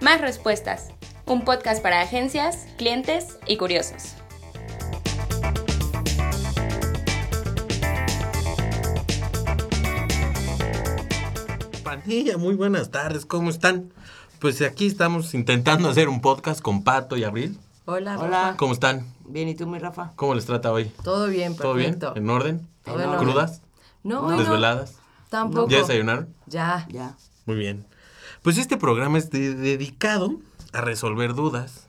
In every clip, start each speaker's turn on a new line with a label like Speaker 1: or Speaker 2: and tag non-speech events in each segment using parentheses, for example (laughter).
Speaker 1: Más Respuestas, un podcast para agencias, clientes y curiosos.
Speaker 2: Panilla, muy buenas tardes, ¿cómo están? Pues aquí estamos intentando hacer un podcast con Pato y Abril.
Speaker 3: Hola,
Speaker 4: Hola.
Speaker 3: Rafa.
Speaker 2: ¿Cómo están?
Speaker 4: Bien, ¿y tú, mi Rafa?
Speaker 2: ¿Cómo les trata hoy?
Speaker 3: Todo bien,
Speaker 2: ¿Todo bien?
Speaker 3: perfecto.
Speaker 2: ¿En orden?
Speaker 3: Todo en orden.
Speaker 2: ¿Crudas?
Speaker 3: No, hoy no.
Speaker 2: ¿Desveladas?
Speaker 3: Tampoco.
Speaker 2: ¿Ya desayunaron?
Speaker 3: Ya.
Speaker 4: Ya.
Speaker 2: Muy bien. Pues este programa es de- dedicado a resolver dudas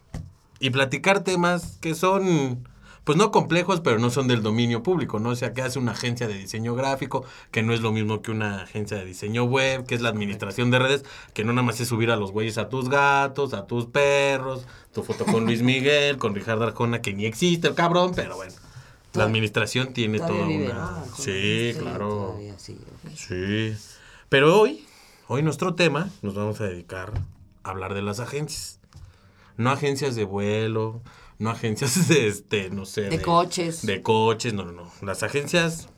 Speaker 2: y platicar temas que son, pues no complejos, pero no son del dominio público, ¿no? O sea, que hace una agencia de diseño gráfico, que no es lo mismo que una agencia de diseño web, que es la administración de redes, que no nada más es subir a los güeyes a tus gatos, a tus perros, tu foto con
Speaker 4: (laughs)
Speaker 2: Luis Miguel, con Ricardo Arjona, que ni existe el cabrón, pero bueno. La administración tiene toda
Speaker 4: Todavía vive,
Speaker 2: una...
Speaker 4: ¿no?
Speaker 2: Sí, claro.
Speaker 4: Todavía sí. ok.
Speaker 2: Sí. Pero hoy, hoy nuestro tema, nos vamos a dedicar a hablar de las agencias. No agencias de vuelo, no agencias (laughs) de este, no sé.
Speaker 4: De coches.
Speaker 2: De coches, no, no, no. Las agencias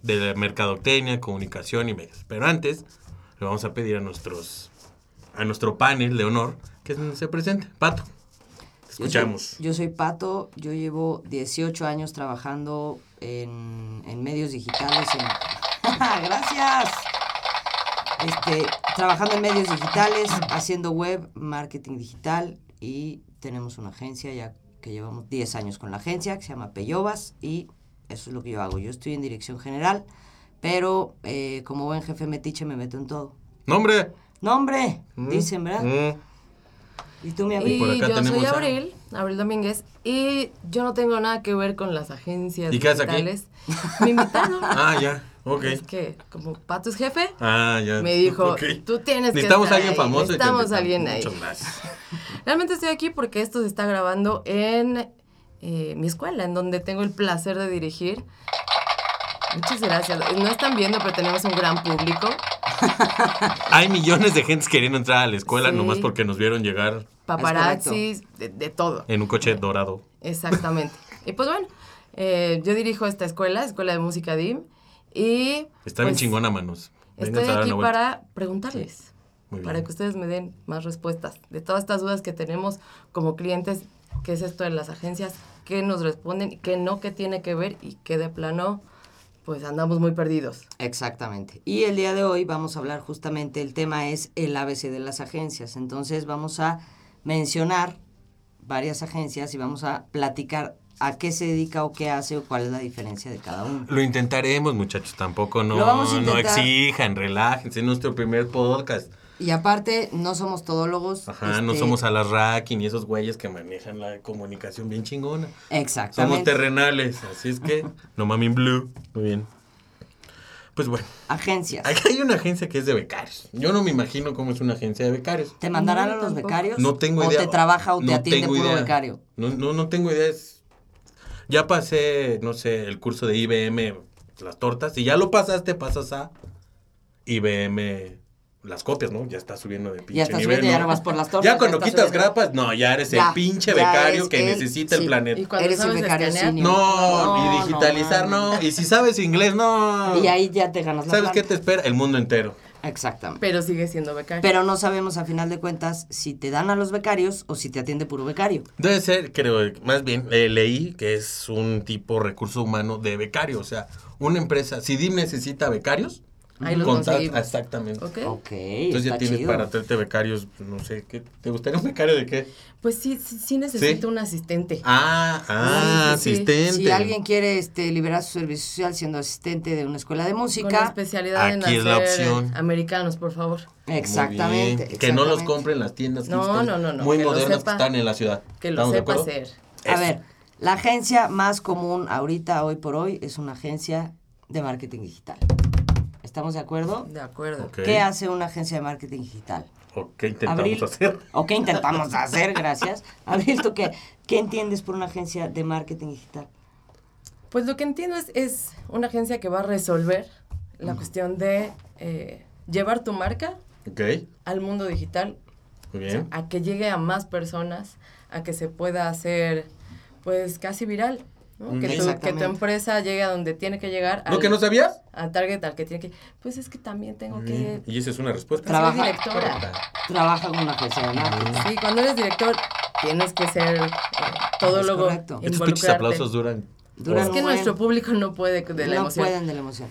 Speaker 2: de mercadotecnia, comunicación y medios. Pero antes, le vamos a pedir a nuestros, a nuestro panel de honor que se presente. Pato, te
Speaker 4: Yo
Speaker 2: escuchamos.
Speaker 4: soy- Yo soy, Pato, yo llevo 18 años trabajando en, en medios digitales. en- (laughs) ¡Gracias! Este, trabajando en medios digitales, haciendo web, marketing digital y tenemos una agencia ya que llevamos 10 años con la agencia que se llama Peyovas y eso es lo que yo hago. Yo estoy en dirección general, pero eh, como buen jefe metiche me meto en todo.
Speaker 2: ¿Nombre?
Speaker 4: ¡Nombre! Dicen, ¿verdad?
Speaker 2: Mm.
Speaker 4: ¿Y tú, mi
Speaker 3: Y
Speaker 4: amigo?
Speaker 2: por acá
Speaker 3: yo soy
Speaker 2: tenemos a-
Speaker 3: Abril, Abril Domínguez, y yo no tengo nada que ver con las agencias
Speaker 2: ¿Y qué haces aquí?
Speaker 3: digitales. Me invitaron.
Speaker 2: Ah, ya, (laughs)
Speaker 4: (laughs)
Speaker 2: ok.
Speaker 3: Es que, como Pato es jefe,
Speaker 2: Ah, ya.
Speaker 3: Me dijo,
Speaker 2: Ok.
Speaker 3: "Tú tienes que
Speaker 2: Necesitamos
Speaker 3: estar
Speaker 2: a alguien
Speaker 3: ahí,
Speaker 2: famoso. y te
Speaker 3: necesitamos
Speaker 2: invitamos".
Speaker 3: alguien ahí.
Speaker 2: Muchas gracias.
Speaker 3: realmente estoy aquí porque esto se está grabando en eh, mi escuela, en donde tengo el placer de dirigir. Muchas gracias. No están viendo, pero tenemos un gran público.
Speaker 2: Ah, Hay millones de gentes queriendo entrar a la escuela
Speaker 3: Sí.
Speaker 2: nomás porque nos vieron llegar
Speaker 3: Paparazzis, de- de todo.
Speaker 2: en un coche dorado.
Speaker 3: Exactamente. y pues bueno, eh, yo dirijo esta escuela, Escuela de Música DIM, y...
Speaker 2: Está bien
Speaker 3: pues,
Speaker 2: chingona, manos. Vénganse
Speaker 3: Estoy
Speaker 2: a dar
Speaker 3: aquí
Speaker 2: una vuelta.
Speaker 3: para preguntarles,
Speaker 2: Muy
Speaker 3: para
Speaker 2: bien.
Speaker 3: que ustedes me den más respuestas de todas estas dudas que tenemos como clientes, qué es esto de las agencias, qué nos responden, qué no, qué tiene que ver y qué de plano, pues andamos muy perdidos.
Speaker 4: Exactamente. Y el día de hoy vamos a hablar justamente, el tema es el ABC de las agencias. Entonces vamos a mencionar varias agencias y vamos a platicar a qué se dedica o qué hace o cuál es la diferencia de cada uno.
Speaker 2: Lo intentaremos, muchachos. Tampoco no,
Speaker 4: Lo vamos a
Speaker 2: no
Speaker 4: intentar.
Speaker 2: exijan, relájense. Es nuestro primer podcast.
Speaker 4: Y aparte, no somos todólogos.
Speaker 2: Ajá, no
Speaker 4: este,
Speaker 2: somos a la Racking y esos güeyes que manejan la comunicación bien chingona. Somos
Speaker 4: Exactamente.
Speaker 2: terrenales, así es que no mami blue. Muy bien. Pues bueno,
Speaker 4: agencias.
Speaker 2: aquí hay una agencia que es de becarios. Yo no me imagino cómo es una agencia de becarios.
Speaker 4: ¿Te mandarán
Speaker 3: No,
Speaker 4: a los
Speaker 3: tampoco.
Speaker 4: becarios?
Speaker 2: No tengo idea.
Speaker 4: O te trabaja o te
Speaker 2: No
Speaker 4: atiende
Speaker 2: tengo
Speaker 4: puro
Speaker 2: idea.
Speaker 4: becario.
Speaker 2: No, no, no tengo idea. Es- Ya pasé, no sé, el curso de IBM, las tortas. Si ya lo pasaste, pasas a IBM, las copias, ¿no? Ya está subiendo de pinche
Speaker 4: Ya estás
Speaker 2: nivel,
Speaker 4: subiendo, ya
Speaker 2: ¿no?
Speaker 4: no vas por las tortas.
Speaker 2: Ya cuando
Speaker 4: estás
Speaker 2: quitas
Speaker 4: subiendo.
Speaker 2: grapas, no, ya eres
Speaker 4: Ya,
Speaker 2: el pinche
Speaker 4: ya
Speaker 2: becario
Speaker 4: eres
Speaker 2: que
Speaker 4: el-
Speaker 2: necesita el
Speaker 4: sí.
Speaker 2: planeta.
Speaker 3: Y cuando
Speaker 4: Eres el
Speaker 3: sabes
Speaker 4: becario
Speaker 3: escanear,
Speaker 4: senior.
Speaker 2: No,
Speaker 4: No,
Speaker 2: y
Speaker 4: no
Speaker 2: digitalizar, no,
Speaker 4: mames.
Speaker 2: Y si sabes inglés, no.
Speaker 4: Y ahí ya te ganas la
Speaker 2: ¿Sabes qué
Speaker 4: planta.
Speaker 2: te espera? El mundo entero.
Speaker 4: Exactamente.
Speaker 3: pero sigue siendo becario.
Speaker 4: Pero no sabemos a final de cuentas si te dan a los becarios o si te atiende puro becario.
Speaker 2: Debe ser, creo, más bien, eh, leí que es un tipo recurso humano de becario. O sea, una empresa, si DIM necesita becarios,
Speaker 3: Ahí los
Speaker 2: contrata-
Speaker 3: conseguimos.
Speaker 2: Exactamente.
Speaker 3: ¿Ok?
Speaker 4: Ok,
Speaker 2: Entonces
Speaker 4: está
Speaker 2: ya tienes
Speaker 4: chido.
Speaker 2: para hacerte becarios, no sé, ¿qué? ¿te gustaría un becario de qué?
Speaker 3: Pues sí, sí, sí necesito un asistente.
Speaker 2: Ah, ah,
Speaker 3: Sí, sí, sí.
Speaker 2: asistente.
Speaker 4: Si alguien quiere este, liberar su servicio social siendo asistente de una escuela de
Speaker 3: con la
Speaker 4: música,
Speaker 3: especialidad en
Speaker 2: Aquí es la
Speaker 3: hacer,
Speaker 2: opción.
Speaker 3: eh, americanos, por favor.
Speaker 2: Muy
Speaker 4: exactamente,
Speaker 2: bien. Que no los
Speaker 4: exactamente.
Speaker 2: compren las tiendas
Speaker 3: No,
Speaker 2: hipsters
Speaker 3: no, no, no,
Speaker 2: muy
Speaker 3: que lo
Speaker 2: modernas que
Speaker 3: sepa-
Speaker 2: están en la ciudad.
Speaker 3: Que lo
Speaker 2: ¿Estamos de
Speaker 3: sepa
Speaker 2: acuerdo?
Speaker 3: hacer.
Speaker 4: A
Speaker 2: Eso.
Speaker 4: ver, la agencia más común ahorita, hoy por hoy, es una agencia de marketing digital. ¿Estamos de acuerdo?
Speaker 3: De acuerdo.
Speaker 2: Ok.
Speaker 4: ¿Qué hace una agencia de marketing digital?
Speaker 2: ¿O qué intentamos
Speaker 4: Abril,
Speaker 2: hacer?
Speaker 4: ¿O qué intentamos hacer? Gracias. Abril, ¿tú qué, qué entiendes por una agencia de marketing digital?
Speaker 3: Pues lo que entiendo es, es una agencia que va a resolver la cuestión de eh, llevar tu marca
Speaker 2: Ok,
Speaker 3: al mundo digital,
Speaker 2: muy bien.
Speaker 3: a que llegue a más personas, a que se pueda hacer pues casi viral. ¿no? Que, tu, que tu
Speaker 4: Exactamente.
Speaker 3: empresa llegue a donde tiene que llegar.
Speaker 2: ¿No que no sabías?
Speaker 3: Al target al que tiene que... Pues es que también tengo que...
Speaker 2: Y esa es una respuesta.
Speaker 4: Trabaja-
Speaker 3: Soy directora.
Speaker 4: Trabaja con una agencia de marketing.
Speaker 3: Sí, cuando eres director tienes que ser eh, todólogo.
Speaker 4: correcto. Estos
Speaker 2: Estos pinches
Speaker 3: involucrarte.
Speaker 2: aplausos duran.
Speaker 4: Duran
Speaker 3: Es que
Speaker 4: Bueno.
Speaker 3: nuestro público no puede de la
Speaker 4: no
Speaker 3: emoción.
Speaker 4: pueden de la emoción.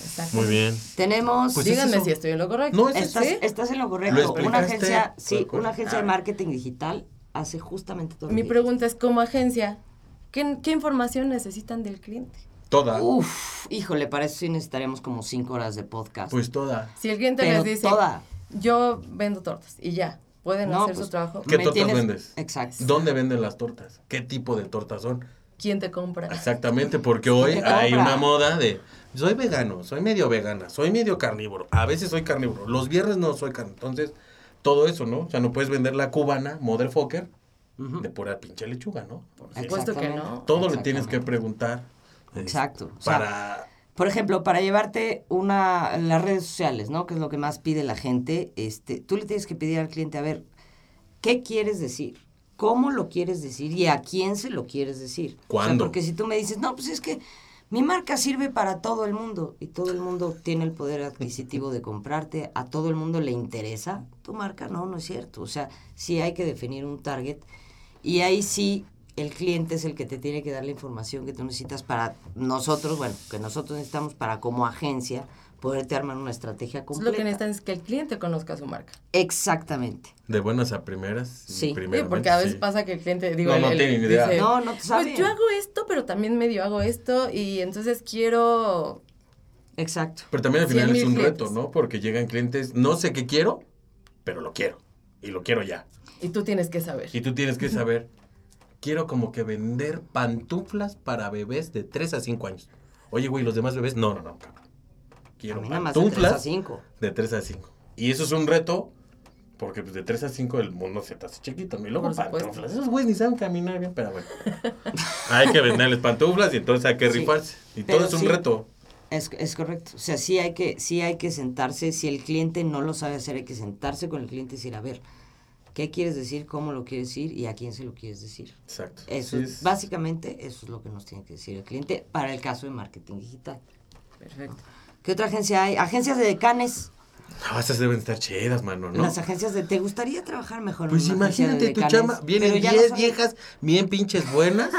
Speaker 3: Exacto.
Speaker 2: Muy bien.
Speaker 4: Tenemos.
Speaker 2: Pues
Speaker 3: Díganme
Speaker 2: eso.
Speaker 3: si estoy en lo correcto.
Speaker 2: No, es-
Speaker 4: estás,
Speaker 3: ¿Sí?
Speaker 4: estás en lo
Speaker 2: Lo
Speaker 4: correcto.
Speaker 2: explicaste Ah.
Speaker 4: una agencia,
Speaker 2: tal
Speaker 4: sí,
Speaker 2: cual.
Speaker 4: una agencia de marketing digital hace justamente todo. lo
Speaker 3: Mi
Speaker 4: que
Speaker 3: pregunta es, como agencia, ¿qué, qué información necesitan del cliente?
Speaker 2: Toda.
Speaker 4: dijiste. Uf, híjole, para eso sí necesitaremos como cinco horas de podcast.
Speaker 2: Pues toda.
Speaker 3: Si el cliente les
Speaker 4: Pero
Speaker 3: dice,
Speaker 4: toda.
Speaker 3: yo vendo tortas y ya, pueden
Speaker 4: No,
Speaker 3: hacer
Speaker 4: pues,
Speaker 3: su trabajo,
Speaker 2: ¿Qué
Speaker 4: me
Speaker 2: tortas
Speaker 4: tienes-
Speaker 2: vendes?
Speaker 4: Exacto.
Speaker 2: ¿Dónde venden las tortas? ¿Qué tipo de tortas son?
Speaker 3: ¿quién te compra?
Speaker 2: Exactamente, porque hoy
Speaker 4: te
Speaker 2: hay
Speaker 4: compra.
Speaker 2: una moda de soy vegano, soy medio vegana, soy medio carnívoro, a veces soy carnívoro, los viernes no soy carnívoro. Entonces, todo eso, ¿no? O sea, no puedes vender la cubana, motherfucker, de pura pinche lechuga, ¿no? Por
Speaker 3: Por
Speaker 2: decir,
Speaker 3: supuesto que
Speaker 4: Exactamente.
Speaker 3: no.
Speaker 2: Todo le tienes que
Speaker 4: Exactamente.
Speaker 2: preguntar. eh,
Speaker 4: Exacto. O sea,
Speaker 2: Para.
Speaker 4: Por ejemplo, para llevarte una las redes sociales, ¿no? Que es lo que más pide la gente, este, tú le tienes que pedir al cliente, a ver, ¿qué quieres decir? ¿Cómo lo quieres decir y a quién se lo quieres decir? O sea,
Speaker 2: ¿Cuándo?
Speaker 4: porque si tú me dices, "No, pues es que mi marca sirve para todo el mundo y todo el mundo tiene el poder adquisitivo de comprarte, a todo el mundo le interesa tu marca." No, no es cierto. O sea, sí hay que definir un target y ahí sí, el cliente es el que te tiene que dar la información que tú necesitas para nosotros, bueno, que nosotros necesitamos para como agencia poderte armar una estrategia
Speaker 3: Entonces,
Speaker 4: completa.
Speaker 3: Lo que necesitan es que el cliente conozca su marca.
Speaker 4: Exactamente.
Speaker 2: De buenas a primeras.
Speaker 4: Sí.
Speaker 3: Sí,
Speaker 2: primeramente,
Speaker 3: porque a veces
Speaker 2: sí.
Speaker 3: pasa que el cliente, digo,
Speaker 2: No,
Speaker 3: el-
Speaker 2: no
Speaker 3: el-
Speaker 2: tienen idea.
Speaker 3: dice,
Speaker 4: No, no te saben.
Speaker 3: Pues yo hago esto, pero también medio hago esto y entonces quiero...
Speaker 4: Exacto.
Speaker 2: Pero también al
Speaker 3: Cien
Speaker 2: final es
Speaker 3: mil
Speaker 2: un
Speaker 3: clientes.
Speaker 2: reto, ¿no? Porque llegan clientes, no sé qué quiero, pero lo quiero. Y lo quiero ya.
Speaker 3: Y tú tienes que saber.
Speaker 2: Y tú tienes que saber, quiero como que vender pantuflas para bebés de 3 a 5 años. Oye, güey, los demás bebés, no, no, no, cabrón.
Speaker 4: A
Speaker 2: Quiero
Speaker 4: mí nada más de 3 a
Speaker 2: pantuflas
Speaker 4: 5.
Speaker 2: de 3 a 5. Y eso es un reto, porque pues, de 3 a 5 el mundo se te hace chiquito. Y luego
Speaker 3: Por supuesto.
Speaker 2: pantuflas. Esos güeyes ni saben caminar bien, pero bueno. (laughs) hay que venderles pantuflas y entonces hay que
Speaker 4: Sí,
Speaker 2: rifarse. Y
Speaker 4: pero
Speaker 2: todo es un
Speaker 4: sí.
Speaker 2: reto.
Speaker 4: Es, es correcto. O sea, sí hay, que, sí hay que sentarse. Si el cliente no lo sabe hacer, hay que sentarse con el cliente y decir, a ver, ¿qué quieres decir? ¿Cómo lo quieres decir? ¿Y a quién se lo quieres decir?
Speaker 2: Exacto.
Speaker 4: Eso,
Speaker 2: Sí
Speaker 4: es- básicamente, eso es lo que nos tiene que decir el cliente para el caso de marketing digital.
Speaker 3: Perfecto.
Speaker 4: ¿Qué otra agencia hay? Agencias de decanes.
Speaker 2: No, esas deben estar chidas, mano, ¿no?
Speaker 4: Las agencias de... ¿Te gustaría trabajar mejor en
Speaker 2: Pues
Speaker 4: una agencia de
Speaker 2: imagínate tu
Speaker 4: decanes?
Speaker 2: chama, vienen
Speaker 4: Pero ya
Speaker 2: 10
Speaker 4: no son-
Speaker 2: viejas bien pinches
Speaker 3: (laughs)
Speaker 2: buenas,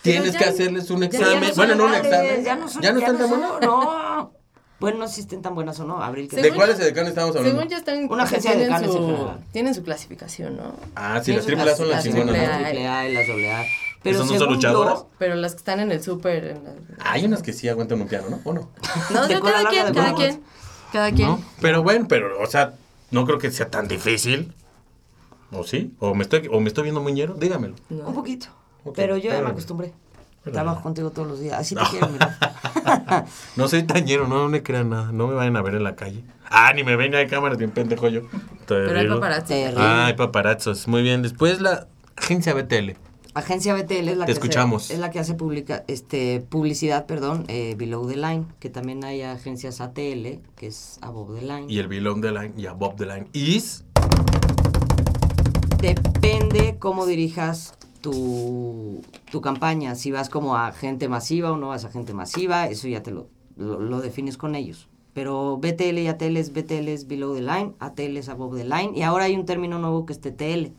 Speaker 2: tienes
Speaker 3: ya-
Speaker 2: que hacerles un
Speaker 3: ya- ya no
Speaker 2: examen,
Speaker 3: son
Speaker 2: bueno, no un
Speaker 3: legales,
Speaker 2: examen,
Speaker 4: Ya no, son,
Speaker 2: no
Speaker 4: ya
Speaker 2: están
Speaker 4: no
Speaker 2: tan
Speaker 4: son-
Speaker 2: buenas.
Speaker 4: No. Bueno, no sé si estén tan buenas o no. Abril, que
Speaker 2: ¿De
Speaker 3: Según
Speaker 2: cuáles
Speaker 3: yo-
Speaker 2: decanes estamos hablando?
Speaker 3: Según ya están...
Speaker 4: Una agencia de
Speaker 3: tienen
Speaker 4: decanes en
Speaker 3: su-
Speaker 4: general.
Speaker 3: Tienen su clasificación, ¿no?
Speaker 2: Ah, sí, las triple A son las
Speaker 3: las
Speaker 2: chingonas.
Speaker 3: triple
Speaker 2: ¿no?
Speaker 3: A.
Speaker 4: Las triple A y las doble A. Pero
Speaker 2: ¿Esas no son
Speaker 4: según
Speaker 2: luchadoras?
Speaker 4: yo-
Speaker 3: Pero las que están en el súper... en la-
Speaker 2: Hay unas que sí aguantan un piano, ¿no? ¿O no?
Speaker 3: No,
Speaker 4: De
Speaker 3: yo
Speaker 4: cola
Speaker 3: cada
Speaker 4: larga
Speaker 3: quien,
Speaker 4: de
Speaker 3: cada
Speaker 4: huevos.
Speaker 3: quien, cada quien.
Speaker 2: No, Pero bueno, pero, o sea, no creo que sea tan difícil. ¿O sí? ¿O me estoy, o me estoy viendo muñero? Dígamelo.
Speaker 3: No.
Speaker 4: Un poquito.
Speaker 2: Ok,
Speaker 4: Pero yo ya me
Speaker 2: espérame.
Speaker 4: acostumbré.
Speaker 2: Espérame.
Speaker 4: Trabajo contigo todos los días. Así te quiero,
Speaker 2: (laughs)
Speaker 4: mira.
Speaker 2: No soy tañero, no, no me crean nada, no me vayan a ver en la calle. Ah, ni me ven, hay cámaras, bien pendejo yo.
Speaker 3: Pero hay paparazzi.
Speaker 4: Terrible.
Speaker 2: Ah, hay paparazzos. Muy bien, después la agencia BTL.
Speaker 4: Agencia BTL es la
Speaker 2: Te
Speaker 4: que hace-
Speaker 2: escuchamos.
Speaker 4: es la que hace publica, este, publicidad, perdón, eh, below the line, que también hay agencias ATL, que es above the line.
Speaker 2: y el Below the Line y Above the Line is
Speaker 4: Depende cómo dirijas tu, tu campaña, si vas como a gente masiva o no vas a gente masiva, eso ya te lo, lo, lo defines con ellos. Pero BTL y ATL es BTL es below the line, ATL es above the line, y ahora hay un término nuevo que es TTL,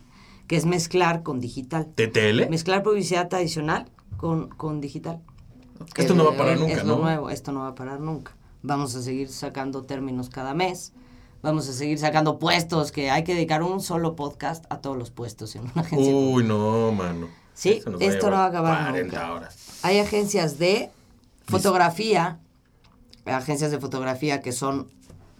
Speaker 4: que es mezclar con digital.
Speaker 2: TTL.
Speaker 4: Mezclar publicidad tradicional con, con digital.
Speaker 2: Esto no va a parar
Speaker 4: Es
Speaker 2: nunca,
Speaker 4: lo
Speaker 2: ¿no?
Speaker 4: nuevo, esto no va a parar nunca. Vamos a seguir sacando términos cada mes. Vamos a seguir sacando puestos, que hay que dedicar un solo podcast a todos los puestos en una agencia.
Speaker 2: Uy, no, mano.
Speaker 4: Sí,
Speaker 2: Eso nos
Speaker 4: esto no va a acabar
Speaker 2: 40
Speaker 4: nunca.
Speaker 2: horas.
Speaker 4: Hay agencias de fotografía, agencias de fotografía que son,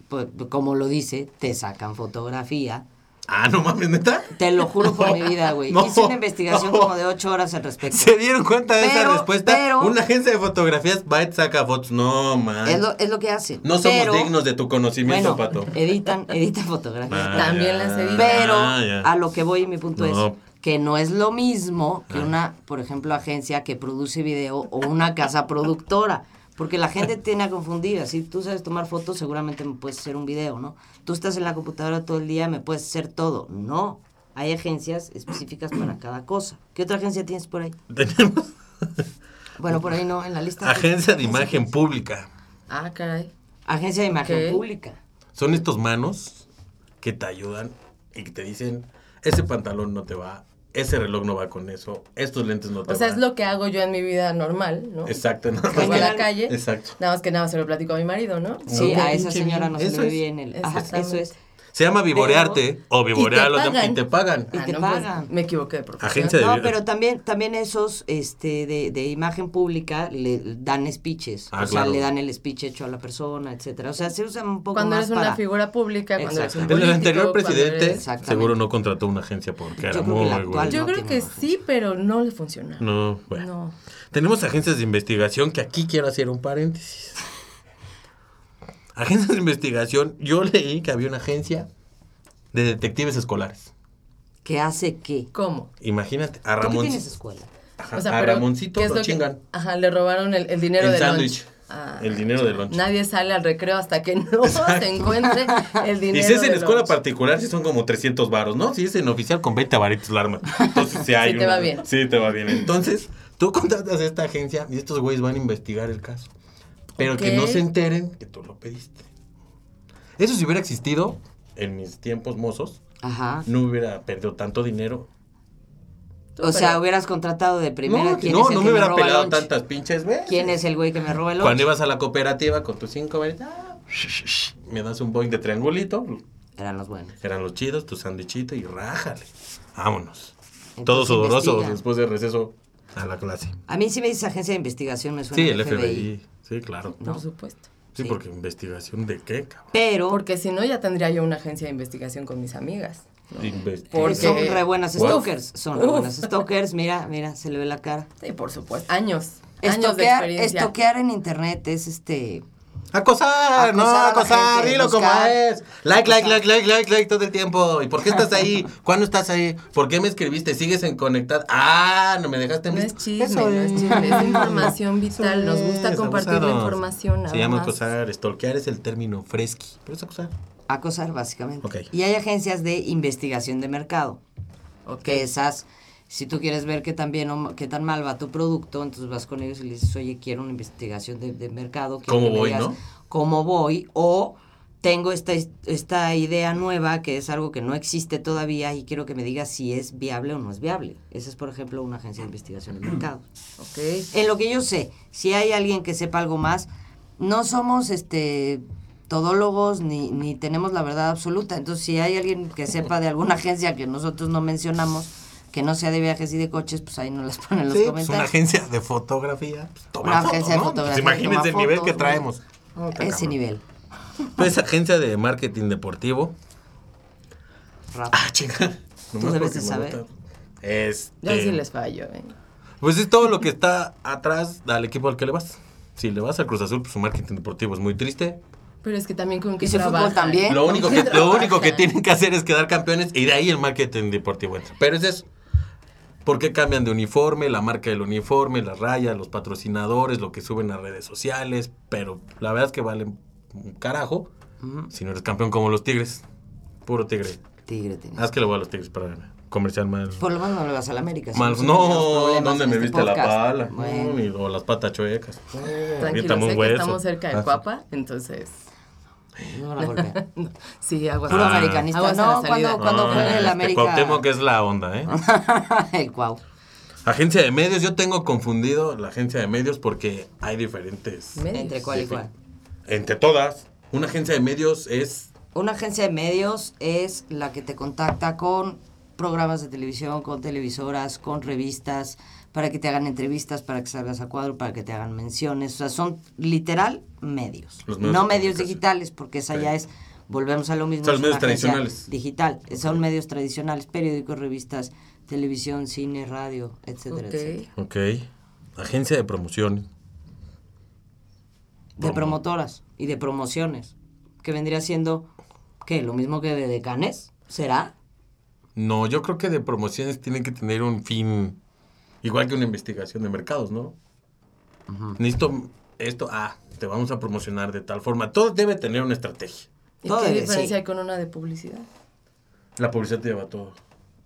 Speaker 4: pues, como lo dice, te sacan fotografía.
Speaker 2: Ah, no mames, neta.
Speaker 4: Te lo juro por mi
Speaker 2: (laughs)
Speaker 4: vida, güey.
Speaker 2: no,
Speaker 4: Hice una investigación
Speaker 2: no.
Speaker 4: como de ocho horas al respecto.
Speaker 2: ¿Se dieron cuenta de esa
Speaker 4: Pero-
Speaker 2: respuesta?
Speaker 4: pero-
Speaker 2: Una agencia de fotografías va y saca fotos. No, man.
Speaker 4: Es lo, es lo que hacen.
Speaker 2: no somos
Speaker 4: Pero,
Speaker 2: dignos de tu conocimiento,
Speaker 4: bueno, eh,
Speaker 2: pato.
Speaker 4: editan, editan fotografía.
Speaker 2: Ah,
Speaker 3: También las editan.
Speaker 4: Pero
Speaker 2: Ah, ya.
Speaker 4: a lo que voy, mi punto
Speaker 2: No. Ah.
Speaker 4: es que no es lo mismo que una, por ejemplo, agencia que produce video o una casa productora. Porque la gente tiene a confundir. Si tú sabes tomar fotos, seguramente me puedes hacer un video, ¿no? Tú estás en la computadora todo el día, me puedes hacer todo. No. Hay agencias específicas para cada cosa. ¿Qué otra agencia tienes por ahí?
Speaker 2: Tenemos.
Speaker 4: Bueno, por ahí no, en la lista.
Speaker 2: Agencia de imagen pública.
Speaker 3: Ah, caray.
Speaker 4: Agencia de imagen
Speaker 3: Ok.
Speaker 4: pública.
Speaker 2: Son estos manos que te ayudan y que te dicen, ese pantalón no te va, ese reloj no va con eso, estos lentes no te
Speaker 3: O sea,
Speaker 2: van.
Speaker 3: es lo que hago yo en mi vida normal, ¿no?
Speaker 2: Exacto. nada más.
Speaker 3: Salgo a la
Speaker 4: Genial.
Speaker 3: calle.
Speaker 2: Exacto.
Speaker 3: Nada más que nada más se lo platico a mi marido, ¿no?
Speaker 4: Sí,
Speaker 2: Ok,
Speaker 4: a esa
Speaker 2: pinche
Speaker 4: señora
Speaker 2: bien.
Speaker 4: no se
Speaker 2: Eso
Speaker 4: le ve
Speaker 2: es.
Speaker 4: bien el. Ajá, eso
Speaker 3: Exactamente.
Speaker 4: es.
Speaker 2: Se llama vivorearte o vivorear a los demás y
Speaker 3: pagan.
Speaker 2: te pagan.
Speaker 4: Y
Speaker 3: Ah,
Speaker 4: te
Speaker 3: no, pues,
Speaker 4: pagan.
Speaker 3: me equivoqué de profesión.
Speaker 2: Agencia de
Speaker 4: No,
Speaker 2: vivo-
Speaker 4: pero también, también esos este, de, de imagen pública le dan speeches.
Speaker 2: Ah,
Speaker 4: o sea,
Speaker 2: claro.
Speaker 4: le dan el speech hecho a la persona, etcétera. O sea, se usan un poco
Speaker 3: Cuando
Speaker 4: más
Speaker 3: eres una
Speaker 4: para-
Speaker 3: figura pública, cuando eres un
Speaker 4: Exactamente.
Speaker 2: El
Speaker 3: político,
Speaker 2: anterior
Speaker 3: cuando
Speaker 2: presidente
Speaker 3: eres-
Speaker 4: Exactamente.
Speaker 2: seguro no contrató una agencia porque era
Speaker 4: creo que el
Speaker 2: muy
Speaker 4: actual
Speaker 2: güey.
Speaker 4: no
Speaker 3: Yo creo
Speaker 4: tiene
Speaker 3: que
Speaker 4: una
Speaker 3: sí, pero no le funciona.
Speaker 2: No, bueno.
Speaker 3: No.
Speaker 2: Tenemos agencias de investigación que aquí quiero hacer un paréntesis. Agencias de investigación, yo leí que había una agencia de detectives escolares.
Speaker 4: ¿Qué hace qué?
Speaker 3: ¿Cómo?
Speaker 2: Imagínate, a,
Speaker 4: ¿Tú qué
Speaker 2: Ramón,
Speaker 4: tienes escuela?
Speaker 2: ajá,
Speaker 3: O sea,
Speaker 2: a
Speaker 3: pero,
Speaker 2: Ramoncito
Speaker 3: ¿qué es
Speaker 2: lo,
Speaker 3: que-
Speaker 2: chingan.
Speaker 3: ajá, le robaron el, el dinero
Speaker 2: El
Speaker 3: de
Speaker 2: sándwich.
Speaker 3: lunch. Ah,
Speaker 2: el dinero del lunch.
Speaker 3: Nadie sale al recreo hasta que (laughs) no se encuentre el dinero.
Speaker 2: Y si es en
Speaker 3: de
Speaker 2: escuela
Speaker 3: lunch.
Speaker 2: particular, si son como 300 varos, ¿no? Si es en oficial, con 20 varitos la arma. Entonces, sí hay
Speaker 3: Sí te
Speaker 2: una-
Speaker 3: va bien.
Speaker 2: Sí, te va bien. Entonces, tú contratas a esta agencia y estos güeyes van a investigar el caso. Pero que no
Speaker 3: Ok.
Speaker 2: se enteren que tú lo pediste. Eso si hubiera existido en mis tiempos mozos,
Speaker 4: Ajá.
Speaker 2: no hubiera perdido tanto dinero.
Speaker 4: O sea,
Speaker 3: pero-
Speaker 4: hubieras contratado de primera
Speaker 2: no,
Speaker 4: quién
Speaker 2: no,
Speaker 4: es el
Speaker 2: no
Speaker 4: que
Speaker 2: me hubiera
Speaker 4: roba el
Speaker 2: pelado
Speaker 4: lunch?
Speaker 2: tantas pinches veces.
Speaker 4: ¿Quién es el güey que me roba el
Speaker 2: Cuando
Speaker 4: lunch?
Speaker 2: ibas a la cooperativa con tus cinco varitas, ah, me das un boing de triangulito,
Speaker 4: Eran los buenos.
Speaker 2: Eran los chidos, tu sandichito y rájale. Vámonos.
Speaker 4: Entonces,
Speaker 2: Todos sudorosos
Speaker 4: investiga.
Speaker 2: después de receso a la clase.
Speaker 4: A mí sí me dice agencia de investigación, me suena
Speaker 2: Sí,
Speaker 4: al
Speaker 2: el FBI. Sí, claro.
Speaker 3: Por supuesto.
Speaker 2: Sí,
Speaker 4: Sí.
Speaker 2: porque investigación de qué, cabrón.
Speaker 4: Pero
Speaker 3: Porque si no, ya tendría yo una agencia de investigación con mis amigas.
Speaker 2: Investi-
Speaker 3: Porque-
Speaker 4: son re buenas
Speaker 2: What?
Speaker 4: stalkers. Son re
Speaker 3: Uf.
Speaker 4: buenas stalkers. Mira, mira, se le ve la cara.
Speaker 3: Sí, por supuesto. Años. años de
Speaker 4: Estoquear,
Speaker 3: experiencia.
Speaker 4: estoquear en internet es este.
Speaker 2: Acosar, no,
Speaker 4: Acosar a la
Speaker 2: acosar,
Speaker 4: gente,
Speaker 2: dilo como
Speaker 4: buscar.
Speaker 2: es. Like, like,
Speaker 4: Acosar.
Speaker 2: like, like, like, like todo el tiempo. ¿Y por qué estás ahí? ¿Cuándo estás ahí? ¿Por qué me escribiste? ¿Sigues en conectad? Ah, no me dejaste en
Speaker 3: No es
Speaker 2: visto.
Speaker 3: chisme,
Speaker 2: Eso
Speaker 3: no es chisme, es
Speaker 2: (laughs)
Speaker 3: información
Speaker 2: Eso
Speaker 3: vital. Nos gusta
Speaker 2: es,
Speaker 3: compartir la
Speaker 2: abusados.
Speaker 3: información.
Speaker 2: Se llama
Speaker 3: además.
Speaker 2: acosar, stalkear es el término fresqui. Pero es acosar.
Speaker 4: Acosar, básicamente.
Speaker 2: Ok.
Speaker 4: Y hay agencias de investigación de mercado.
Speaker 3: Ok.
Speaker 4: Que esas, si tú quieres ver qué tan bien o ma- qué tan mal va tu producto, entonces vas con ellos y le dices, oye, quiero una investigación de, de mercado. quiero
Speaker 2: ¿Cómo
Speaker 4: que me
Speaker 2: voy,
Speaker 4: digas
Speaker 2: no?
Speaker 4: ¿Cómo voy? O tengo esta, is- esta idea nueva que es algo que no existe todavía y quiero que me digas si es viable o no es viable. Esa es, por ejemplo, una agencia de investigación de mercado.
Speaker 3: Ok.
Speaker 4: En lo que yo sé, si hay alguien que sepa algo más, no somos este todólogos ni, ni tenemos la verdad absoluta. Entonces, si hay alguien que sepa de alguna (laughs) agencia que nosotros no mencionamos, que no sea de viajes y de coches, pues ahí nos las ponen en los
Speaker 2: Sí, pues, una
Speaker 4: comentarios.
Speaker 2: agencia de fotografía. pues, toma
Speaker 4: Una
Speaker 2: fotos,
Speaker 4: agencia de
Speaker 2: ¿no? Pues,
Speaker 4: fotografía,
Speaker 2: imagínense
Speaker 4: toma
Speaker 2: el nivel
Speaker 4: fotos,
Speaker 2: que
Speaker 4: ¿no?
Speaker 2: traemos.
Speaker 4: Ese nivel,
Speaker 2: Pues agencia de marketing deportivo.
Speaker 4: Rafa.
Speaker 2: Ah, chinga.
Speaker 4: Tú debes de saber.
Speaker 3: Yo
Speaker 2: Este,
Speaker 3: sí les fallo. ¿eh?
Speaker 2: Pues es todo lo que está atrás al equipo al que le vas. Si le vas al Cruz Azul, pues su marketing deportivo es muy triste.
Speaker 3: Pero es que también con que
Speaker 4: su fútbol
Speaker 3: trabajan.
Speaker 4: también. ¿Eh?
Speaker 2: Lo único, que, lo
Speaker 3: trabajan?
Speaker 2: único que tienen que hacer es quedar campeones y de ahí el marketing deportivo entra. Pero es eso. ¿Por qué cambian de uniforme, la marca del uniforme, las rayas, los patrocinadores, lo que suben a redes sociales? Pero la verdad es que valen un carajo si no eres campeón como los Tigres. Puro Tigre.
Speaker 4: Tigre tenía.
Speaker 2: Haz que le voy a los Tigres para ganar. Comercial más.
Speaker 4: Por lo menos no le vas a la América. si
Speaker 2: Mal,
Speaker 4: siempre tenemos
Speaker 2: no,
Speaker 4: problemas
Speaker 2: ¿dónde
Speaker 4: en
Speaker 2: me
Speaker 4: este
Speaker 2: viste la
Speaker 4: podcast.
Speaker 2: pala?
Speaker 4: Bueno.
Speaker 2: No, ni- o las patas chuecas. No, avienta
Speaker 3: Tranquilo,
Speaker 2: un
Speaker 3: sé que
Speaker 2: hueso.
Speaker 3: estamos cerca
Speaker 2: Ah,
Speaker 3: de Cuapa, entonces.
Speaker 4: No
Speaker 2: (laughs)
Speaker 4: la golpea.
Speaker 3: Sí, aguas.
Speaker 4: Puro
Speaker 2: Ah.
Speaker 4: americanista.
Speaker 3: Aguas a la
Speaker 4: No, cuando,
Speaker 3: salida.
Speaker 4: cuando
Speaker 2: Ah,
Speaker 4: juegue el
Speaker 2: este
Speaker 4: América.
Speaker 2: Cuauhtémoc es la onda, ¿eh?
Speaker 4: (laughs) el cuau.
Speaker 2: Agencia de medios, yo tengo confundido la agencia de medios porque hay diferentes.
Speaker 3: Medios.
Speaker 4: Entre cuál y cuál.
Speaker 2: Entre todas, una agencia de medios es.
Speaker 4: Una agencia de medios es la que te contacta con programas de televisión, con televisoras, con revistas, para que te hagan entrevistas, para que salgas a cuadro, para que te hagan menciones. O sea, son literal medios.
Speaker 2: Los medios
Speaker 4: no
Speaker 2: de
Speaker 4: medios
Speaker 2: comunicación.
Speaker 4: digitales, porque esa ya
Speaker 2: Ok.
Speaker 4: es, volvemos a lo mismo.
Speaker 2: O sea,
Speaker 4: es
Speaker 2: los medios
Speaker 4: una agencia
Speaker 2: tradicionales.
Speaker 4: Digital. Son medios tradicionales, periódicos, revistas, televisión, cine, radio, etcétera, etcétera.
Speaker 3: Ok.
Speaker 2: Ok. Agencia de promoción.
Speaker 4: De
Speaker 2: Promo.
Speaker 4: promotoras y de promociones, que vendría siendo, ¿qué? Lo mismo que de decanes, ¿será?
Speaker 2: No, yo creo que de promociones tienen que tener un fin. Igual que una investigación de mercados, ¿no? Necesito esto. Ah, te vamos a promocionar de tal forma. Todo debe tener una estrategia.
Speaker 3: ¿Y
Speaker 4: Todo
Speaker 3: qué
Speaker 4: debe,
Speaker 3: diferencia
Speaker 4: sí.
Speaker 3: hay con una de publicidad?
Speaker 2: La publicidad te lleva todo.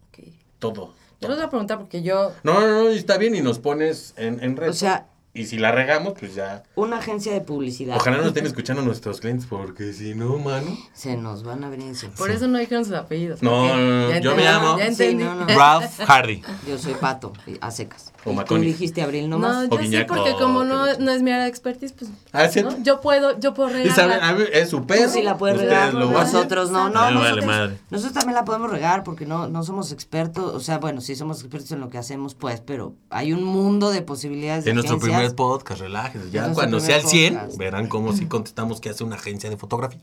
Speaker 3: Ok.
Speaker 2: Todo.
Speaker 3: Yo les voy a preguntar porque yo.
Speaker 2: No, no, no, y está bien y nos pones en, en red.
Speaker 4: O sea,
Speaker 2: Y si la regamos, pues ya.
Speaker 4: Una agencia de publicidad.
Speaker 2: Ojalá nos estén escuchando nuestros clientes, porque si no, mano.
Speaker 4: Se nos van a venir encima.
Speaker 3: Por eso no dijeron sus apellidos.
Speaker 2: No,
Speaker 3: porque
Speaker 2: no, no,
Speaker 3: ya
Speaker 2: yo
Speaker 3: entendí,
Speaker 2: me llamo-
Speaker 3: ya
Speaker 4: Sí,
Speaker 3: entendí.
Speaker 4: no, no.
Speaker 2: Ralph Hardy.
Speaker 4: Yo soy Pato, a secas.
Speaker 2: O
Speaker 4: Y tú
Speaker 2: Maconi.
Speaker 4: dijiste abril
Speaker 3: No,
Speaker 4: nomás.
Speaker 3: yo sí,
Speaker 2: Guiñac.
Speaker 3: porque
Speaker 2: No,
Speaker 3: como
Speaker 2: qué
Speaker 3: no,
Speaker 2: mucho.
Speaker 3: no es mi área de expertise, pues
Speaker 2: Ah, ¿es cierto?
Speaker 3: ¿no? yo puedo, yo puedo
Speaker 2: Y saben, a
Speaker 3: regalar.
Speaker 2: ver, es su perro.
Speaker 4: Tú sí la puedes
Speaker 2: ustedes
Speaker 4: regar,
Speaker 2: lo hacen.
Speaker 4: nosotros no, no.
Speaker 2: A mí me
Speaker 4: nosotros,
Speaker 2: vale madre.
Speaker 4: nosotros también la podemos regar porque no, no somos expertos, o sea, bueno, sí somos expertos en lo que hacemos, pues, pero hay un mundo de posibilidades de
Speaker 2: En nuestro
Speaker 4: agencias.
Speaker 2: primer podcast, relájense.
Speaker 4: En
Speaker 2: Ya
Speaker 4: nuestro
Speaker 2: cuando sea
Speaker 4: primer
Speaker 2: el 100,
Speaker 4: podcast.
Speaker 2: verán cómo sí contestamos que hace una agencia de fotografía.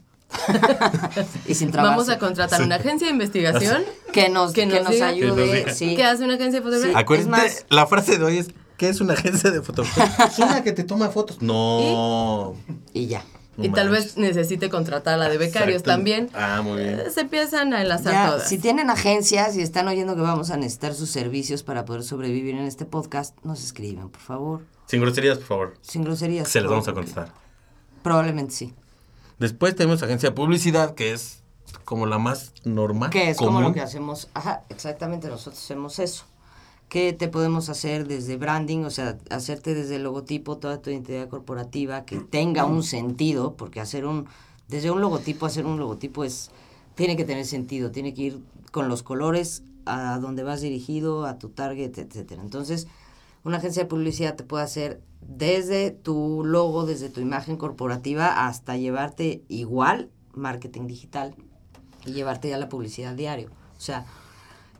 Speaker 4: y sin trabajo.
Speaker 3: Vamos a contratar una agencia de investigación
Speaker 4: que nos, que
Speaker 3: Que nos
Speaker 4: nos
Speaker 3: diga.
Speaker 4: ayude,
Speaker 2: Que nos diga.
Speaker 4: sí.
Speaker 3: que hace una agencia de fotografía.
Speaker 2: Acuérdense,
Speaker 4: es más-
Speaker 2: la frase de hoy es: ¿Qué es una agencia de
Speaker 4: (laughs)
Speaker 2: fotografía? Es una que te toma fotos. No.
Speaker 4: Y ya.
Speaker 3: Y
Speaker 2: No
Speaker 3: tal
Speaker 2: manches.
Speaker 3: vez necesite contratar a la de becarios
Speaker 2: Exacto.
Speaker 3: también.
Speaker 2: Ah, muy bien.
Speaker 3: Eh, Se empiezan a enlazar
Speaker 4: Ya,
Speaker 3: todas.
Speaker 4: si tienen agencias y están oyendo que vamos a necesitar sus servicios para poder sobrevivir en este podcast, nos escriban, por favor.
Speaker 2: Sin groserías, por favor.
Speaker 4: Sin groserías.
Speaker 2: Se las vamos a
Speaker 4: porque-
Speaker 2: contestar.
Speaker 4: Probablemente sí.
Speaker 2: Después tenemos agencia de publicidad, que es como la más normal.
Speaker 4: Que es como
Speaker 2: común.
Speaker 4: lo que hacemos, ajá, exactamente nosotros hacemos eso. Que te podemos hacer desde branding, o sea, hacerte desde el logotipo, toda tu identidad corporativa, que tenga un sentido, porque hacer un, desde un logotipo, hacer un logotipo es, tiene que tener sentido, tiene que ir con los colores a donde vas dirigido, a tu target, etcétera. Entonces, una agencia de publicidad te puede hacer desde tu logo, desde tu imagen corporativa, hasta llevarte igual marketing digital y llevarte ya la publicidad diario. O sea,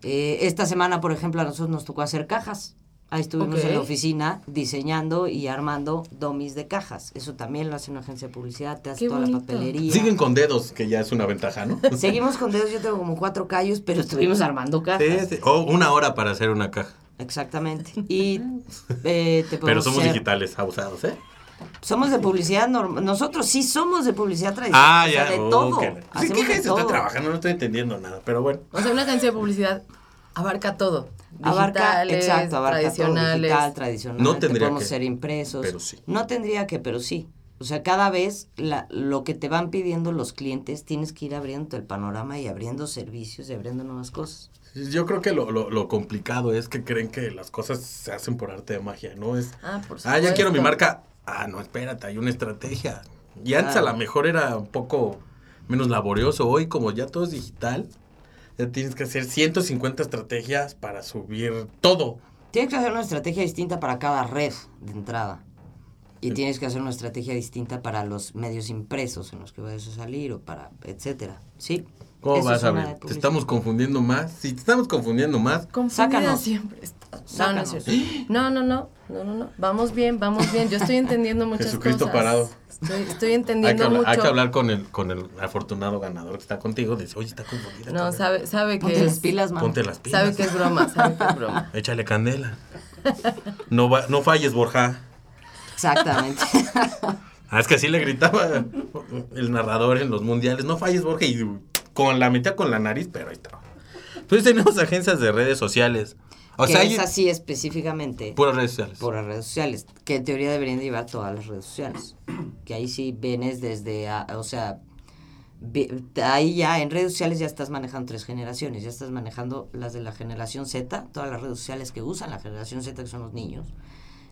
Speaker 4: eh, esta semana, por ejemplo, a nosotros nos tocó hacer cajas. Ahí estuvimos en la
Speaker 3: Ok.
Speaker 4: oficina diseñando y armando domis de cajas. Eso también lo hace una agencia de publicidad, te hace
Speaker 3: Qué
Speaker 4: toda la
Speaker 3: bonito.
Speaker 4: papelería.
Speaker 2: Siguen con dedos, que ya es una ventaja,
Speaker 4: (laughs)
Speaker 2: ¿no?
Speaker 4: Seguimos con dedos, yo tengo como cuatro callos, pero estuvimos armando cajas.
Speaker 2: Sí, sí. O una hora para hacer una caja.
Speaker 4: Exactamente.
Speaker 2: (laughs)
Speaker 4: Y eh, te
Speaker 2: Pero
Speaker 4: podemos
Speaker 2: somos
Speaker 4: hacer-
Speaker 2: digitales, abusados, ¿eh?
Speaker 4: Somos de publicidad normal. Nosotros sí somos de publicidad tradicional.
Speaker 2: Ah,
Speaker 4: o sea,
Speaker 2: ya.
Speaker 4: de
Speaker 2: ok. Sí,
Speaker 4: todo.
Speaker 2: ¿qué
Speaker 4: Hacemos de
Speaker 2: gente está
Speaker 4: todo.
Speaker 2: trabajando? No estoy entendiendo nada, pero bueno.
Speaker 3: O sea, una agencia de publicidad abarca todo.
Speaker 4: Abarca,
Speaker 3: Digitales,
Speaker 4: exacto, abarca todo
Speaker 3: tradicionales.
Speaker 4: digital, tradicional.
Speaker 2: No
Speaker 4: te
Speaker 2: tendría
Speaker 4: podemos
Speaker 2: que,
Speaker 4: ser impresos.
Speaker 2: pero sí.
Speaker 4: No tendría que, pero sí. O sea, cada vez la- lo que te van pidiendo los clientes, tienes que ir abriendo el panorama y abriendo servicios y abriendo nuevas cosas.
Speaker 2: Yo creo que lo, lo- lo complicado es que creen que las cosas se hacen por arte de magia, ¿no? Es,
Speaker 3: Ah, por
Speaker 2: ah, ya quiero mi
Speaker 3: supuesto.
Speaker 2: marca. Ah, no, espérate, hay una estrategia. Y antes
Speaker 4: Claro.
Speaker 2: a lo mejor era un poco menos laborioso. Hoy, como ya todo es digital, ya tienes que hacer 150 estrategias para subir todo.
Speaker 4: Tienes que hacer una estrategia distinta para cada red de entrada. Y tienes que hacer una estrategia distinta para los medios impresos en los que vayas a salir o para, etcétera. ¿Sí?
Speaker 2: ¿Cómo
Speaker 4: eso
Speaker 2: vas
Speaker 4: es
Speaker 2: a
Speaker 4: una
Speaker 2: ver?
Speaker 4: de
Speaker 2: Te estamos confundiendo más. Si te estamos confundiendo más,
Speaker 3: Confundida
Speaker 4: Sácanos.
Speaker 3: siempre. estás. No, no,
Speaker 4: Sácanos.
Speaker 3: es cierto. no, no, no, no, no, no. Vamos bien, vamos bien. Yo estoy entendiendo muchas
Speaker 2: Jesucristo
Speaker 3: cosas.
Speaker 2: parado.
Speaker 3: Estoy, estoy
Speaker 2: hay que,
Speaker 3: entendiendo
Speaker 2: hablar,
Speaker 3: mucho.
Speaker 2: hay que hablar con el, con el afortunado ganador que está contigo. Dice, oye, está confundida.
Speaker 3: No,
Speaker 2: cabrón.
Speaker 3: sabe, sabe que
Speaker 4: Ponte las
Speaker 3: es,
Speaker 4: pilas, mano.
Speaker 2: Ponte las pilas.
Speaker 3: sabe que es broma, sabe que es broma.
Speaker 2: Échale candela. (laughs) No, va- no falles, Borja.
Speaker 4: Exactamente.
Speaker 2: Ah, es que así le gritaba el narrador en los mundiales. No falles, Borja. Y con la metía con la nariz, pero ahí estaba. Entonces tenemos agencias de redes sociales. (laughs) O
Speaker 4: que
Speaker 2: sea, hay
Speaker 4: es así específicamente
Speaker 2: puras redes sociales.
Speaker 4: por las redes sociales, que en teoría deberían de llevar todas las redes sociales. Que ahí sí vienes desde, a- o sea, vi- ahí ya en redes sociales ya estás manejando tres generaciones, ya estás manejando las de la generación Z, todas las redes sociales que usan la generación Z, que son los niños.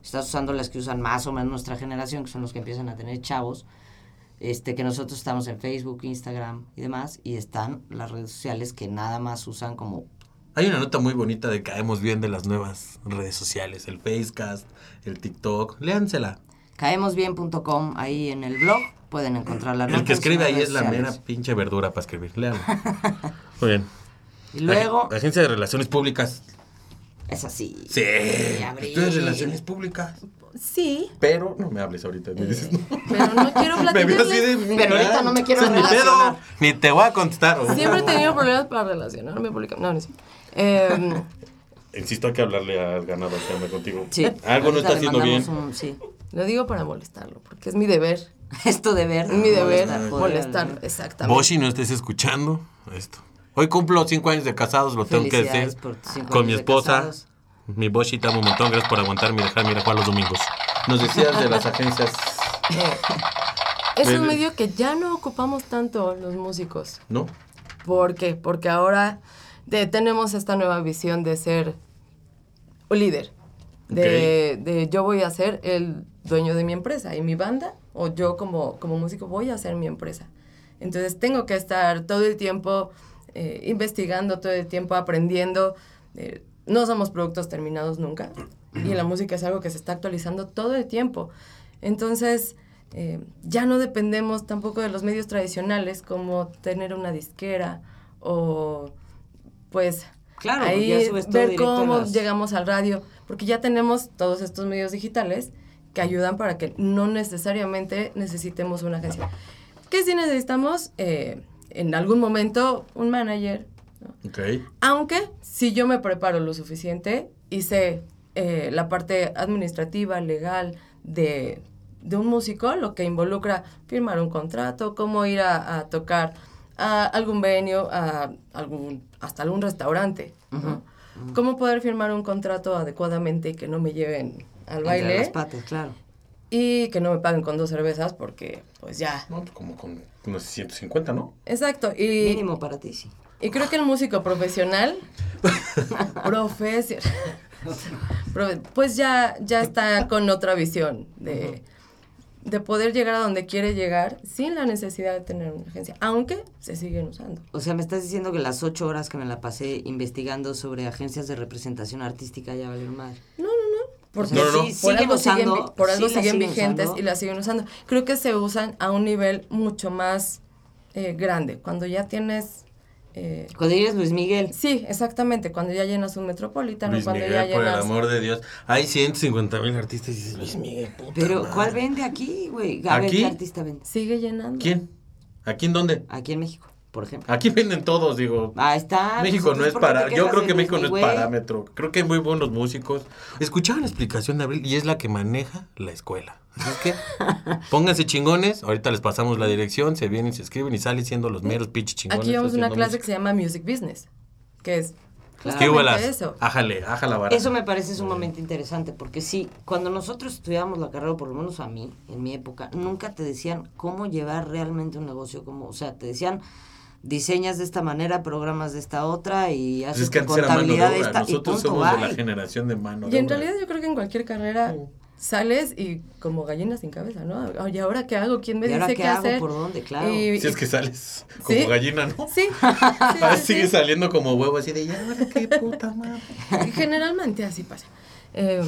Speaker 4: Estás usando las que usan más o menos nuestra generación, que son los que empiezan a tener chavos. Este, que nosotros estamos en Facebook, Instagram y demás, y están las redes sociales que nada más usan como
Speaker 2: Hay una nota muy bonita de caemos bien de las nuevas redes sociales. El Facecast, el TikTok. Léansela.
Speaker 4: caemosbien.com, ahí en el blog pueden encontrar la
Speaker 2: El
Speaker 4: nota
Speaker 2: que
Speaker 4: en
Speaker 2: escribe
Speaker 4: sus
Speaker 2: ahí
Speaker 4: redes
Speaker 2: es la
Speaker 4: sociales.
Speaker 2: mera pinche verdura para escribir. Léanla.
Speaker 4: (laughs)
Speaker 2: Muy bien.
Speaker 4: Y luego,
Speaker 2: Ag- Agencia de Relaciones Públicas.
Speaker 4: es así.
Speaker 2: Sí.
Speaker 4: abrí.
Speaker 2: Tú eres Relaciones Públicas.
Speaker 3: Sí,
Speaker 2: Pero no me hables ahorita. Me dices, no.
Speaker 3: pero no quiero
Speaker 2: (laughs) Me vio así
Speaker 3: platicarles.
Speaker 2: de,
Speaker 4: Pero ahorita no me quiero
Speaker 2: "Ese es mi
Speaker 4: relacionar".
Speaker 2: pedo, Ni te voy a contestar. o-
Speaker 3: Siempre he tenido problemas para relacionarme públicamente. No, no es cierto. Em,
Speaker 2: Insisto, hay que hablarle al ganador que anda contigo.
Speaker 4: Sí.
Speaker 2: Algo no
Speaker 4: Ahorita
Speaker 2: está
Speaker 4: le
Speaker 2: haciendo bien.
Speaker 4: mandamos un- sí. (laughs)
Speaker 3: lo digo para molestarlo, porque es mi deber.
Speaker 4: Esto de ver.
Speaker 3: Es mi deber
Speaker 4: Ah, molestar, poder
Speaker 3: molestarlo.
Speaker 4: hablar.
Speaker 3: Exactamente.
Speaker 2: Boshi, no estés escuchando esto. Hoy cumplo cinco años de casados, lo tengo que
Speaker 4: Felicidades
Speaker 2: decir.
Speaker 4: por tus cinco
Speaker 2: Con mi
Speaker 4: años de
Speaker 2: esposa.
Speaker 4: casados.
Speaker 2: Mi Boshi, te amo un montón. Gracias por aguantarme y dejarme ir a jugar los domingos. Nos decías de las agencias.
Speaker 3: Eh, es
Speaker 2: Bebe.
Speaker 3: un medio que ya no ocupamos tanto los músicos.
Speaker 2: ¿No?
Speaker 3: ¿Por qué? Porque ahora de- tenemos esta nueva visión de ser un líder. De, de yo voy a ser el dueño de mi empresa y mi banda o yo como, como músico voy a hacer mi empresa. Entonces tengo que estar todo el tiempo eh, investigando, todo el tiempo aprendiendo. Eh, no somos productos terminados nunca y la música es algo que se está actualizando todo el tiempo. Entonces eh, ya no dependemos tampoco de los medios tradicionales como tener una disquera o pues
Speaker 4: Claro, porque
Speaker 3: ahí
Speaker 4: ya subes todo
Speaker 3: ver
Speaker 4: directo a
Speaker 3: cómo
Speaker 4: las-
Speaker 3: llegamos al radio, porque ya tenemos todos estos medios digitales que ayudan para que no necesariamente necesitemos una agencia. Que sí necesitamos eh, en algún momento un manager, ¿no?
Speaker 2: Ok.
Speaker 3: aunque si yo me preparo lo suficiente y sé eh, la parte administrativa, legal de, de un músico, lo que involucra firmar un contrato, cómo ir a, a tocar a algún venio, a algún, hasta algún restaurante, ¿no? Cómo poder firmar un contrato adecuadamente y que no me lleven al
Speaker 4: Entre las
Speaker 3: baile
Speaker 4: patas, claro.
Speaker 3: y que no me paguen con dos cervezas porque pues ya.
Speaker 2: No, pues como con unos 150, ¿no?
Speaker 3: Exacto, y
Speaker 4: Mínimo para ti, sí.
Speaker 3: Y creo que el músico
Speaker 2: (laughs)
Speaker 3: profesional, profesional, profe- pues ya, ya está con otra visión de, de poder llegar a donde quiere llegar sin la necesidad de tener una agencia, aunque se siguen usando.
Speaker 4: O sea, me estás diciendo que las ocho horas que me la pasé investigando sobre agencias de representación artística ya valieron madre.
Speaker 3: Porque
Speaker 2: No, no, no.
Speaker 3: sí,
Speaker 4: Siguen
Speaker 3: por algo,
Speaker 4: usando,
Speaker 3: siguen, vi- por algo
Speaker 4: sí las
Speaker 3: siguen
Speaker 4: siguen
Speaker 3: vigentes
Speaker 4: usando.
Speaker 3: y las siguen usando. Creo que se usan a un nivel mucho más eh, grande. Cuando ya tienes... eh,
Speaker 4: Cuando eres Luis Miguel,
Speaker 3: sí, exactamente, cuando ya llenas un metropolitano,
Speaker 2: Luis
Speaker 3: cuando
Speaker 2: Miguel,
Speaker 3: ya
Speaker 2: por el
Speaker 3: llenas...
Speaker 2: amor de Dios. Hay 150 mil artistas y dices, Luis Miguel, puta
Speaker 4: pero
Speaker 2: madre.
Speaker 4: ¿cuál vende aquí, güey? A ver,
Speaker 2: ¿Aquí?
Speaker 4: ¿qué artista vende?
Speaker 3: Sigue llenando.
Speaker 2: ¿Quién? ¿Aquí en dónde?
Speaker 4: Aquí en México, por ejemplo.
Speaker 2: Aquí venden todos, digo.
Speaker 4: Ah, está.
Speaker 2: México
Speaker 4: Pues,
Speaker 2: no
Speaker 4: entonces,
Speaker 2: es
Speaker 4: ¿por qué te
Speaker 2: para, yo
Speaker 4: quejas este
Speaker 2: creo
Speaker 4: de
Speaker 2: que México
Speaker 4: Luis
Speaker 2: no es
Speaker 4: Miguel?
Speaker 2: parámetro. Creo que hay muy buenos músicos. Escuchaba la explicación de Abril y es la que maneja la escuela. Así es que
Speaker 4: (laughs)
Speaker 2: pónganse chingones, ahorita les pasamos la dirección, se vienen, se escriben y salen siendo los meros pinches chingones.
Speaker 3: Aquí llevamos una
Speaker 2: haciendo
Speaker 3: clase que
Speaker 2: música.
Speaker 3: se llama Music Business, que es
Speaker 4: Claro.
Speaker 2: ¿Qué
Speaker 3: justamente
Speaker 2: huelas? Ah,
Speaker 3: eso.
Speaker 2: Ájale, ájala la vara.
Speaker 4: Eso me parece sumamente interesante, porque sí, cuando nosotros estudiábamos la carrera, o por lo menos a mí, en mi época, nunca te decían cómo llevar realmente un negocio, como, o sea, te decían diseñas de esta manera, programas de esta otra y
Speaker 2: Pues
Speaker 4: haces
Speaker 2: es que
Speaker 4: tu
Speaker 2: antes era mano de
Speaker 4: contabilidad de
Speaker 2: obra,
Speaker 4: esta
Speaker 2: nosotros
Speaker 4: y punto,
Speaker 2: somos de la
Speaker 4: bye.
Speaker 2: generación de mano
Speaker 3: Y
Speaker 2: de
Speaker 3: en
Speaker 2: obra.
Speaker 3: realidad yo creo que en cualquier carrera sales y como gallina sin cabeza, ¿no? Ah, ¿Y ahora qué hago? ¿Quién me
Speaker 4: ¿Y
Speaker 3: dice
Speaker 4: ahora
Speaker 3: qué,
Speaker 4: qué hago?
Speaker 3: hacer?
Speaker 4: ¿Por dónde? Claro.
Speaker 3: Y-
Speaker 2: Si es que
Speaker 4: (laughs)
Speaker 2: sales como
Speaker 3: ¿Sí?
Speaker 2: gallina, ¿no?
Speaker 3: Sí. sí,
Speaker 2: (laughs) Ah,
Speaker 3: sí,
Speaker 2: sigue
Speaker 3: sí.
Speaker 2: saliendo como huevo así de, ya, ahora qué puta madre.
Speaker 3: Generalmente así pasa. Eh,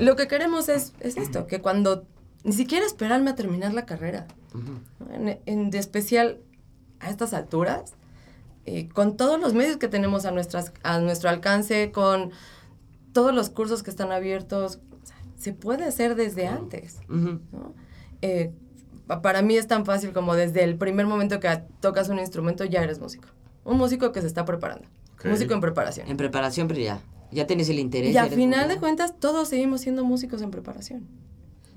Speaker 3: lo que queremos es, es esto, que cuando ni siquiera esperarme a terminar la carrera, ¿no? en, en- de especial a estas alturas, eh, con todos los medios que tenemos a, nuestras, a nuestro alcance, con todos los cursos que están abiertos, o sea, se puede hacer desde antes.
Speaker 4: Ujú.
Speaker 3: ¿no? Eh, pa- para mí es tan fácil como desde el primer momento que tocas un instrumento ya eres músico. Un músico que se está preparando.
Speaker 2: Ok.
Speaker 3: Músico en preparación.
Speaker 4: En preparación, pero ya, ya tienes el interés.
Speaker 3: Y al
Speaker 4: eres
Speaker 3: final de
Speaker 4: como-
Speaker 3: cuentas, todos seguimos siendo músicos en preparación.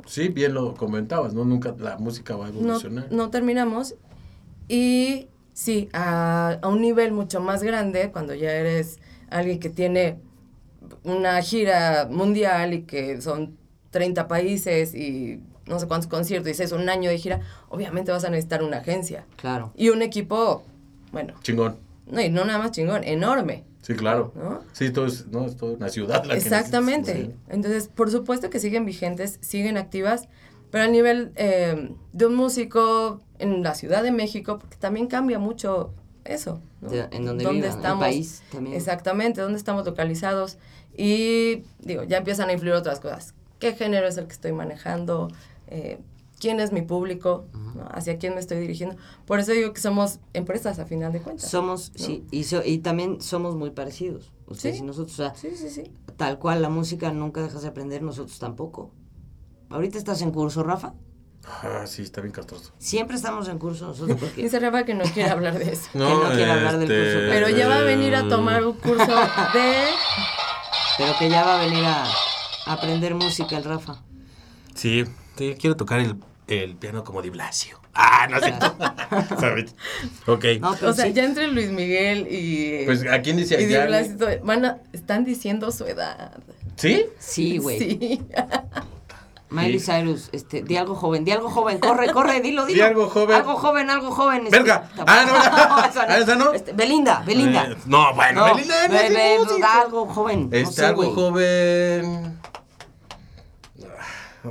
Speaker 2: Sí, bien lo comentabas, ¿no? Nunca la música va a
Speaker 3: No,
Speaker 2: evolucionar.
Speaker 3: no terminamos. Y sí, a, a un nivel mucho más grande, cuando ya eres alguien que tiene una gira mundial y que son 30 países y no sé cuántos conciertos y es un año de gira, obviamente vas a necesitar una agencia
Speaker 4: Claro.
Speaker 3: y un equipo, bueno,
Speaker 2: Chingón.
Speaker 3: no, y no nada más chingón, enorme.
Speaker 2: Sí, claro.
Speaker 3: ¿No?
Speaker 2: Sí, todo es, no, es toda una ciudad la que
Speaker 3: Exactamente.
Speaker 2: necesitas, ¿no?
Speaker 3: Entonces, por supuesto que siguen vigentes, siguen activas, pero al nivel eh, de un músico en la Ciudad de México, porque también cambia mucho eso. ¿no?
Speaker 4: De- en donde
Speaker 3: ¿Dónde
Speaker 4: vivan, el país también.
Speaker 3: Exactamente, dónde estamos localizados. Y digo, ya empiezan a influir otras cosas. ¿Qué género es el que estoy manejando? Eh, ¿Quién es mi público? ¿no? ¿Hacia quién me estoy dirigiendo? Por eso digo que somos empresas a final de cuentas.
Speaker 4: Somos,
Speaker 3: ¿no?
Speaker 4: sí, y, so- y también somos muy parecidos. Ustedes
Speaker 3: Sí.
Speaker 4: y nosotros, o sea,
Speaker 3: Sí, sí, sí.
Speaker 4: tal cual la música nunca dejas de aprender, nosotros tampoco. Ahorita estás en curso, Rafa.
Speaker 2: Ah, sí, está bien castroso.
Speaker 4: Siempre estamos en curso
Speaker 3: (laughs)
Speaker 4: nosotros porque
Speaker 3: Dice Rafa que no quiere hablar de eso.
Speaker 4: no quiere hablar del
Speaker 2: este,
Speaker 4: curso,
Speaker 3: Pero ya va a venir a tomar un curso de...
Speaker 4: (laughs) pero que ya va a venir a, a aprender música el Rafa.
Speaker 2: Sí, sí, quiero tocar el, el piano como Di Blasio. Ah, no sé. (laughs) ¿Sabes? Ok.
Speaker 4: No, pero
Speaker 3: O sea,
Speaker 4: sí.
Speaker 3: ya entre Luis Miguel y...
Speaker 2: Pues, ¿a quién decía?
Speaker 3: y Di
Speaker 2: Ya-
Speaker 3: Blasio, van a- están diciendo su edad.
Speaker 2: ¿Sí?
Speaker 3: (laughs)
Speaker 4: Sí, güey.
Speaker 3: Sí.
Speaker 4: Miley
Speaker 2: Sí.
Speaker 4: Cyrus, este, di algo joven, di algo joven, corre, corre,
Speaker 2: (laughs)
Speaker 4: dilo,
Speaker 2: Di
Speaker 4: dilo.
Speaker 2: algo joven.
Speaker 4: Algo joven, algo joven.
Speaker 2: Verga. Ah, no, no. (laughs)
Speaker 4: (laughs)
Speaker 2: Ah, esa no.
Speaker 4: Este, Belinda, Belinda.
Speaker 2: Eh, no, bueno, Belinda no Este, es
Speaker 4: be- be-
Speaker 2: músico.
Speaker 4: algo joven. no
Speaker 2: Este,
Speaker 4: sé,
Speaker 2: algo
Speaker 4: güey.
Speaker 2: joven.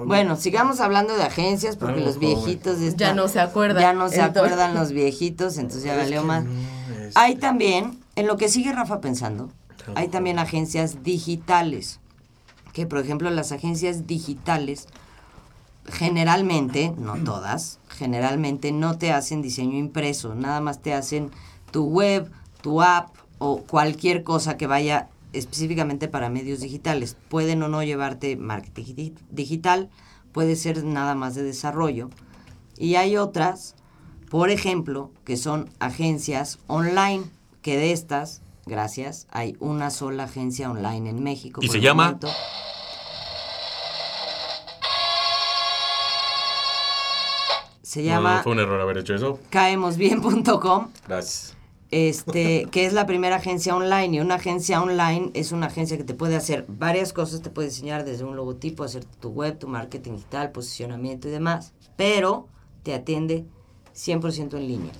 Speaker 4: Bueno, sigamos hablando de agencias porque
Speaker 2: Algo
Speaker 4: los
Speaker 2: joven.
Speaker 4: viejitos de esta-
Speaker 3: Ya no se acuerdan.
Speaker 4: Ya no se
Speaker 3: Entonces-
Speaker 4: acuerdan los viejitos, entonces ya
Speaker 2: Es
Speaker 4: valió
Speaker 2: que
Speaker 4: más.
Speaker 2: no, es-
Speaker 4: Hay también, en lo que sigue Rafa pensando,
Speaker 2: Algo
Speaker 4: hay también
Speaker 2: joven.
Speaker 4: agencias digitales. Que por ejemplo las agencias digitales generalmente, no todas, generalmente no te hacen diseño impreso, nada más te hacen tu web, tu app o cualquier cosa que vaya específicamente para medios digitales. Pueden o no llevarte marketing di- digital, puede ser nada más de desarrollo. Y hay otras, por ejemplo, que son agencias online, que de estas, gracias, hay una sola agencia online en México.
Speaker 2: ¿Y
Speaker 4: por
Speaker 2: se
Speaker 4: el
Speaker 2: llama?
Speaker 4: momento. Se
Speaker 2: No,
Speaker 4: llama
Speaker 2: no, fue un error haber hecho eso.
Speaker 4: caemosbien.com,
Speaker 2: Gracias.
Speaker 4: este, que es la primera agencia online. Y una agencia online es una agencia que te puede hacer varias cosas, te puede diseñar desde un logotipo, hacer tu web, tu marketing digital, posicionamiento y demás. Pero te atiende 100% en línea,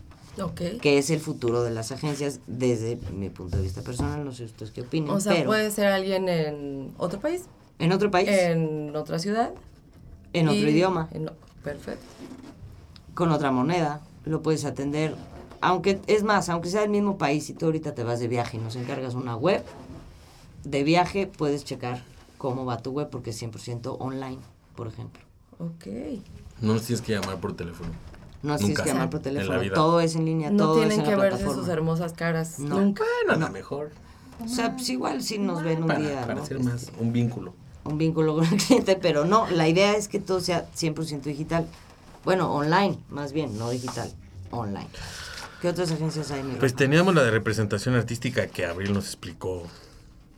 Speaker 3: Ok.
Speaker 4: que es el futuro de las agencias desde mi punto de vista personal. No sé ustedes qué opinan.
Speaker 3: O sea,
Speaker 4: pero
Speaker 3: puede ser alguien en otro país,
Speaker 4: en otro país,
Speaker 3: en otra ciudad.
Speaker 4: en otro
Speaker 3: y-
Speaker 4: idioma.
Speaker 3: en- perfecto.
Speaker 4: con otra moneda, lo puedes atender. Aunque, es más, aunque sea del mismo país, si tú ahorita te vas de viaje y nos encargas una web de viaje, puedes checar cómo va tu web porque es 100% online, por ejemplo.
Speaker 3: Ok.
Speaker 2: No nos tienes que llamar por teléfono.
Speaker 4: No tienes
Speaker 2: Nunca.
Speaker 4: que llamar por
Speaker 2: En la
Speaker 4: teléfono,
Speaker 2: vida.
Speaker 4: todo es en línea,
Speaker 3: No
Speaker 4: todo es
Speaker 3: tienen
Speaker 4: en
Speaker 3: que
Speaker 4: la
Speaker 3: verse sus
Speaker 4: plataforma.
Speaker 3: hermosas caras
Speaker 4: No.
Speaker 3: nunca.
Speaker 2: Bueno, a lo mejor.
Speaker 4: O sea, pues igual si nos ven un
Speaker 2: Para,
Speaker 4: día,
Speaker 2: para
Speaker 4: ¿no?
Speaker 2: hacer
Speaker 4: Este,
Speaker 2: más un vínculo.
Speaker 4: un vínculo con el cliente, pero no, la idea es que todo sea 100% digital. Bueno, online, más bien, no digital, online. ¿Qué otras agencias hay? mi
Speaker 2: Pues
Speaker 4: Rafa?
Speaker 2: teníamos la de representación artística que Abril nos explicó.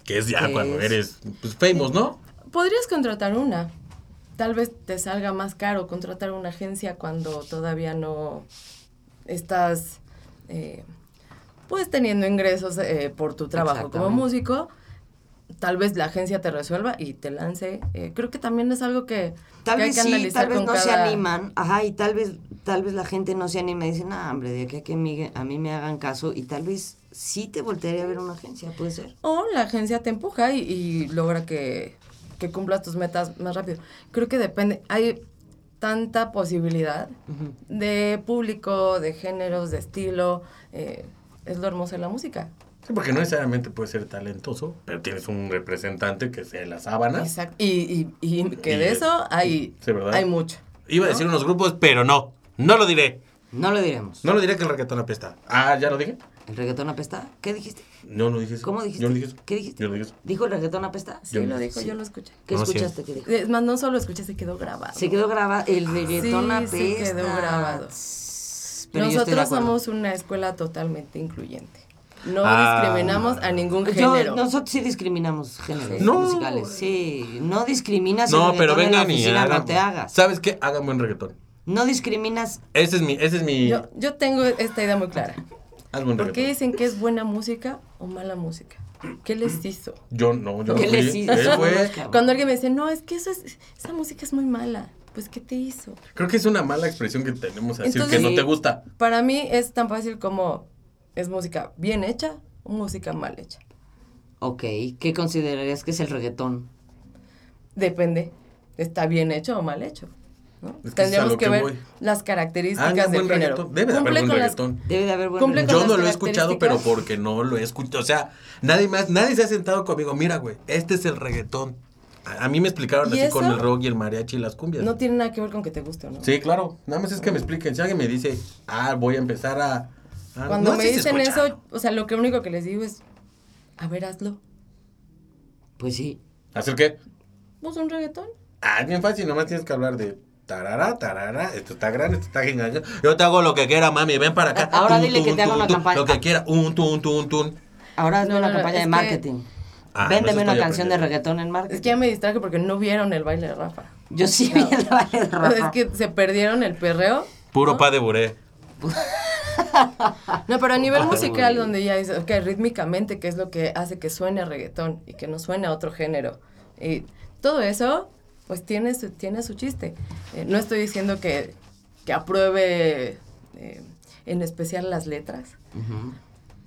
Speaker 2: Que es ya
Speaker 4: ¿Qué
Speaker 2: cuando
Speaker 4: es?
Speaker 2: eres pues, famous, ¿no?
Speaker 3: Podrías contratar una. Tal vez te salga más caro contratar una agencia cuando todavía no estás, eh, pues, teniendo ingresos eh, por tu trabajo como
Speaker 4: Exactamente.
Speaker 3: músico. Tal vez la agencia te resuelva y te lance. Eh, creo que también es algo que,
Speaker 4: Tal
Speaker 3: que
Speaker 4: vez sí, tal vez
Speaker 3: con
Speaker 4: no se
Speaker 3: cada-
Speaker 4: animan, ajá, y tal vez, tal vez la gente no se anima y dice, no, hombre, de aquí a que mi- a mí me hagan caso, y tal vez sí te voltearía a ver una agencia, puede ser.
Speaker 3: O la agencia te empuja y, y logra que, que cumplas tus metas más rápido. Creo que depende. Hay tanta posibilidad de público, de géneros, de estilo. eh, es lo hermoso de la música.
Speaker 2: Sí, porque no necesariamente puedes ser talentoso, pero tienes un representante que sea las sábanas.
Speaker 3: Exacto. Y, y- y que
Speaker 2: ¿Ah? Y,
Speaker 3: de eso hay,
Speaker 2: sí, ¿verdad?
Speaker 3: hay mucho.
Speaker 2: Iba a decir unos grupos, pero no. No lo diré.
Speaker 4: No lo diremos.
Speaker 2: No lo diré que el reggaetón apesta. Ah, ¿ya lo dije?
Speaker 4: ¿El reggaetón apesta? ¿Qué dijiste?
Speaker 2: No, no dije eso.
Speaker 4: ¿Cómo dijiste?
Speaker 2: Yo no dije eso.
Speaker 4: ¿Qué dijiste?
Speaker 2: Yo no dije eso.
Speaker 4: ¿Dijo el reggaetón apesta?
Speaker 3: Sí,
Speaker 2: Yo-
Speaker 3: lo dijo,
Speaker 2: sí.
Speaker 3: yo lo escuché.
Speaker 4: ¿Qué
Speaker 2: No, sí.
Speaker 4: escuchaste que dijo?
Speaker 3: Es más, no solo escuché, se quedó grabado.
Speaker 4: Se quedó grabado, el reggaetón
Speaker 3: Ah, sí,
Speaker 4: apesta.
Speaker 3: se quedó grabado.
Speaker 4: Tss, Pero yo estoy de
Speaker 3: Nosotros
Speaker 4: acuerdo.
Speaker 3: somos una escuela totalmente incluyente. No
Speaker 2: Ah.
Speaker 3: discriminamos a ningún
Speaker 4: Yo-
Speaker 3: género.
Speaker 4: nosotros sí discriminamos géneros
Speaker 2: No.
Speaker 4: musicales. Sí, no discriminas el
Speaker 2: No, pero
Speaker 4: reggaetón en la
Speaker 2: vengan y
Speaker 4: oficina,
Speaker 2: hagan-
Speaker 4: no te hagas.
Speaker 2: ¿Sabes qué? Hagan buen reggaetón.
Speaker 4: No discriminas
Speaker 2: Ese es mi, ese es mi
Speaker 3: Yo, yo tengo esta idea muy clara.
Speaker 2: haz buen
Speaker 3: ¿Por qué
Speaker 2: reggaetón.
Speaker 3: dicen que es buena música o mala música?
Speaker 2: (clears throat)
Speaker 3: ¿Qué les hizo?
Speaker 2: Yo no, yo no
Speaker 4: ¿Qué
Speaker 2: fui.
Speaker 4: le hiciste?
Speaker 2: Él fue-
Speaker 3: Cuando alguien me dice, no, es que eso es, esa música es muy mala, pues ¿qué te hizo?
Speaker 2: Creo que es una mala expresión que tenemos a decir
Speaker 3: Entonces-
Speaker 2: que no te gusta.
Speaker 3: Para mí es tan fácil como es música bien hecha o música mal hecha.
Speaker 4: Ok, ¿qué considerarías que es el reggaetón?
Speaker 3: Depende, está bien hecho o mal hecho. ¿no?
Speaker 2: Es que es a
Speaker 3: Tendríamos
Speaker 2: lo
Speaker 3: que,
Speaker 2: que
Speaker 3: ver
Speaker 2: voy.
Speaker 3: las características
Speaker 2: Hagan
Speaker 3: del
Speaker 2: Ah, buen
Speaker 3: género.
Speaker 2: reggaetón. Debe de haber
Speaker 3: Cumple
Speaker 2: buen
Speaker 3: con las-
Speaker 2: reggaetón.
Speaker 4: Debe de haber buen
Speaker 3: Cumple
Speaker 4: reggaetón.
Speaker 2: Yo
Speaker 3: las
Speaker 2: no lo he escuchado, pero
Speaker 3: características.
Speaker 2: porque no lo he escuchado. O sea, nadie más, nadie se ha sentado conmigo. Mira, güey, este es el reggaetón. A, a mí me explicaron
Speaker 3: ¿Y
Speaker 2: así con
Speaker 3: eso?
Speaker 2: el rock y el mariachi y las cumbias.
Speaker 3: No tiene nada que ver con que te guste o no.
Speaker 2: Sí, claro. Nada más es que me expliquen. Si alguien me dice, ah, voy a empezar a. a-
Speaker 3: Cuando
Speaker 2: no
Speaker 3: me
Speaker 2: sé si
Speaker 3: dicen
Speaker 2: escuchar.
Speaker 3: eso, o sea, lo que único que les digo es, a ver, hazlo.
Speaker 4: Pues sí.
Speaker 2: ¿Hacer qué?
Speaker 3: ¿Vos un reggaetón?
Speaker 2: Ah, es bien fácil. Nomás tienes que hablar de. Tarara, tarara, esto está grande, esto está gigante. Yo te hago lo que quiera, mami, ven para acá.
Speaker 4: Ahora dile que te haga una
Speaker 2: tun,
Speaker 4: campaña.
Speaker 2: Lo que quiera, un, tun, tun, tun.
Speaker 4: Ahora hazme
Speaker 3: No,
Speaker 4: una
Speaker 3: no, no,
Speaker 4: campaña
Speaker 3: es
Speaker 4: de
Speaker 3: que-
Speaker 4: marketing.
Speaker 2: Ah, no, eso
Speaker 4: Véndeme una
Speaker 2: estoy
Speaker 4: canción de
Speaker 2: aprendiendo.
Speaker 4: reggaetón en marketing.
Speaker 3: Es que ya me distraje porque no vieron el baile de Rafa.
Speaker 4: Yo sí (laughs) vi el baile de Rafa.
Speaker 3: Es que se perdieron el perreo.
Speaker 2: Puro pa de buré.
Speaker 3: No, pero a nivel
Speaker 4: Ay,
Speaker 3: musical,
Speaker 4: güey.
Speaker 3: donde ya dices, ok, rítmicamente, ¿qué es lo que hace que suene a reggaetón y que no suene a otro género? Y todo eso, pues tiene su, tiene su chiste. Eh, no estoy diciendo que, que apruebe eh, en especial las letras.
Speaker 4: Ujú.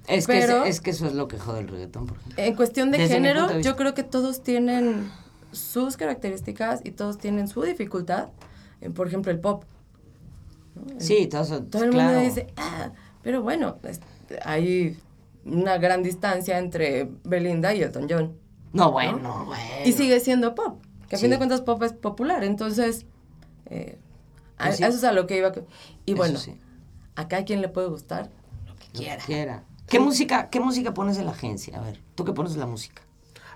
Speaker 4: Es, que
Speaker 3: Pero-
Speaker 4: es, es que eso es lo que jode el reggaetón, por ejemplo.
Speaker 3: En cuestión de
Speaker 4: Desde mi punto
Speaker 3: género,
Speaker 4: de vista.
Speaker 3: yo creo que todos tienen sus características y todos tienen su dificultad. Eh, por ejemplo, el pop.
Speaker 4: Sí, todo,
Speaker 3: Pues, Todo el
Speaker 4: claro.
Speaker 3: mundo dice, ah, pero bueno, es- hay una gran distancia entre Belinda y Elton John.
Speaker 4: No, bueno, bueno.
Speaker 3: Y sigue siendo pop, que a
Speaker 4: Sí.
Speaker 3: fin de cuentas pop es popular. Entonces, eh, a-
Speaker 4: Pues sí.
Speaker 3: eso es a lo que iba. que- Y
Speaker 4: Eso
Speaker 3: bueno,
Speaker 4: sí.
Speaker 3: a cada quien le puede gustar lo que quiera.
Speaker 4: Quiera. ¿Qué música, ¿Qué música pones en la agencia? A ver, tú que pones la música.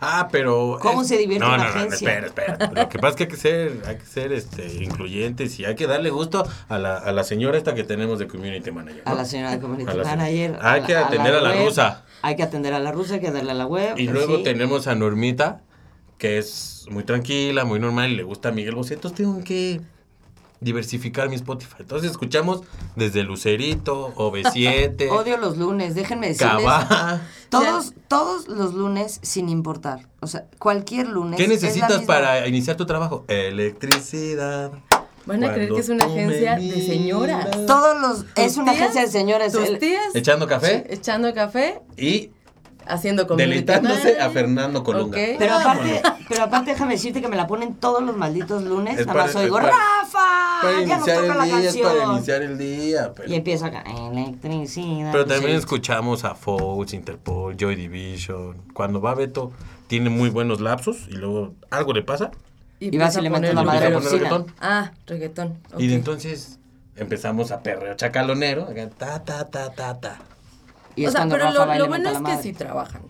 Speaker 2: Ah, pero.
Speaker 4: ¿Cómo se divierte
Speaker 2: no,
Speaker 4: una
Speaker 2: no, no,
Speaker 4: agencia?
Speaker 2: espera,
Speaker 4: (laughs)
Speaker 2: espera. Lo que pasa es que hay que ser, hay que ser este, incluyentes y hay que darle gusto a la, a la señora esta que tenemos de community manager. ¿no?
Speaker 4: A la señora de Community
Speaker 2: A la señora.
Speaker 4: Manager.
Speaker 2: Hay
Speaker 4: la-
Speaker 2: que atender a la
Speaker 4: web,
Speaker 2: rusa.
Speaker 4: Hay que atender a la rusa, hay que darle a la web.
Speaker 2: Y
Speaker 4: pues
Speaker 2: luego
Speaker 4: sí.
Speaker 2: tenemos a Normita, que es muy tranquila, muy normal y le gusta a Miguel Bosé. Entonces tengo que diversificar mi Spotify. Entonces escuchamos desde Lucerito, OV7,
Speaker 4: (laughs) Odio los lunes, déjenme decirles.
Speaker 2: Cabá.
Speaker 4: Todos, todos los lunes, sin importar. O sea, cualquier lunes.
Speaker 2: ¿Qué
Speaker 4: es la
Speaker 2: necesitas
Speaker 4: misma-
Speaker 2: para iniciar tu trabajo? Electricidad.
Speaker 3: Van a creer que es una
Speaker 2: Cuando tú
Speaker 3: agencia
Speaker 2: me
Speaker 3: de señoras.
Speaker 2: miras.
Speaker 4: Todos los. Es una
Speaker 3: tías?
Speaker 4: agencia de señores.
Speaker 3: Tus
Speaker 4: el-
Speaker 3: tías
Speaker 2: Echando café
Speaker 3: echando café,
Speaker 2: y
Speaker 3: haciendo comida.
Speaker 2: deleitándose a Fernando Colunga.
Speaker 3: Ok.
Speaker 4: Pero aparte,
Speaker 2: Vámonos.
Speaker 4: pero aparte déjame decirte que me la ponen todos los malditos lunes.
Speaker 2: Es
Speaker 4: nada más
Speaker 2: para- es
Speaker 4: oigo,
Speaker 2: para-
Speaker 4: ¡Rafa!
Speaker 2: Para
Speaker 4: ah, ya nos
Speaker 2: iniciar
Speaker 4: toca la
Speaker 2: el día, es
Speaker 4: canción.
Speaker 2: para iniciar el día. pues. pero-
Speaker 4: Y empieza acá, electricidad.
Speaker 2: Pero también
Speaker 4: Sí.
Speaker 2: escuchamos a Fox, Interpol, Joy Division. Cuando va Beto, tiene muy buenos lapsos y luego algo le pasa.
Speaker 4: Y vas y
Speaker 3: empieza
Speaker 4: le
Speaker 3: a
Speaker 4: metes
Speaker 3: poner
Speaker 4: la
Speaker 2: y
Speaker 4: madre a la
Speaker 2: empieza a poner
Speaker 4: oficina.
Speaker 2: reggaetón.
Speaker 3: Ah, reggaetón. ok.
Speaker 2: Y de entonces empezamos a perreo chacalonero. acá, Ta, ta, ta, ta, ta.
Speaker 4: Y
Speaker 3: o
Speaker 4: es
Speaker 3: sea,
Speaker 4: cuando
Speaker 3: pero
Speaker 4: Rafa
Speaker 3: lo,
Speaker 4: va y
Speaker 3: lo
Speaker 4: le
Speaker 3: bueno
Speaker 4: mete
Speaker 3: es
Speaker 4: la
Speaker 3: que
Speaker 4: madre.
Speaker 3: sí trabajan.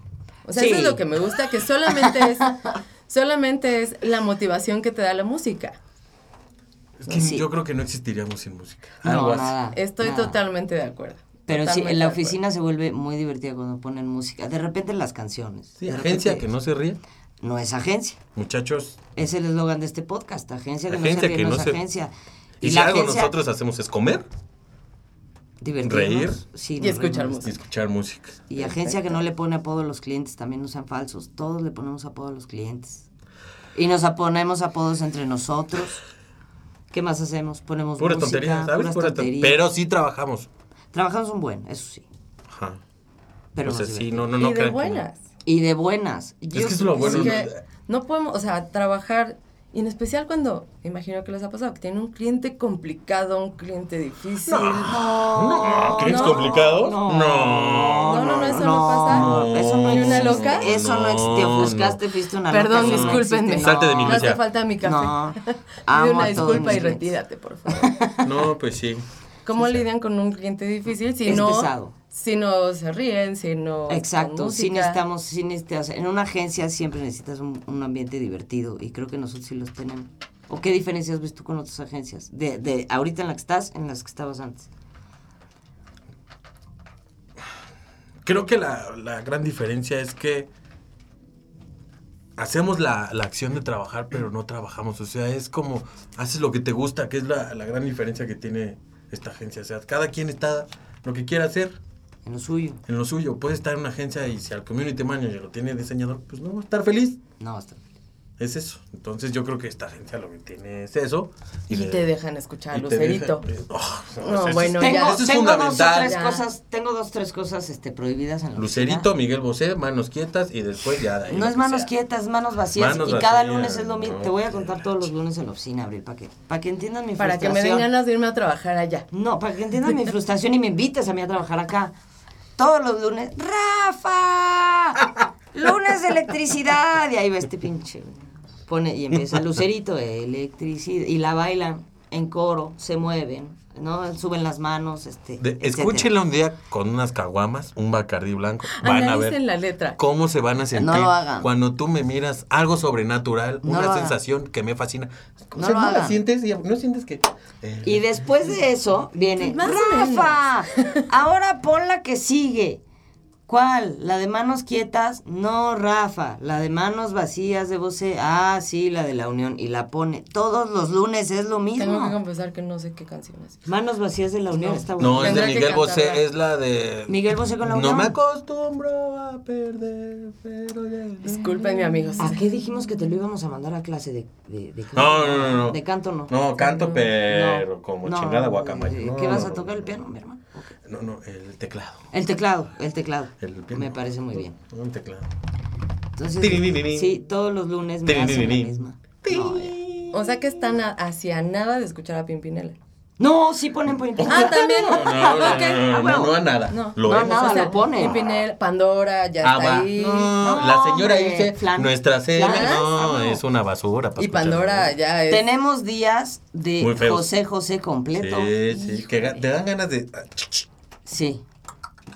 Speaker 3: O sea,
Speaker 4: Sí.
Speaker 3: eso es lo que me gusta, que solamente es, (laughs) solamente es la motivación que te da la música.
Speaker 2: Es que
Speaker 4: Sí.
Speaker 2: yo creo que no existiríamos sin música.
Speaker 4: Ah, No,
Speaker 2: Algo así.
Speaker 4: nada.
Speaker 3: Estoy
Speaker 4: nada.
Speaker 3: totalmente de acuerdo.
Speaker 4: Pero sí,
Speaker 3: Totalmente
Speaker 4: en la
Speaker 3: de acuerdo.
Speaker 4: oficina se vuelve muy divertida cuando ponen música. De repente las canciones.
Speaker 2: Sí,
Speaker 4: de
Speaker 2: agencia
Speaker 4: repente-
Speaker 2: que no se ríe.
Speaker 4: No es agencia.
Speaker 2: Muchachos,
Speaker 4: Es el eslogan de este podcast. Agencia que no se
Speaker 2: Agencia
Speaker 4: ríe,
Speaker 2: que
Speaker 4: no
Speaker 2: no
Speaker 4: es
Speaker 2: se-
Speaker 4: agencia.
Speaker 2: y, si
Speaker 4: la
Speaker 2: algo
Speaker 4: agencia,
Speaker 2: nosotros hacemos es comer
Speaker 4: divertirnos,
Speaker 2: reír
Speaker 4: sí,
Speaker 3: y
Speaker 4: nos
Speaker 3: escuchar
Speaker 4: reímos.
Speaker 3: música.
Speaker 2: y escuchar música.
Speaker 4: Y agencia que no le pone apodo a los clientes, también no sean falsos. Todos le ponemos apodo a los clientes. Y nos ponemos apodos entre nosotros. ¿Qué más hacemos? Ponemos
Speaker 2: Puras
Speaker 4: música,
Speaker 2: tonterías, ¿sabes?
Speaker 4: puras
Speaker 2: Puras ton-
Speaker 4: tonterías.
Speaker 2: Pero sí trabajamos.
Speaker 4: Trabajamos un buen, eso sí.
Speaker 2: Ajá.
Speaker 4: Pero
Speaker 2: o sea,
Speaker 4: nos
Speaker 2: sí,
Speaker 4: divertimos.
Speaker 2: Pues no, no, no.
Speaker 3: y de
Speaker 2: crean que no.
Speaker 3: buenas.
Speaker 4: Y de buenas. Yo
Speaker 2: que es lo bueno,
Speaker 3: Así
Speaker 2: ¿no?
Speaker 3: que no podemos, o sea, trabajar, y en especial cuando, me imagino que les ha pasado, que tienen un cliente complicado, un cliente difícil.
Speaker 2: No, ¿clientes
Speaker 3: no,
Speaker 2: complicados?
Speaker 4: no.
Speaker 2: No.
Speaker 3: No, no, no, eso no pasa.
Speaker 4: no, eso no
Speaker 2: ¿Y
Speaker 4: existe.
Speaker 2: una
Speaker 3: loca?
Speaker 4: Eso no, existe. Te
Speaker 2: No,
Speaker 4: ofuscaste, fuiste una
Speaker 3: Perdón,
Speaker 4: loca.
Speaker 3: discúlpenme.
Speaker 4: No,
Speaker 2: Salte de mi
Speaker 3: No
Speaker 2: iglesia.
Speaker 3: hace falta mi (laughs) café.
Speaker 4: No.
Speaker 3: Pide
Speaker 4: Amo
Speaker 3: una
Speaker 4: a todos
Speaker 3: disculpa
Speaker 4: mis
Speaker 3: y
Speaker 4: clientes.
Speaker 3: retírate, por favor.
Speaker 2: No, pues sí.
Speaker 3: ¿Cómo lidian con un cliente difícil si
Speaker 4: Es
Speaker 3: no
Speaker 4: pesado.
Speaker 3: si no se ríen, si no
Speaker 4: Exacto, sí
Speaker 3: sin
Speaker 4: necesitamos, sí necesitas, en una agencia siempre necesitas un, un ambiente divertido y creo que nosotros sí los tenemos. ¿O qué diferencias ves tú con otras agencias? De, de ahorita en la que estás, en las que estabas antes.
Speaker 2: Creo que la, la gran diferencia es que hacemos la, la acción de trabajar, pero no trabajamos. O sea, es como haces lo que te gusta, que es la, la gran diferencia que tiene esta agencia. O sea, cada quien está lo que quiera hacer
Speaker 4: En lo suyo.
Speaker 2: en lo suyo. Puede estar en una agencia y si al community manager lo tiene diseñador, pues no, va a estar feliz.
Speaker 4: No, hasta.
Speaker 2: Es eso. Entonces yo creo que esta agencia lo que tiene es eso.
Speaker 3: Y
Speaker 2: le-
Speaker 3: te dejan escuchar,
Speaker 2: y te
Speaker 3: Lucerito.
Speaker 2: deja- eh, oh,
Speaker 3: No,
Speaker 2: eso es-
Speaker 3: bueno, ya.
Speaker 4: Tengo,
Speaker 2: eso es
Speaker 4: tengo dos o
Speaker 2: fundamental.
Speaker 4: tres
Speaker 3: Ya.
Speaker 4: cosas, tengo dos tres cosas este, prohibidas en la
Speaker 2: Lucerito, Miguel Bosé, manos quietas y después ya. de ahí
Speaker 4: oficina.
Speaker 2: lo
Speaker 4: No es
Speaker 2: que
Speaker 4: manos
Speaker 2: sea.
Speaker 4: quietas, es manos vacías.
Speaker 2: Manos
Speaker 4: y cada
Speaker 2: vacías,
Speaker 4: lunes es lo mismo.
Speaker 2: no,
Speaker 4: Te voy a
Speaker 2: qué
Speaker 4: contar todos los lunes en la oficina, Abril, para que, para que entiendan mi
Speaker 3: Para que me den
Speaker 4: frustración.
Speaker 3: ganas de irme a trabajar allá.
Speaker 4: No, para que entiendas mi frustración y me invites a mí a trabajar acá. Todos los lunes. ¡Rafa! Lunes de electricidad. Y ahí va este pinche. Pone y empieza Lucerito, electricidad. Y la bailan en coro, se mueven, ¿no? Suben las manos, este.
Speaker 2: De-
Speaker 4: etcétera.
Speaker 2: escúchenla un día con unas caguamas, un bacardí blanco. Van a ver
Speaker 3: Analicen la letra.
Speaker 2: cómo se van a sentir
Speaker 4: lo hagan.
Speaker 2: cuando tú me miras algo sobrenatural,
Speaker 4: No lo
Speaker 2: una
Speaker 4: hagan.
Speaker 2: sensación que me fascina. ¿Cómo
Speaker 4: No
Speaker 2: se-
Speaker 4: lo
Speaker 2: la
Speaker 4: hagan.
Speaker 2: sientes? Y- ¿No sientes que...? eh,
Speaker 4: Y después de eso viene.
Speaker 3: Pues Más o
Speaker 4: ¡Rafa!
Speaker 3: (laughs)
Speaker 4: Ahora pon la que sigue. ¿Cuál? ¿La de manos quietas? No, Rafa. La de manos vacías de voce. Ah, sí, la de la unión. Y la pone. Todos los lunes es lo
Speaker 3: Tengo que
Speaker 4: mismo.
Speaker 3: confesar que no sé qué canción es.
Speaker 4: Manos vacías de la unión
Speaker 3: No.
Speaker 4: está bueno.
Speaker 2: no, es de
Speaker 3: Tendrá que
Speaker 2: Miguel Bosé,
Speaker 3: cantarla.
Speaker 2: es la de...
Speaker 4: Miguel Bosé con la
Speaker 2: No
Speaker 4: unión.
Speaker 2: me acostumbro a perder, pero... ya-
Speaker 3: Disculpenme, amigos.
Speaker 4: ¿A qué dijimos que te lo íbamos a mandar a clase de, de, de canto?
Speaker 2: No, no, no, no.
Speaker 4: De canto no.
Speaker 2: No, canto, pero
Speaker 4: No.
Speaker 2: como
Speaker 4: No,
Speaker 2: chingada
Speaker 4: no,
Speaker 2: guacamaya.
Speaker 4: eh,
Speaker 2: No,
Speaker 4: ¿Qué
Speaker 2: no,
Speaker 4: vas
Speaker 2: no,
Speaker 4: a tocar
Speaker 2: no,
Speaker 4: el piano, mi hermano? Ok.
Speaker 2: No, no, el teclado.
Speaker 4: El teclado, el teclado.
Speaker 2: El piano.
Speaker 4: Me parece muy bien.
Speaker 2: Un teclado.
Speaker 4: Entonces,
Speaker 2: Tiririrín.
Speaker 4: sí, todos los lunes me hacen la
Speaker 2: Tiririrín.
Speaker 4: misma. No, eh. ya.
Speaker 3: O sea que están a- hacia nada de escuchar a
Speaker 4: (laughs)
Speaker 3: Pimpinela.
Speaker 4: No, sí ponen Pimpinela.
Speaker 3: Ah, también.
Speaker 2: No, no, no,
Speaker 3: Ok.
Speaker 2: no, no, no, no a nada.
Speaker 3: No.
Speaker 2: Lo
Speaker 4: No,
Speaker 2: es.
Speaker 4: nada, lo pone.
Speaker 3: Pimpinela, Pandora, ya
Speaker 2: Ah,
Speaker 3: está
Speaker 2: va.
Speaker 3: ahí.
Speaker 2: No,
Speaker 4: No,
Speaker 2: la señora
Speaker 4: hombre,
Speaker 2: dice
Speaker 4: flan.
Speaker 2: nuestra serie.
Speaker 4: Flan.
Speaker 2: No,
Speaker 4: Ah, no.
Speaker 2: es una basura. para
Speaker 3: Y Pandora
Speaker 2: escucharla.
Speaker 3: ya es.
Speaker 4: (laughs) Tenemos días de
Speaker 2: Muy feos.
Speaker 4: José José completo.
Speaker 2: Sí, sí, que ga- te dan ganas de. ah,
Speaker 4: Sí.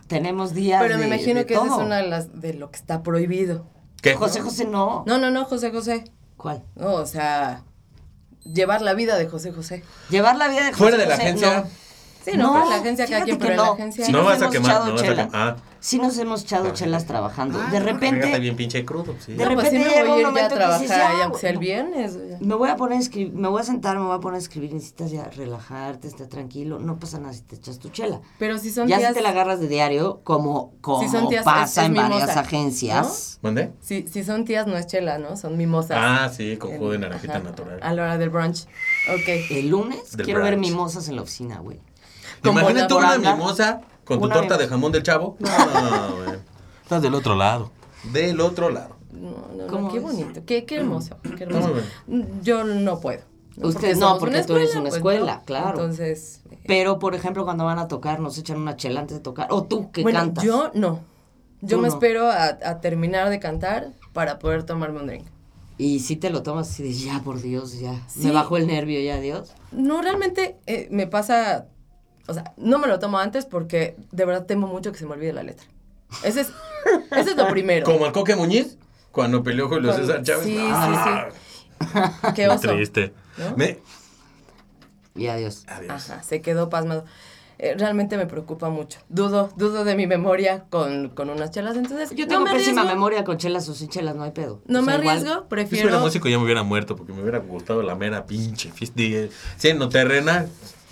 Speaker 4: Tenemos días
Speaker 3: Pero me
Speaker 4: de-
Speaker 3: imagino
Speaker 4: de
Speaker 3: que esa es
Speaker 4: todo.
Speaker 3: una de las de lo que está prohibido.
Speaker 2: ¿Qué?
Speaker 4: José José no.
Speaker 3: No, no, no, José José.
Speaker 4: ¿Cuál?
Speaker 3: No, o sea, llevar la vida de José José.
Speaker 4: Llevar la vida de José
Speaker 2: Fuera de la
Speaker 4: José,
Speaker 2: agencia.
Speaker 4: no.
Speaker 3: Sí, no,
Speaker 4: No, pues,
Speaker 3: pero la agencia cada
Speaker 4: fíjate
Speaker 3: quien,
Speaker 4: que
Speaker 3: pero en la
Speaker 4: no.
Speaker 3: agencia.
Speaker 4: Sí
Speaker 2: No
Speaker 4: nos
Speaker 2: vas a
Speaker 4: hemos
Speaker 2: quemar,
Speaker 4: echado
Speaker 2: no vas a
Speaker 4: chela.
Speaker 2: quemar. Ah.
Speaker 4: Sí nos hemos echado chelas trabajando. de
Speaker 2: Fíjate,
Speaker 4: repente
Speaker 2: Ah, bien pinche crudo. Sí.
Speaker 4: De
Speaker 3: No, pues sí
Speaker 4: repente
Speaker 3: me
Speaker 4: llega un
Speaker 3: voy a ir ya a
Speaker 4: momento que
Speaker 3: trabajar,
Speaker 4: dices,
Speaker 3: ya,
Speaker 4: ya,
Speaker 3: aunque sea el
Speaker 4: güey,
Speaker 3: viernes. o ya.
Speaker 4: me voy a poner a escribir, me voy a sentar, me voy a poner a escribir, necesitas ya relajarte, estar tranquilo, no pasa nada si te echas tu chela.
Speaker 3: Pero si son
Speaker 4: ya
Speaker 3: días.
Speaker 4: si te la agarras de diario, como, como
Speaker 3: son tías,
Speaker 4: pasa
Speaker 3: es- es
Speaker 4: en varias
Speaker 3: mimosa,
Speaker 4: agencias.
Speaker 2: ¿Mandé?
Speaker 3: Si, si son tías, no es chela, ¿no? Son mimosas.
Speaker 2: Ah, sí, con jugo de
Speaker 3: El-
Speaker 2: naranjita
Speaker 3: ajá,
Speaker 2: natural.
Speaker 3: A la hora del brunch. Ok.
Speaker 4: El lunes
Speaker 2: Del
Speaker 4: quiero ver
Speaker 2: brunch.
Speaker 4: mimosas en la oficina, güey.
Speaker 2: ¿Te
Speaker 3: Con
Speaker 2: imaginas tú una
Speaker 4: bonabonanga.
Speaker 2: mimosa con tu
Speaker 4: Una
Speaker 2: torta de
Speaker 4: mimosa.
Speaker 2: jamón del chavo? No, güey. Estás del otro lado. Del otro lado.
Speaker 3: No, no,
Speaker 4: ¿Cómo
Speaker 3: no, qué
Speaker 4: ves?
Speaker 3: bonito. Qué, qué hermoso. Qué
Speaker 2: Está
Speaker 3: hermoso. Mm,
Speaker 2: muy
Speaker 3: Yo no puedo.
Speaker 4: Usted no,
Speaker 3: somos
Speaker 4: porque
Speaker 3: una
Speaker 4: tú eres una
Speaker 3: pues,
Speaker 4: escuela,
Speaker 3: no.
Speaker 4: claro.
Speaker 3: Entonces.
Speaker 4: Pero, por ejemplo, cuando van a tocar, nos echan una chela antes de tocar. O tú, que
Speaker 3: bueno,
Speaker 4: cantas.
Speaker 3: yo no. Yo
Speaker 4: Tú
Speaker 3: me
Speaker 4: no.
Speaker 3: espero a, a terminar de cantar para poder tomarme un drink.
Speaker 4: Y si te lo tomas así de, ya, por Dios, ya.
Speaker 3: Sí.
Speaker 4: Me bajó el nervio, ya, Dios.
Speaker 3: No, realmente eh, me pasa, o sea, no me lo tomo antes porque de verdad temo mucho que se me olvide la letra. Ese es, ese es lo primero.
Speaker 2: Como el Coque Muñiz cuando peleó con los
Speaker 3: Con-
Speaker 2: César Chávez.
Speaker 3: sí, sí,
Speaker 2: Ah,
Speaker 3: Qué oso.
Speaker 2: Triste.
Speaker 3: ¿No?
Speaker 2: Me-
Speaker 4: Y adiós.
Speaker 2: Adiós.
Speaker 3: Ajá, se quedó pasmado. Eh, realmente me preocupa mucho. Dudo, dudo de mi memoria con, con unas chelas. Entonces,
Speaker 4: Yo
Speaker 3: no
Speaker 4: tengo
Speaker 3: me
Speaker 4: pésima
Speaker 3: arriesgo,
Speaker 4: memoria con chelas o sin chelas, no hay pedo.
Speaker 3: No
Speaker 4: O
Speaker 3: me
Speaker 4: sea, igual-
Speaker 3: arriesgo,
Speaker 2: Si fuera
Speaker 3: prefiero.
Speaker 2: músico ya me hubiera muerto porque me hubiera gustado la mera pinche fiesta. Dije, Siendo terrenal.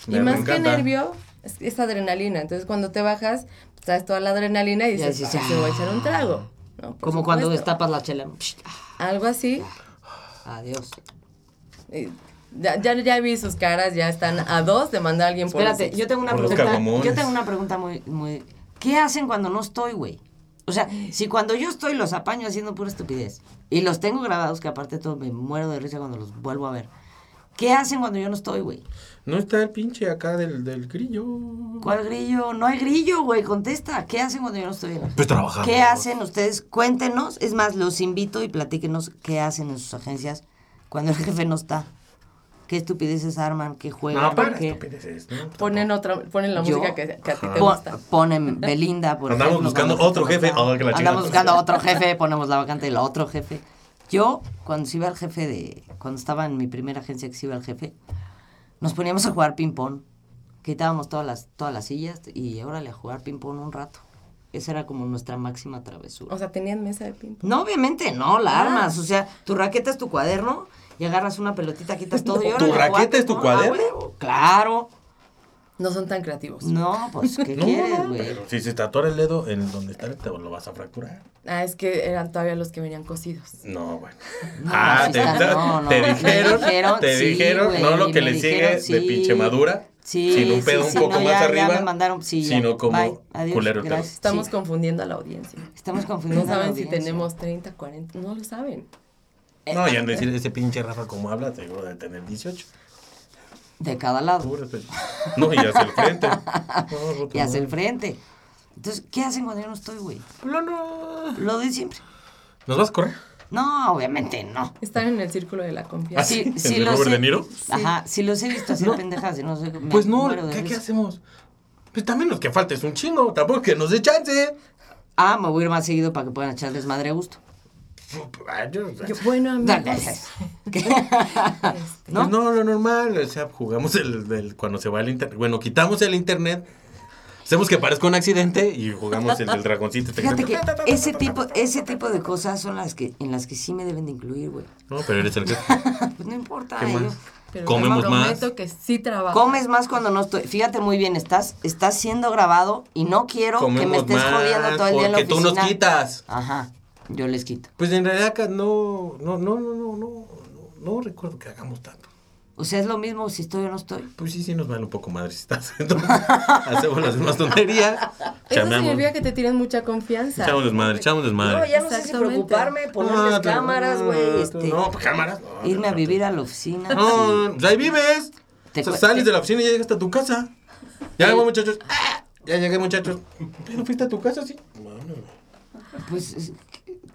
Speaker 3: Y
Speaker 2: me- me
Speaker 3: más que
Speaker 2: encanta.
Speaker 3: nervio, es, es adrenalina. Entonces, cuando te bajas, traes toda la adrenalina y
Speaker 4: Ya
Speaker 3: dices,
Speaker 4: dices,
Speaker 3: "Ah, se voy a
Speaker 4: "Ah".
Speaker 3: echar un trago. No, por
Speaker 4: Como cuando
Speaker 3: supuesto.
Speaker 4: destapas la chela. Psh,
Speaker 3: Algo así.
Speaker 4: ah, adiós.
Speaker 3: Eh, Ya, ya, ya vi sus caras, ya están a dos de mandar a alguien por
Speaker 4: Espérate,
Speaker 3: los-
Speaker 4: yo tengo una
Speaker 2: por los
Speaker 4: pregunta.
Speaker 2: caguamones.
Speaker 4: Yo tengo una pregunta muy, muy. ¿Qué hacen cuando no estoy, güey? O sea, si cuando yo estoy los apaño haciendo pura estupidez y los tengo grabados, que aparte de todo me muero de risa cuando los vuelvo a ver. ¿Qué hacen cuando yo no estoy, güey?
Speaker 2: No está el pinche acá del, del grillo.
Speaker 4: ¿Cuál grillo? No hay grillo, güey. Contesta. ¿Qué hacen cuando yo no estoy?
Speaker 2: Pues trabajando.
Speaker 4: ¿Qué hacen ustedes? Cuéntenos. Es más, los invito y platíquenos qué hacen en sus agencias cuando el (laughs) jefe no está. ¿Qué estupideces arman? ¿Qué juegan?
Speaker 2: No, para
Speaker 4: ¿Qué-
Speaker 2: estupideces. ¿no?
Speaker 3: Ponen, otra, ponen la
Speaker 4: ¿Yo?
Speaker 3: música que, que a ti te
Speaker 4: Pon-
Speaker 3: gusta.
Speaker 4: ponen Belinda, por
Speaker 2: Andamos
Speaker 4: ejemplo,
Speaker 2: buscando
Speaker 4: cuando
Speaker 2: otro
Speaker 4: se nos
Speaker 2: jefe.
Speaker 4: da.
Speaker 2: Ah, que la chingada.
Speaker 4: Andamos buscando otro jefe, ponemos la vacante del otro jefe. Yo, cuando se iba al jefe de... Cuando estaba en mi primera agencia que se iba al jefe, nos poníamos a jugar ping-pong. Quitábamos todas las, todas las sillas y órale, a jugar ping-pong un rato. Esa era como nuestra máxima travesura.
Speaker 3: O sea, tenían mesa de ping
Speaker 4: No, obviamente no, la
Speaker 3: Ah.
Speaker 4: armas. O sea, tu raqueta es tu cuaderno y agarras una pelotita, quitas todo.
Speaker 2: ¿Tu
Speaker 4: y órale, a jugar
Speaker 2: raqueta es tu
Speaker 4: ping-pong, a
Speaker 2: cuaderno?
Speaker 4: huevo. Claro.
Speaker 3: No son tan creativos.
Speaker 4: No, pues,
Speaker 2: (laughs)
Speaker 4: ¿qué
Speaker 2: No,
Speaker 4: quieres,
Speaker 2: no,
Speaker 4: güey?
Speaker 2: pero si se te atora el dedo en donde está, te lo vas a fracturar.
Speaker 3: Ah, es que eran todavía los que venían cosidos.
Speaker 2: No, bueno.
Speaker 4: No,
Speaker 2: ah,
Speaker 4: sí
Speaker 2: te,
Speaker 4: está-
Speaker 2: te-
Speaker 4: no, no.
Speaker 2: te
Speaker 4: Me
Speaker 2: dijeron, te
Speaker 4: sí,
Speaker 2: dijeron,
Speaker 4: güey,
Speaker 2: no lo que
Speaker 4: me
Speaker 2: le sigue
Speaker 4: dijeron,
Speaker 2: de
Speaker 4: sí.
Speaker 2: pinche madura,
Speaker 4: Sí,
Speaker 2: sino un pedo
Speaker 4: sí,
Speaker 2: un
Speaker 4: sí,
Speaker 2: poco
Speaker 4: no,
Speaker 2: más
Speaker 4: ya-
Speaker 2: arriba,
Speaker 4: Ya me mandaron, sí, ya.
Speaker 2: sino como
Speaker 4: Bye, adiós,
Speaker 2: culero el pedo.
Speaker 4: gracias.
Speaker 3: Estamos
Speaker 4: Sí,
Speaker 3: confundiendo a la audiencia.
Speaker 4: estamos
Speaker 3: No
Speaker 4: confundiendo. a la
Speaker 3: saben si
Speaker 4: audiencia.
Speaker 3: tenemos 30, 40, no lo saben.
Speaker 2: No, ya no decir ese pinche Rafa como habla, seguro de tener 18.
Speaker 4: De cada lado.
Speaker 2: Puro (laughs) pe- No, y hacia el frente. No, no,
Speaker 4: Y hacia el
Speaker 2: no.
Speaker 4: frente. Entonces, ¿qué hacen cuando yo no estoy, güey?
Speaker 2: No, no.
Speaker 4: Lo de siempre.
Speaker 2: ¿Nos vas a correr?
Speaker 4: No, obviamente no.
Speaker 3: Están en el círculo de la
Speaker 2: ¿Ah,
Speaker 3: confianza.
Speaker 2: sí?
Speaker 4: Sí,
Speaker 2: ¿El
Speaker 4: sí
Speaker 2: de
Speaker 4: los
Speaker 2: Robert
Speaker 4: he-
Speaker 2: De Niro?
Speaker 4: Ajá, sí los he visto hacer pendejadas y no sé. me
Speaker 2: Pues no,
Speaker 4: muero de
Speaker 2: ¿qué, qué
Speaker 4: risa.
Speaker 2: hacemos? Pues también los que falta es un chingo, tampoco que nos dé chance.
Speaker 4: Ah, me voy a ir más seguido para que puedan echar desmadre a gusto.
Speaker 2: Ay, yo-
Speaker 3: Yo, bueno,
Speaker 4: Dale.
Speaker 3: amigos.
Speaker 4: (laughs) ¿Qué?
Speaker 3: Ah,
Speaker 2: Pues no, lo normal, o sea, jugamos el, el- cuando se va el internet, bueno, quitamos el internet, hacemos que parezca un accidente y jugamos el del dragoncito.
Speaker 4: Fíjate que ese tipo, ese tipo de cosas son las que, en las que sí me deben de incluir, güey. (laughs)
Speaker 2: No, pero eres el jefe.
Speaker 4: Pues no importa.
Speaker 2: ¿Qué
Speaker 4: yo-
Speaker 2: más?
Speaker 3: Pero
Speaker 2: Comemos
Speaker 3: les
Speaker 2: más.
Speaker 3: prometo que sí trabajo.
Speaker 4: Comes más cuando no estoy. Fíjate muy bien, estás, estás siendo grabado y no quiero que me
Speaker 2: Comemos
Speaker 4: estés
Speaker 2: más,
Speaker 4: jodiendo todo el día en la
Speaker 2: porque tú
Speaker 4: oficina.
Speaker 2: nos quitas.
Speaker 4: Ajá, yo les quito.
Speaker 2: Pues en realidad acá no, no, no, no, no, no, no recuerdo que hagamos tanto.
Speaker 4: O sea, es lo mismo si estoy o no estoy.
Speaker 2: Pues sí, sí nos vale un poco madrecitas.
Speaker 4: (laughs)
Speaker 2: Entonces, hacemos las mismas tonterías.
Speaker 3: Eso
Speaker 2: Chameamos.
Speaker 3: significa que te tienen mucha confianza.
Speaker 2: Echamos desmadre, echamos
Speaker 4: No,
Speaker 2: desmadre.
Speaker 4: ya no sé si
Speaker 3: Exactamente.
Speaker 4: preocuparme, ponerles
Speaker 2: Ah, te-
Speaker 4: cámaras,
Speaker 2: no,
Speaker 4: güey.
Speaker 2: tú-
Speaker 4: este,
Speaker 2: No, pues, cámaras. no,
Speaker 4: irme a
Speaker 2: no,
Speaker 4: vivir a la oficina.
Speaker 2: No, pues ahí vives.
Speaker 4: Te
Speaker 2: O sea,
Speaker 4: cu-
Speaker 2: sales
Speaker 4: te-
Speaker 2: de la oficina y ya llegas a tu casa. Ya llegó, muchachos. ¡Ah! Ya llegué, muchachos. ¿Pero fuiste a tu casa, sí?
Speaker 4: Pues, es-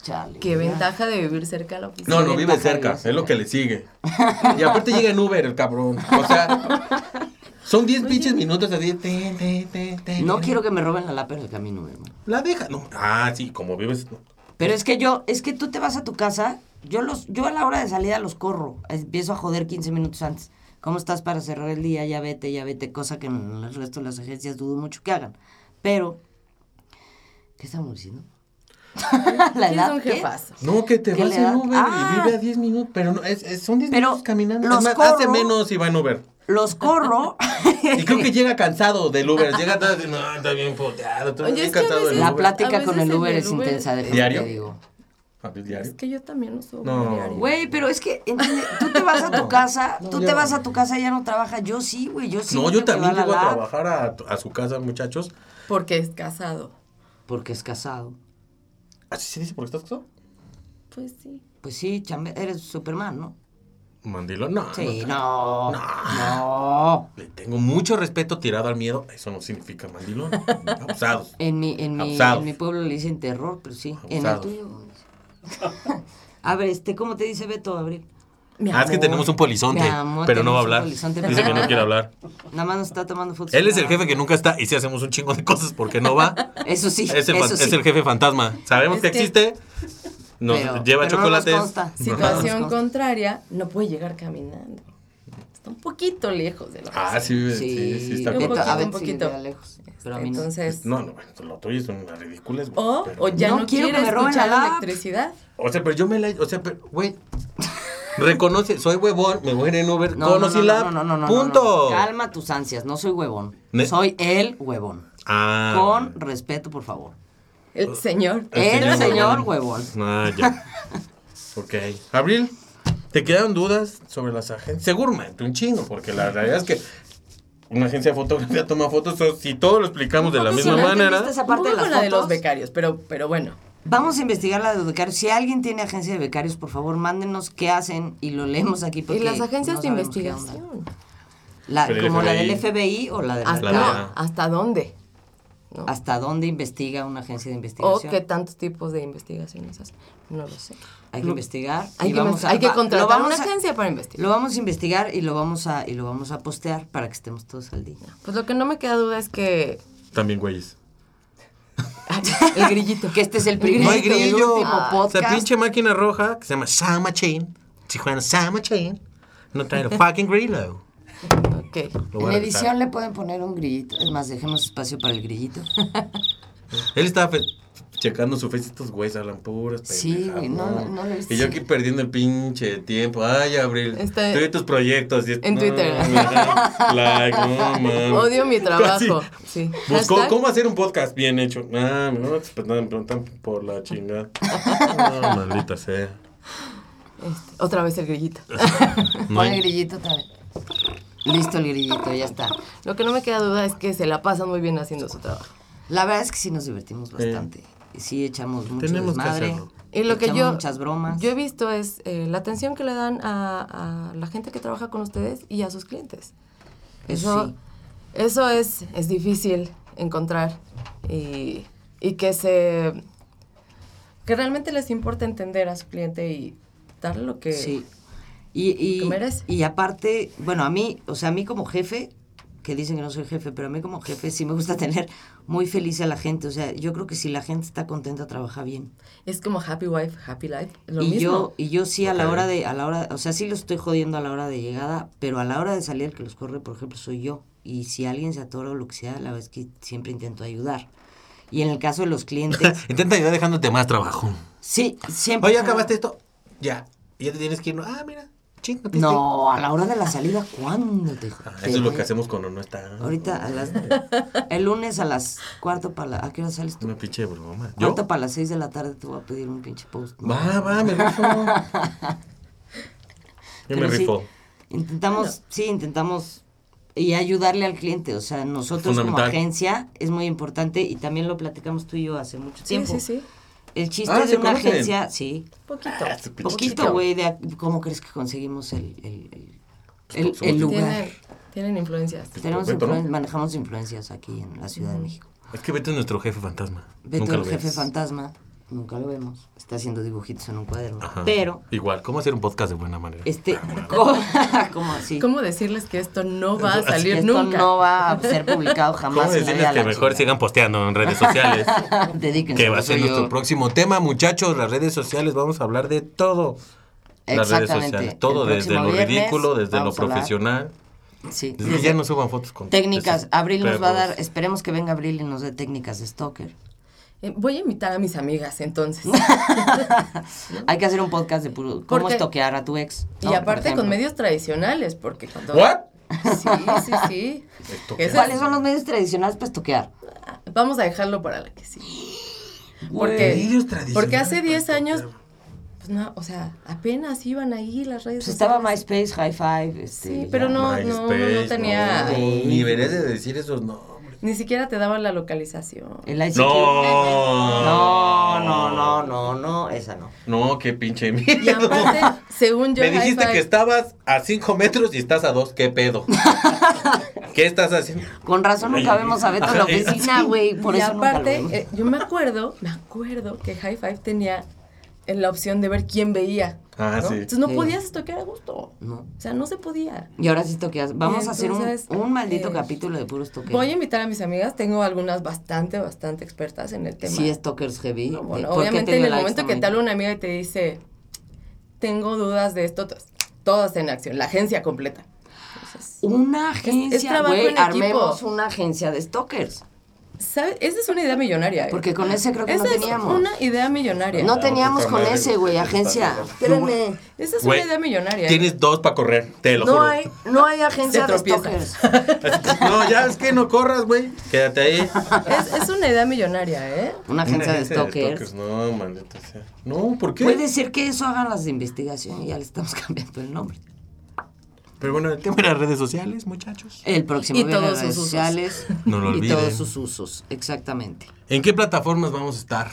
Speaker 4: chale.
Speaker 3: Qué
Speaker 4: ya.
Speaker 3: ventaja de vivir cerca de la oficina.
Speaker 2: No, no,
Speaker 4: Sí,
Speaker 2: vive
Speaker 4: baja,
Speaker 2: cerca.
Speaker 4: vive
Speaker 2: Es lo que le sigue. Y aparte llega en Uber el cabrón. O sea, son 10 pinches minutos así. te, te, te, te.
Speaker 4: No quiero que me roben la lapa en el camino, mi hermano.
Speaker 2: La deja. No. Ah, sí, como vives. no.
Speaker 4: Pero
Speaker 3: ¿Eh?
Speaker 4: es que yo, es que tú te vas a tu casa, yo los, yo a la hora de salida los corro, empiezo a joder 15 minutos antes. ¿Cómo estás para cerrar el día? Ya vete, ya vete, cosa que en el resto de las agencias dudo mucho que hagan. Pero, ¿qué estamos diciendo? (laughs) la
Speaker 3: ¿Quiénes son
Speaker 4: ¿qué?
Speaker 3: jefazas?
Speaker 2: No, que te
Speaker 4: ¿Qué
Speaker 2: vas
Speaker 4: le
Speaker 2: en
Speaker 4: da?
Speaker 2: Uber
Speaker 4: Ah.
Speaker 2: y vive a 10 minutos. Pero no, es- es- son 10
Speaker 4: Pero
Speaker 2: minutos caminando.
Speaker 4: los
Speaker 2: Es más,
Speaker 4: corro.
Speaker 2: hace menos y va en Uber.
Speaker 3: (laughs)
Speaker 4: Los corro.
Speaker 2: Y
Speaker 4: (laughs)
Speaker 2: creo que llega cansado del Uber. Llega todo así, no, está bien poteado. Está
Speaker 3: Oye,
Speaker 2: bien
Speaker 3: es que a
Speaker 2: cansado del
Speaker 3: veces-
Speaker 2: Uber.
Speaker 4: la
Speaker 3: A
Speaker 4: plática
Speaker 3: veces
Speaker 4: con el
Speaker 3: en
Speaker 4: Uber
Speaker 3: el
Speaker 4: es
Speaker 3: Uber-
Speaker 4: intensa, déjame
Speaker 2: ¿Diario?
Speaker 4: te digo.
Speaker 2: Ah, pues, diario.
Speaker 3: Es que yo también uso Uber
Speaker 2: No.
Speaker 3: diario.
Speaker 4: Güey, pero es que entiende, tú te vas a tu casa, tú te
Speaker 2: yo-
Speaker 4: vas a tu casa y ya no trabajas. Yo sí, güey, yo sí.
Speaker 2: No,
Speaker 4: tengo
Speaker 2: yo
Speaker 4: que
Speaker 2: también
Speaker 4: va la
Speaker 2: llego a
Speaker 4: lab,
Speaker 2: trabajar a, a su casa, muchachos.
Speaker 3: Porque es casado.
Speaker 4: Porque es casado.
Speaker 2: ¿Así se dice por estás casado?
Speaker 3: Pues sí.
Speaker 2: Ah,
Speaker 4: Pues sí, chambe- eres Superman, ¿no?
Speaker 2: Mandilón, no.
Speaker 4: Sí,
Speaker 2: no.
Speaker 4: no. No.
Speaker 2: Le tengo mucho respeto tirado al miedo. Eso no significa
Speaker 4: (laughs)
Speaker 2: mandilón. Abusados.
Speaker 4: En mi, en, mi,
Speaker 2: Abusados.
Speaker 4: en mi pueblo le dicen terror, pero sí. En el
Speaker 2: Abusados.
Speaker 4: tuyo. (laughs) A ver, este, ¿cómo te dice Beto, Abril?
Speaker 3: Mi
Speaker 2: Ah, es que
Speaker 3: amor.
Speaker 2: tenemos un polizonte,
Speaker 4: Mi amor,
Speaker 2: pero no va a
Speaker 4: tenemos un
Speaker 2: hablar. Dice
Speaker 4: polizonte,
Speaker 2: que
Speaker 4: pero-
Speaker 2: no quiere
Speaker 4: (laughs)
Speaker 2: hablar.
Speaker 4: Nada más nos está tomando fotos.
Speaker 2: Él es el jefe que nunca está y si hacemos un chingo de cosas porque no va.
Speaker 4: (laughs) Ah, Eso sí,
Speaker 2: Es el,
Speaker 4: eso
Speaker 2: fan-
Speaker 4: sí. Este,
Speaker 2: es el jefe fantasma. Sabemos
Speaker 3: Es
Speaker 2: que
Speaker 3: que-
Speaker 2: existe. Nos lleva
Speaker 4: Pero- pero no nos
Speaker 2: chocolates.
Speaker 4: consta.
Speaker 2: (laughs)
Speaker 3: Situación
Speaker 4: Ajá.
Speaker 3: contraria, no puede llegar caminando. Está un poquito lejos de la
Speaker 2: ah,
Speaker 3: oficina.
Speaker 2: sí, sí, sí, está
Speaker 3: Un
Speaker 4: Beto,
Speaker 2: corto.
Speaker 3: poquito,
Speaker 4: a ver,
Speaker 3: un
Speaker 4: sí,
Speaker 3: poquito.
Speaker 4: queda lejos. Pero a mí no.
Speaker 3: Entonces,
Speaker 2: Pues No, no, bueno, lo tuyo es una ridícula. güey,
Speaker 4: Oh,
Speaker 3: o,
Speaker 2: pero-
Speaker 3: o ya
Speaker 4: No
Speaker 3: no, quiero
Speaker 4: quiero que
Speaker 3: quiere
Speaker 4: me roben
Speaker 3: escuchar
Speaker 4: la
Speaker 3: la
Speaker 4: lap.
Speaker 3: electricidad.
Speaker 2: O sea, pero yo me la. O sea, pero, güey. Reconoce, soy huevón, me voy a ir en Uber.
Speaker 4: (laughs) No,
Speaker 2: con o
Speaker 4: no, no,
Speaker 2: sin la-
Speaker 4: no, no, no, no,
Speaker 2: punto.
Speaker 4: no. Calma tus ansias, no soy huevón.
Speaker 2: Ne-
Speaker 4: Soy el huevón.
Speaker 2: Ah.
Speaker 4: Con respeto, por favor.
Speaker 3: El señor.
Speaker 2: El
Speaker 4: El,
Speaker 2: señor
Speaker 4: señor
Speaker 2: huevón.
Speaker 4: huevón.
Speaker 2: Ah, (laughs) ya. ok. Abril, ¿te quedaron dudas sobre las agencias? Seguramente un chingo, porque la realidad es que una agencia de fotografía toma fotos. o Si todo lo explicamos de la
Speaker 4: poco
Speaker 2: misma
Speaker 4: si no
Speaker 2: manera.
Speaker 4: entendiste
Speaker 3: Un
Speaker 4: Aparte de
Speaker 3: poco
Speaker 4: las
Speaker 3: la de los
Speaker 4: fotos.
Speaker 3: becarios, pero, pero bueno.
Speaker 4: Vamos a investigar la de becarios. Si alguien tiene agencia de becarios, por favor, mándenos qué hacen y lo leemos aquí. Porque
Speaker 3: y las agencias
Speaker 4: no
Speaker 3: de
Speaker 4: sabemos qué onda.
Speaker 3: investigación.
Speaker 4: La-
Speaker 2: Pero el
Speaker 4: como la
Speaker 2: FBI.
Speaker 4: del FBI o la de
Speaker 3: ¿Hasta,
Speaker 2: verdad.
Speaker 3: ¿Hasta dónde? ¿no?
Speaker 4: ¿Hasta dónde investiga una agencia de
Speaker 3: ¿O
Speaker 4: investigación?
Speaker 3: qué tantos tipos de investigaciones hacen? No lo sé.
Speaker 4: Hay que investigar. y
Speaker 3: Hay, que,
Speaker 4: vamos
Speaker 3: investi-
Speaker 4: a-
Speaker 3: hay que
Speaker 4: va- lo
Speaker 3: contratar
Speaker 4: vamos
Speaker 3: una
Speaker 4: a-
Speaker 3: agencia para investigar.
Speaker 4: Lo vamos a investigar y lo vamos a y lo vamos a postear para que estemos todos al día.
Speaker 3: Pues lo que no me queda duda es que... (laughs)
Speaker 2: También, güeyes.
Speaker 3: Ay, el grillito.
Speaker 4: Que este
Speaker 3: (laughs)
Speaker 4: es el primer Ah,
Speaker 2: No hay
Speaker 4: el
Speaker 2: grillo. Ah,
Speaker 4: último podcast.
Speaker 2: Esa pinche máquina roja que se llama Sama Chain. Tijuana Sama Chain. No
Speaker 4: (laughs)
Speaker 2: trae el fucking grillo.
Speaker 3: Ok.
Speaker 2: Lo
Speaker 4: en
Speaker 2: voy a revisar.
Speaker 4: edición le pueden poner un grillito. Es más, dejemos espacio para
Speaker 2: (laughs)
Speaker 4: el grillito.
Speaker 2: Él estaba fe- checando su face. Estos güeyes hablan puras.
Speaker 4: Sí,
Speaker 2: pendejadas,
Speaker 4: güey, no, no lo viste.
Speaker 2: Y yo aquí perdiendo el pinche tiempo. Ay, Abril.
Speaker 3: Está-
Speaker 2: Estoy en tus proyectos. y es-
Speaker 3: En
Speaker 2: no,
Speaker 3: Twitter.
Speaker 2: ajá, like,
Speaker 3: (laughs)
Speaker 2: no, man.
Speaker 3: Odio mi trabajo.
Speaker 2: Así.
Speaker 3: Sí.
Speaker 2: Buscó
Speaker 3: Hashtag-
Speaker 2: cómo hacer un podcast bien hecho. Ah, no, pues, pues, no, me preguntan por la
Speaker 3: (laughs)
Speaker 2: chingada. Ah, maldita sea.
Speaker 3: Este, otra vez el
Speaker 2: (laughs)
Speaker 3: grillito.
Speaker 2: No
Speaker 4: Pon
Speaker 2: hay-
Speaker 4: el grillito también. Listo el grillito, ya está.
Speaker 3: Lo que no me queda duda es que se la pasan muy bien haciendo su trabajo.
Speaker 4: La verdad es que sí nos divertimos bastante. Y sí echamos mucho
Speaker 2: Tenemos que
Speaker 4: desmadre.
Speaker 2: hacerlo.
Speaker 3: Y lo que
Speaker 4: echamos
Speaker 3: yo,
Speaker 4: muchas bromas.
Speaker 3: yo he visto es eh, la atención que le dan a, a la gente que trabaja con ustedes y a sus clientes. Eso,
Speaker 4: Pues Sí.
Speaker 3: eso es, es difícil encontrar y, y que se que realmente les importa entender a su cliente y darle lo que
Speaker 4: Sí. Y, y,
Speaker 3: que merece.
Speaker 4: y aparte, bueno, a mí, o sea, a mí como jefe, que dicen que no soy jefe, pero a mí como jefe sí me gusta (laughs) tener muy feliz a la gente. O sea, yo creo que si la gente está contenta, trabaja bien.
Speaker 3: es como happy wife, happy life, lo
Speaker 4: y
Speaker 3: mismo.
Speaker 4: yo y yo sí a la
Speaker 2: Ok.
Speaker 4: hora de a la hora o sea sí los estoy jodiendo a la hora de llegada pero a la hora de salir el que los corre por ejemplo soy yo y si alguien se atora o lo que sea la verdad es que siempre intento ayudar y en el caso de los clientes
Speaker 2: (laughs) Intenta ayudar dejándote más trabajo.
Speaker 4: sí siempre
Speaker 2: Oye, acabaste esto. Ya. Y ya te tienes que ir. Ah, mira. Chingate.
Speaker 4: no a la hora de la salida cuándo te,
Speaker 2: Ah, Eso es lo que hacemos cuando no está.
Speaker 4: ahorita a las el lunes a las cuarto para la, a qué hora sales tú
Speaker 2: Una pinche broma. ¿Yo?
Speaker 4: cuarto para las seis de la tarde te voy a pedir un pinche post ¿no?
Speaker 2: Va, va, me rifo. Yo me
Speaker 4: Pero sí,
Speaker 2: rifo.
Speaker 4: Intentamos, sí, intentamos y ayudarle al cliente. O sea, nosotros como
Speaker 2: Fundamental.
Speaker 4: agencia es muy importante y también lo platicamos tú y yo hace mucho
Speaker 3: Sí,
Speaker 4: tiempo.
Speaker 3: sí, sí.
Speaker 4: El chiste
Speaker 2: Ah,
Speaker 4: de
Speaker 2: ¿se
Speaker 4: una
Speaker 2: conocen?
Speaker 4: agencia, sí,
Speaker 3: Poquito.
Speaker 4: Ah, poquito, güey, de a- cómo crees que conseguimos el, el- el- el-
Speaker 2: Pues somos
Speaker 4: el lugar.
Speaker 3: Tienen, tienen influencias.
Speaker 4: Tenemos
Speaker 2: Beto, ¿no?
Speaker 4: influen- manejamos influencias aquí en la Ciudad de México.
Speaker 2: Es que Beto es nuestro jefe fantasma.
Speaker 4: Beto,
Speaker 2: Nunca
Speaker 4: el
Speaker 2: lo
Speaker 4: jefe
Speaker 2: veas.
Speaker 4: fantasma, nunca lo vemos. Está haciendo dibujitos en un cuaderno.
Speaker 2: Ajá. Ah,
Speaker 4: Pero,
Speaker 2: Igual, ¿cómo hacer un podcast de buena manera?
Speaker 4: este, (laughs) co- como así.
Speaker 3: ¿Cómo decirles que esto no va a
Speaker 2: Así
Speaker 4: que
Speaker 3: salir
Speaker 4: esto
Speaker 3: nunca?
Speaker 4: no va a ser publicado
Speaker 2: ¿Cómo
Speaker 4: jamás. en la
Speaker 2: decirles
Speaker 4: vida
Speaker 2: que
Speaker 4: la
Speaker 2: mejor
Speaker 4: chingada?
Speaker 2: sigan posteando en redes
Speaker 4: (laughs)
Speaker 2: sociales?
Speaker 4: Dedíquense
Speaker 2: que va a
Speaker 4: lo
Speaker 2: ser
Speaker 4: suyo.
Speaker 2: nuestro próximo tema, muchachos. Las redes sociales, vamos a hablar de todo. Las redes
Speaker 4: Exactamente.
Speaker 2: sociales,
Speaker 4: El
Speaker 2: todo, desde
Speaker 4: próximo
Speaker 2: lo
Speaker 4: viernes
Speaker 2: ridículo, desde lo
Speaker 4: vamos a hablar.
Speaker 2: profesional.
Speaker 4: Sí.
Speaker 2: Desde que ya no suban fotos con
Speaker 4: (laughs) Técnicas.
Speaker 2: esos
Speaker 4: Abril nos va a
Speaker 2: perros.
Speaker 4: dar. este Esperemos que venga Abril y nos dé técnicas de stalker.
Speaker 3: Eh, Voy a invitar a mis amigas
Speaker 4: (laughs)
Speaker 3: entonces.
Speaker 4: Hay que hacer un podcast de puro. ¿Cómo
Speaker 3: Porque-
Speaker 4: estoquear a tu ex?
Speaker 3: Y
Speaker 4: ¿no? Por
Speaker 3: aparte
Speaker 4: ejemplo.
Speaker 3: con medios tradicionales, porque cuando...
Speaker 2: ¿What?
Speaker 3: Sí, sí, sí.
Speaker 2: Esto qué
Speaker 3: Que ese-
Speaker 4: ¿Cuáles son los medios tradicionales para estoquear?
Speaker 3: Vamos a dejarlo para la que sí.
Speaker 2: Güey,
Speaker 3: Porque,
Speaker 2: ellos tradicionales
Speaker 3: porque hace
Speaker 2: para
Speaker 3: 10 años,
Speaker 2: tocar.
Speaker 3: pues no, o sea, apenas iban ahí las redes
Speaker 4: Pues estaba
Speaker 3: sociales.
Speaker 4: MySpace, High Five. Este,
Speaker 3: Sí, pero
Speaker 4: ya.
Speaker 3: no, no, no, no
Speaker 2: MySpace,
Speaker 3: tenía...
Speaker 2: no, niveles de decir esos nombres.
Speaker 3: Ni siquiera te daban la localización.
Speaker 4: El ICQ.
Speaker 2: No.
Speaker 4: No, no, no, no, no, esa no.
Speaker 2: No, qué pinche
Speaker 3: Y
Speaker 2: miedo.
Speaker 3: aparte,
Speaker 4: (laughs)
Speaker 3: según yo,
Speaker 2: Me dijiste
Speaker 3: Hi-Fi-
Speaker 2: que estabas a 5 metros y estás a 2. ¿Qué
Speaker 3: (laughs)
Speaker 2: pedo? ¿Qué estás haciendo?
Speaker 4: Con razón nunca vemos a Beto en la
Speaker 2: Ajá, eh, es-
Speaker 4: oficina, güey. Por
Speaker 3: y
Speaker 4: eso nunca lo
Speaker 3: aparte,
Speaker 4: vemos.
Speaker 3: eh, yo me acuerdo, (laughs) me acuerdo que High Five tenía en la opción de ver quién veía.
Speaker 2: Ah,
Speaker 3: ¿no?
Speaker 2: sí.
Speaker 3: Entonces no
Speaker 4: Sí.
Speaker 3: podías estoquear a gusto.
Speaker 4: No.
Speaker 3: O sea, no se podía.
Speaker 4: Y ahora sí estoqueas. Vamos a
Speaker 3: Entonces,
Speaker 4: hacer un, un maldito
Speaker 3: eh,
Speaker 4: capítulo de puros toques.
Speaker 3: Voy a invitar a mis amigas, tengo algunas bastante, bastante expertas en el tema.
Speaker 4: Sí, stalkers heavy.
Speaker 3: No, bueno,
Speaker 4: ¿Por qué te
Speaker 3: obviamente en
Speaker 4: dio
Speaker 3: el
Speaker 4: likes
Speaker 3: momento que
Speaker 4: también?
Speaker 3: te habla una amiga y te dice, tengo dudas de esto, to- todas en acción, la agencia completa. Entonces,
Speaker 4: Una
Speaker 3: es
Speaker 4: agencia,
Speaker 3: trabajo
Speaker 4: güey,
Speaker 3: en equipo.
Speaker 4: armemos una agencia de stalkers.
Speaker 3: ¿sabes? Esa es una idea millonaria. ¿eh?
Speaker 4: Porque con ese creo que
Speaker 3: Esa
Speaker 4: no
Speaker 3: es
Speaker 4: teníamos.
Speaker 3: una idea millonaria.
Speaker 4: No teníamos
Speaker 2: puta
Speaker 4: con
Speaker 2: madre,
Speaker 4: ese, güey,
Speaker 2: está
Speaker 4: agencia.
Speaker 2: bien.
Speaker 4: Espérenme.
Speaker 3: Esa es
Speaker 2: Güey,
Speaker 3: una idea millonaria. ¿eh?
Speaker 2: Tienes dos para correr, te lo
Speaker 4: No
Speaker 2: juro.
Speaker 4: hay, no hay agencia
Speaker 3: Se
Speaker 4: de
Speaker 3: tropieza.
Speaker 2: (laughs)
Speaker 4: stalkers.
Speaker 2: No, ya es que no corras, güey. Quédate ahí.
Speaker 3: Es, es una idea millonaria, ¿eh?
Speaker 4: (laughs) Una agencia de stalkers.
Speaker 2: No, maldita sea. No, ¿por qué?
Speaker 4: Puede ser que eso hagan las de investigación y ya le estamos (laughs) cambiando el nombre.
Speaker 2: Pero bueno, el tema de las redes sociales, muchachos.
Speaker 4: El próximo
Speaker 3: Y
Speaker 4: video
Speaker 3: todos
Speaker 4: de redes
Speaker 3: sus usos.
Speaker 4: sociales.
Speaker 2: No lo
Speaker 4: y
Speaker 2: olviden.
Speaker 4: todos sus usos, exactamente.
Speaker 2: ¿En qué plataformas vamos a estar?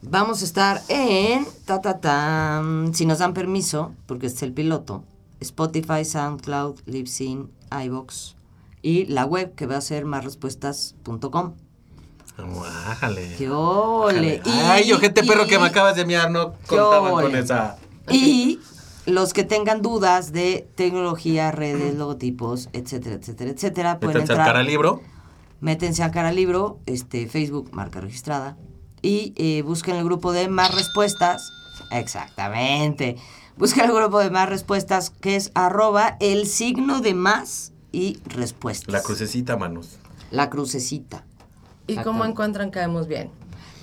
Speaker 4: Vamos a estar en ta ta tan, si nos dan permiso, porque este es el piloto. Spotify, SoundCloud, Libsyn, iBox y la web que va a ser másrespuestas.com. ¡Qué
Speaker 2: Ájale.
Speaker 4: ole! Y-
Speaker 2: Ay, ojete
Speaker 4: y-
Speaker 2: perro que me acabas de miar, no contaban con
Speaker 4: ole.
Speaker 2: esa.
Speaker 4: Y los que tengan dudas de tecnología, redes, logotipos, etcétera, etcétera, etcétera, pueden
Speaker 2: Métanse al
Speaker 4: entrar.
Speaker 2: cara libro.
Speaker 4: métense a Cara Libro, este, Facebook, marca registrada, y eh, busquen el grupo de más respuestas. Exactamente. Busquen el grupo de más respuestas, que es arroba el signo de más y respuestas.
Speaker 2: La crucecita, manos.
Speaker 4: La crucecita.
Speaker 3: ¿Y cómo
Speaker 4: Exactamente.
Speaker 3: encuentran Caemos Bien?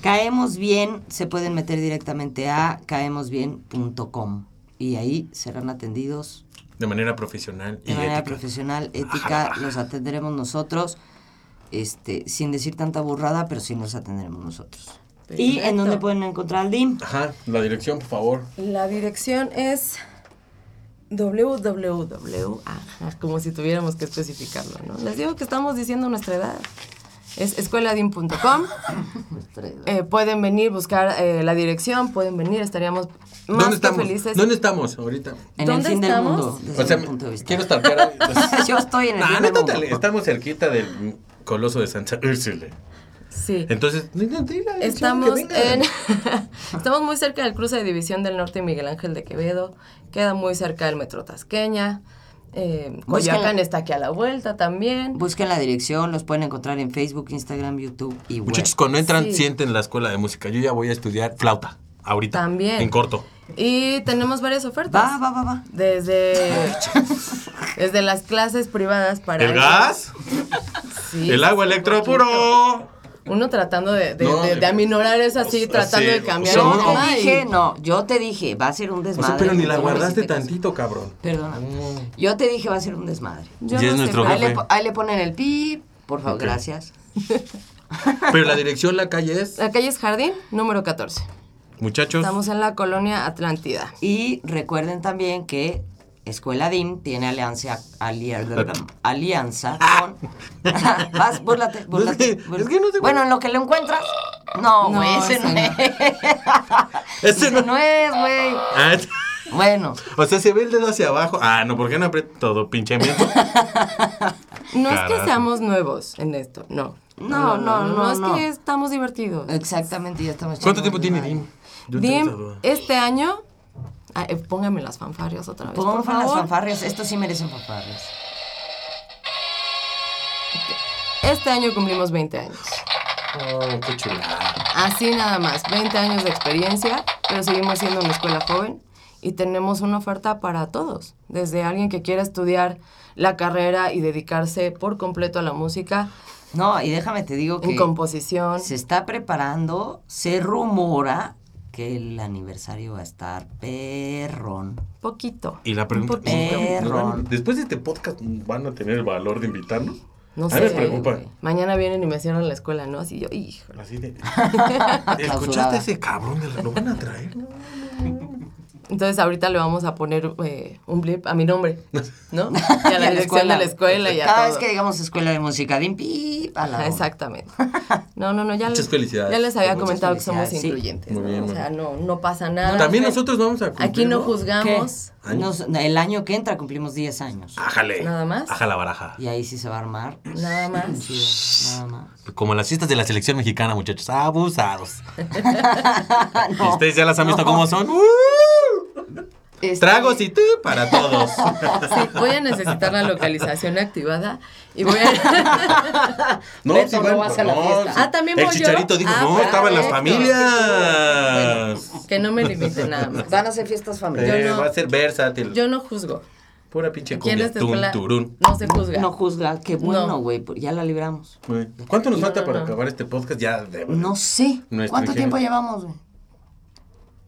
Speaker 4: Caemos bien, se pueden meter directamente a caemosbien.com y ahí serán atendidos
Speaker 2: De manera profesional y
Speaker 4: de manera
Speaker 2: ética.
Speaker 4: profesional, ética, los atenderemos nosotros, este, sin decir tanta burrada, pero sí los atenderemos nosotros. ¿Y en
Speaker 3: Perfecto.
Speaker 4: dónde pueden encontrar al DIM?
Speaker 2: Ajá, la dirección, por favor.
Speaker 3: La dirección es www. Ajá, como si tuviéramos que especificarlo, ¿no? Les digo que estamos diciendo nuestra edad. Es escueladim.com. Eh, pueden venir, buscar eh, la dirección, pueden venir, estaríamos más
Speaker 2: ¿Dónde
Speaker 3: que
Speaker 2: estamos?
Speaker 3: felices.
Speaker 2: ¿Dónde estamos ahorita?
Speaker 4: En
Speaker 3: ¿Dónde
Speaker 4: el fin
Speaker 3: estamos?
Speaker 4: del mundo, desde
Speaker 2: O sea,
Speaker 4: mi punto de vista.
Speaker 2: quiero stalkear a-
Speaker 4: (laughs)
Speaker 2: pues,
Speaker 4: Yo estoy en el
Speaker 2: Nah,
Speaker 4: fin del
Speaker 2: neta,
Speaker 4: mundo.
Speaker 2: tal- estamos cerquita del coloso de Santa Úrsula.
Speaker 3: Sí.
Speaker 2: Entonces, no entendí la dirección,
Speaker 3: Estamos
Speaker 2: que vengan.
Speaker 3: en (laughs) estamos muy cerca del cruce de División del Norte y Miguel Ángel de Quevedo. Queda muy cerca del Metro Tasqueña. Eh,
Speaker 4: Busquen-
Speaker 3: Coyoacán está aquí a la vuelta también.
Speaker 4: Busquen la dirección, los pueden encontrar en Facebook, Instagram, YouTube y web.
Speaker 2: Muchachos, cuando entran,
Speaker 3: Sí.
Speaker 2: sienten la escuela de música. Yo ya voy a estudiar flauta. Ahorita.
Speaker 3: También.
Speaker 2: En corto.
Speaker 3: Y tenemos varias
Speaker 4: Va,
Speaker 3: ofertas.
Speaker 4: va, va, va.
Speaker 3: Desde,
Speaker 2: (laughs)
Speaker 3: desde las clases privadas para...
Speaker 2: ¿El gas?
Speaker 3: Sí,
Speaker 2: ¿El agua
Speaker 3: sí,
Speaker 2: electropuro?
Speaker 3: Uno tratando de, de-
Speaker 2: No,
Speaker 3: de- de aminorar es así,
Speaker 2: o sea,
Speaker 3: tratando
Speaker 2: Pues, sí,
Speaker 3: de cambiar.
Speaker 2: o sea,
Speaker 3: el
Speaker 4: Yo
Speaker 2: no.
Speaker 3: tema
Speaker 4: te
Speaker 3: y-
Speaker 4: dije, no, yo te dije, va a ser un
Speaker 2: O
Speaker 4: desmadre.
Speaker 2: sea, pero ni
Speaker 4: No
Speaker 2: la
Speaker 4: me
Speaker 2: guardaste
Speaker 4: hiciste caso.
Speaker 2: tantito, cabrón.
Speaker 4: Perdona. Yo te dije, va a ser un desmadre.
Speaker 3: Yo
Speaker 2: Ya es
Speaker 3: sé,
Speaker 2: nuestro
Speaker 3: pero-
Speaker 4: Ahí le,
Speaker 2: Jefe.
Speaker 4: po- ahí le ponen el pi, por favor,
Speaker 2: Ok.
Speaker 4: gracias.
Speaker 2: Pero la dirección, la calle es.
Speaker 3: La calle es Jardín, número 14.
Speaker 2: Muchachos,
Speaker 3: Estamos en la colonia Atlántida.
Speaker 4: Y recuerden también que Escuela DIM tiene alianza, alier- alianza con... (laughs) Vas, búrlate, búrlate.
Speaker 2: No sé,
Speaker 4: búrlate.
Speaker 2: Ah. es que no sé-
Speaker 4: Bueno, en lo que lo encuentras... No,
Speaker 3: No,
Speaker 4: güey, ese no
Speaker 3: ese
Speaker 4: es.
Speaker 3: no.
Speaker 2: Ese
Speaker 4: Ese
Speaker 2: no-
Speaker 4: no es, güey.
Speaker 2: Ah,
Speaker 4: Bueno,
Speaker 3: Pues,
Speaker 2: o sea, se ve el dedo hacia abajo. Ah, no, ¿por qué no aprieto todo? Pinche
Speaker 3: (laughs)
Speaker 2: miento.
Speaker 3: No es
Speaker 2: Carajo.
Speaker 3: que seamos nuevos en esto, no.
Speaker 4: No, no, no,
Speaker 3: es
Speaker 4: no.
Speaker 3: que estamos divertidos.
Speaker 4: exactamente, ya estamos...
Speaker 2: ¿Cuánto
Speaker 4: echando
Speaker 2: tiempo
Speaker 4: de
Speaker 2: tiene
Speaker 4: madre.
Speaker 2: DIM? Yo tengo esa
Speaker 3: Bien,
Speaker 2: duda.
Speaker 3: este año... Ah, eh, póngame las fanfarrias otra vez, por
Speaker 4: Pongan las
Speaker 3: favor.
Speaker 4: fanfarrias, esto sí merecen fanfarrias.
Speaker 3: Este año cumplimos 20 años.
Speaker 2: Oh, qué chulada.
Speaker 3: Así nada más, 20 años de experiencia, pero seguimos siendo una escuela joven y tenemos una oferta para todos, desde alguien que quiera estudiar la carrera y dedicarse por completo a la música,
Speaker 4: No, y déjame te digo que
Speaker 3: en composición.
Speaker 4: se está preparando, se rumora que el aniversario va a estar perrón.
Speaker 3: Poquito.
Speaker 2: Y la pregunta.
Speaker 3: Un poquito.
Speaker 4: Perrón.
Speaker 2: Después de este podcast, ¿van a tener el valor de invitarnos?
Speaker 3: No
Speaker 2: A
Speaker 3: sé.
Speaker 2: mí me preocupa.
Speaker 3: güey. Mañana vienen y me cierran la escuela, ¿no? Así yo, hijo.
Speaker 2: Así
Speaker 3: (laughs)
Speaker 2: de. ¿Escuchaste
Speaker 4: Clausurada.
Speaker 2: a ese cabrón? de- ¿Lo van a traer?
Speaker 3: Entonces ahorita le vamos a poner eh, un blip a mi nombre,
Speaker 2: (laughs)
Speaker 3: ¿no?
Speaker 4: (laughs)
Speaker 3: Y a la dirección de la escuela y a
Speaker 4: Cada
Speaker 3: todo.
Speaker 4: vez que digamos escuela de música, dim, pip, a la
Speaker 3: Ajá,
Speaker 4: hora.
Speaker 3: Exactamente. No, no, no, ya
Speaker 2: Muchas
Speaker 3: les,
Speaker 2: felicidades.
Speaker 3: ya les había
Speaker 2: Muchas
Speaker 3: comentado que somos
Speaker 4: felicidades, sí.
Speaker 3: incluyentes.
Speaker 2: Muy
Speaker 3: ¿no?
Speaker 2: bien,
Speaker 3: o sea, no, no pasa nada.
Speaker 2: También nosotros vamos a cumplir,
Speaker 3: Aquí no juzgamos.
Speaker 4: ¿Qué? Nos- el año que entra cumplimos 10 años.
Speaker 2: Ájale.
Speaker 3: Nada más.
Speaker 2: Ájala baraja.
Speaker 4: Y ahí sí se va a armar.
Speaker 3: Nada
Speaker 2: (laughs)
Speaker 3: más.
Speaker 4: Sí, nada más.
Speaker 2: Como las fiestas de la selección mexicana, muchachos.
Speaker 3: (laughs)
Speaker 2: Abusados.
Speaker 4: No.
Speaker 2: ¿Y ustedes ya las han visto cómo son? ¡Uh!
Speaker 3: Este,
Speaker 2: Tragos y tú para todos.
Speaker 3: (laughs) sí, voy a necesitar la localización activada y voy a. (laughs)
Speaker 4: Beto, no vas a la fiesta.
Speaker 3: Ah, ¿también
Speaker 2: El
Speaker 3: voy yo?
Speaker 2: chicharito dijo,
Speaker 3: Ah,
Speaker 2: no, estaba en las
Speaker 3: perfecto.
Speaker 2: familias.
Speaker 3: que no me limite nada más.
Speaker 4: Van a ser fiestas
Speaker 2: Eh,
Speaker 4: familiares.
Speaker 3: no-
Speaker 2: Va a ser versátil.
Speaker 3: Yo no juzgo.
Speaker 2: Pura pinche
Speaker 3: Aquí en
Speaker 2: cumbia.
Speaker 3: esta escuela
Speaker 2: Tun, turún.
Speaker 3: no se juzga.
Speaker 4: No juzga, qué bueno,
Speaker 3: No.
Speaker 4: güey, pues ya la libramos.
Speaker 2: Güey, ¿Cuánto nos falta
Speaker 3: no,
Speaker 2: para
Speaker 3: no.
Speaker 2: acabar este podcast? Ya de-
Speaker 4: No sé.
Speaker 2: Nuestro
Speaker 4: ¿Cuánto
Speaker 2: ingenio.
Speaker 4: tiempo llevamos, güey?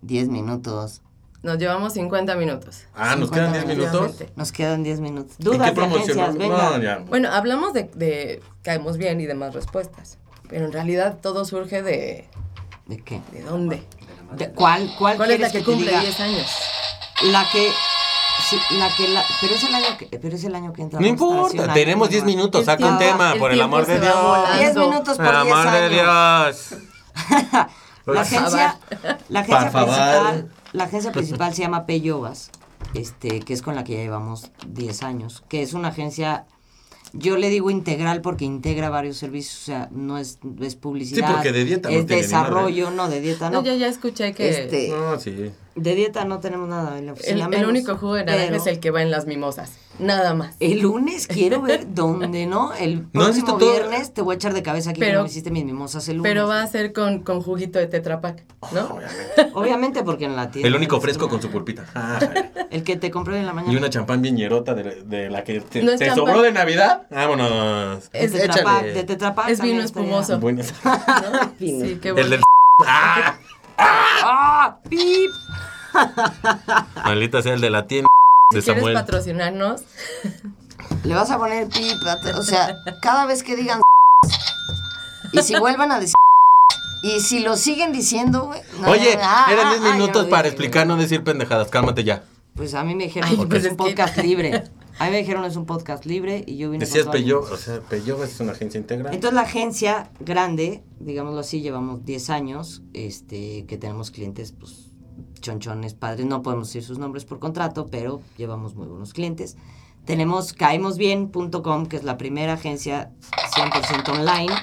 Speaker 4: 10 minutos.
Speaker 3: Nos llevamos 50 minutos.
Speaker 2: Ah, nos quedan 10 minutos.
Speaker 3: Efectivamente.
Speaker 4: Nos quedan 10 minutos.
Speaker 2: ¿En
Speaker 4: Dudas
Speaker 2: qué
Speaker 4: de
Speaker 2: promoción?
Speaker 4: agencias, venga.
Speaker 2: No, ya.
Speaker 3: Bueno, hablamos de, de caemos bien y demás respuestas. Pero en realidad todo surge de.
Speaker 4: ¿De qué?
Speaker 3: ¿De dónde?
Speaker 4: ¿De ¿Cuál, cuál,
Speaker 3: ¿Cuál es la
Speaker 4: quieres
Speaker 3: que,
Speaker 4: te
Speaker 3: cumple
Speaker 4: diga?
Speaker 3: 10 años?
Speaker 4: La que. Sí, la que la, pero es el año que, pero es el año que entra.
Speaker 2: No importa,
Speaker 4: administración,
Speaker 2: tenemos
Speaker 4: año
Speaker 2: 10
Speaker 4: nuevo.
Speaker 2: minutos,
Speaker 3: El
Speaker 2: saca un
Speaker 3: tiempo-
Speaker 2: tema,
Speaker 3: el
Speaker 2: por el
Speaker 3: tiempo
Speaker 2: amor de
Speaker 3: se va
Speaker 2: Dios.
Speaker 3: volando.
Speaker 4: 10 minutos
Speaker 2: Por el
Speaker 4: por 10
Speaker 2: amor de
Speaker 4: años.
Speaker 2: Dios.
Speaker 4: La agencia, la
Speaker 2: Por
Speaker 4: agencia
Speaker 2: favor.
Speaker 4: principal, la agencia principal se llama Peyovas, este, que es con la que ya llevamos 10 años, que es una agencia yo le digo integral porque integra varios servicios, o sea, no es, es publicidad.
Speaker 2: Sí, porque de dieta no
Speaker 4: Es
Speaker 2: tiene ni
Speaker 4: desarrollo, no, de dieta no.
Speaker 3: No, ya, ya escuché que
Speaker 4: Este,
Speaker 2: No, sí.
Speaker 4: De dieta no tenemos nada en la
Speaker 3: el,
Speaker 4: oficina.
Speaker 3: el
Speaker 4: menos,
Speaker 3: único jugo de naranja
Speaker 4: pero
Speaker 3: es el que va en las mimosas. Nada más.
Speaker 4: El lunes quiero ver dónde, ¿no? El
Speaker 2: No, necesito
Speaker 4: próximo
Speaker 2: todo-
Speaker 4: viernes te voy a echar de cabeza aquí que
Speaker 3: Pero-
Speaker 4: no me hiciste mis mimosas el lunes.
Speaker 3: Pero va a ser con, con juguito de tetrapac, ¿no?
Speaker 4: Obviamente Ah. porque en la tienda.
Speaker 2: El único
Speaker 4: de la
Speaker 2: fresco con
Speaker 4: esquina.
Speaker 2: su pulpita. Ájale.
Speaker 4: El que te compré en la mañana.
Speaker 2: Y una champán bien hierota de, de la que te,
Speaker 3: No es
Speaker 2: te
Speaker 3: champán.
Speaker 2: sobró de Navidad. Vámonos.
Speaker 4: De
Speaker 3: Es-
Speaker 4: Tetra
Speaker 2: échale.
Speaker 4: Pak- de Tetra Pak
Speaker 3: Es
Speaker 4: también
Speaker 3: vino
Speaker 4: estaría-
Speaker 3: espumoso.
Speaker 2: Buenas.
Speaker 3: ¿No? (laughs) Sí, qué bueno.
Speaker 2: El del. (laughs) ¡Ah!
Speaker 4: ¡Ah! ¡Pip!
Speaker 2: Maldita sea el de la tienda de
Speaker 3: si quieres
Speaker 2: Samuel.
Speaker 3: patrocinarnos,
Speaker 4: Le vas a poner pip. a te-
Speaker 3: (laughs)
Speaker 4: O sea, cada vez que digan. (laughs) Y si vuelvan a decir. Y si lo siguen diciendo, güey. no,
Speaker 2: Oye,
Speaker 4: ah,
Speaker 2: eran
Speaker 4: ah,
Speaker 2: 10
Speaker 4: ah, ya
Speaker 2: minutos
Speaker 4: vi,
Speaker 2: para
Speaker 4: ya vi.
Speaker 2: explicar, no decir pendejadas. Cálmate ya.
Speaker 4: Pues a mí me dijeron
Speaker 3: Ay,
Speaker 4: porque
Speaker 3: pues
Speaker 4: es un
Speaker 3: es que-
Speaker 4: podcast libre. A mí me dijeron es un podcast libre y yo vine
Speaker 2: Decías
Speaker 4: con todo
Speaker 2: Peyo,
Speaker 4: ánimo.
Speaker 2: o sea, Peyo es una agencia integral.
Speaker 4: Entonces la agencia grande, digámoslo así, llevamos 10 años, este, que tenemos clientes, pues, chonchones, padres, no podemos decir sus nombres por contrato, pero llevamos muy buenos clientes. Tenemos caemosbien.com, que es la primera agencia 100% online,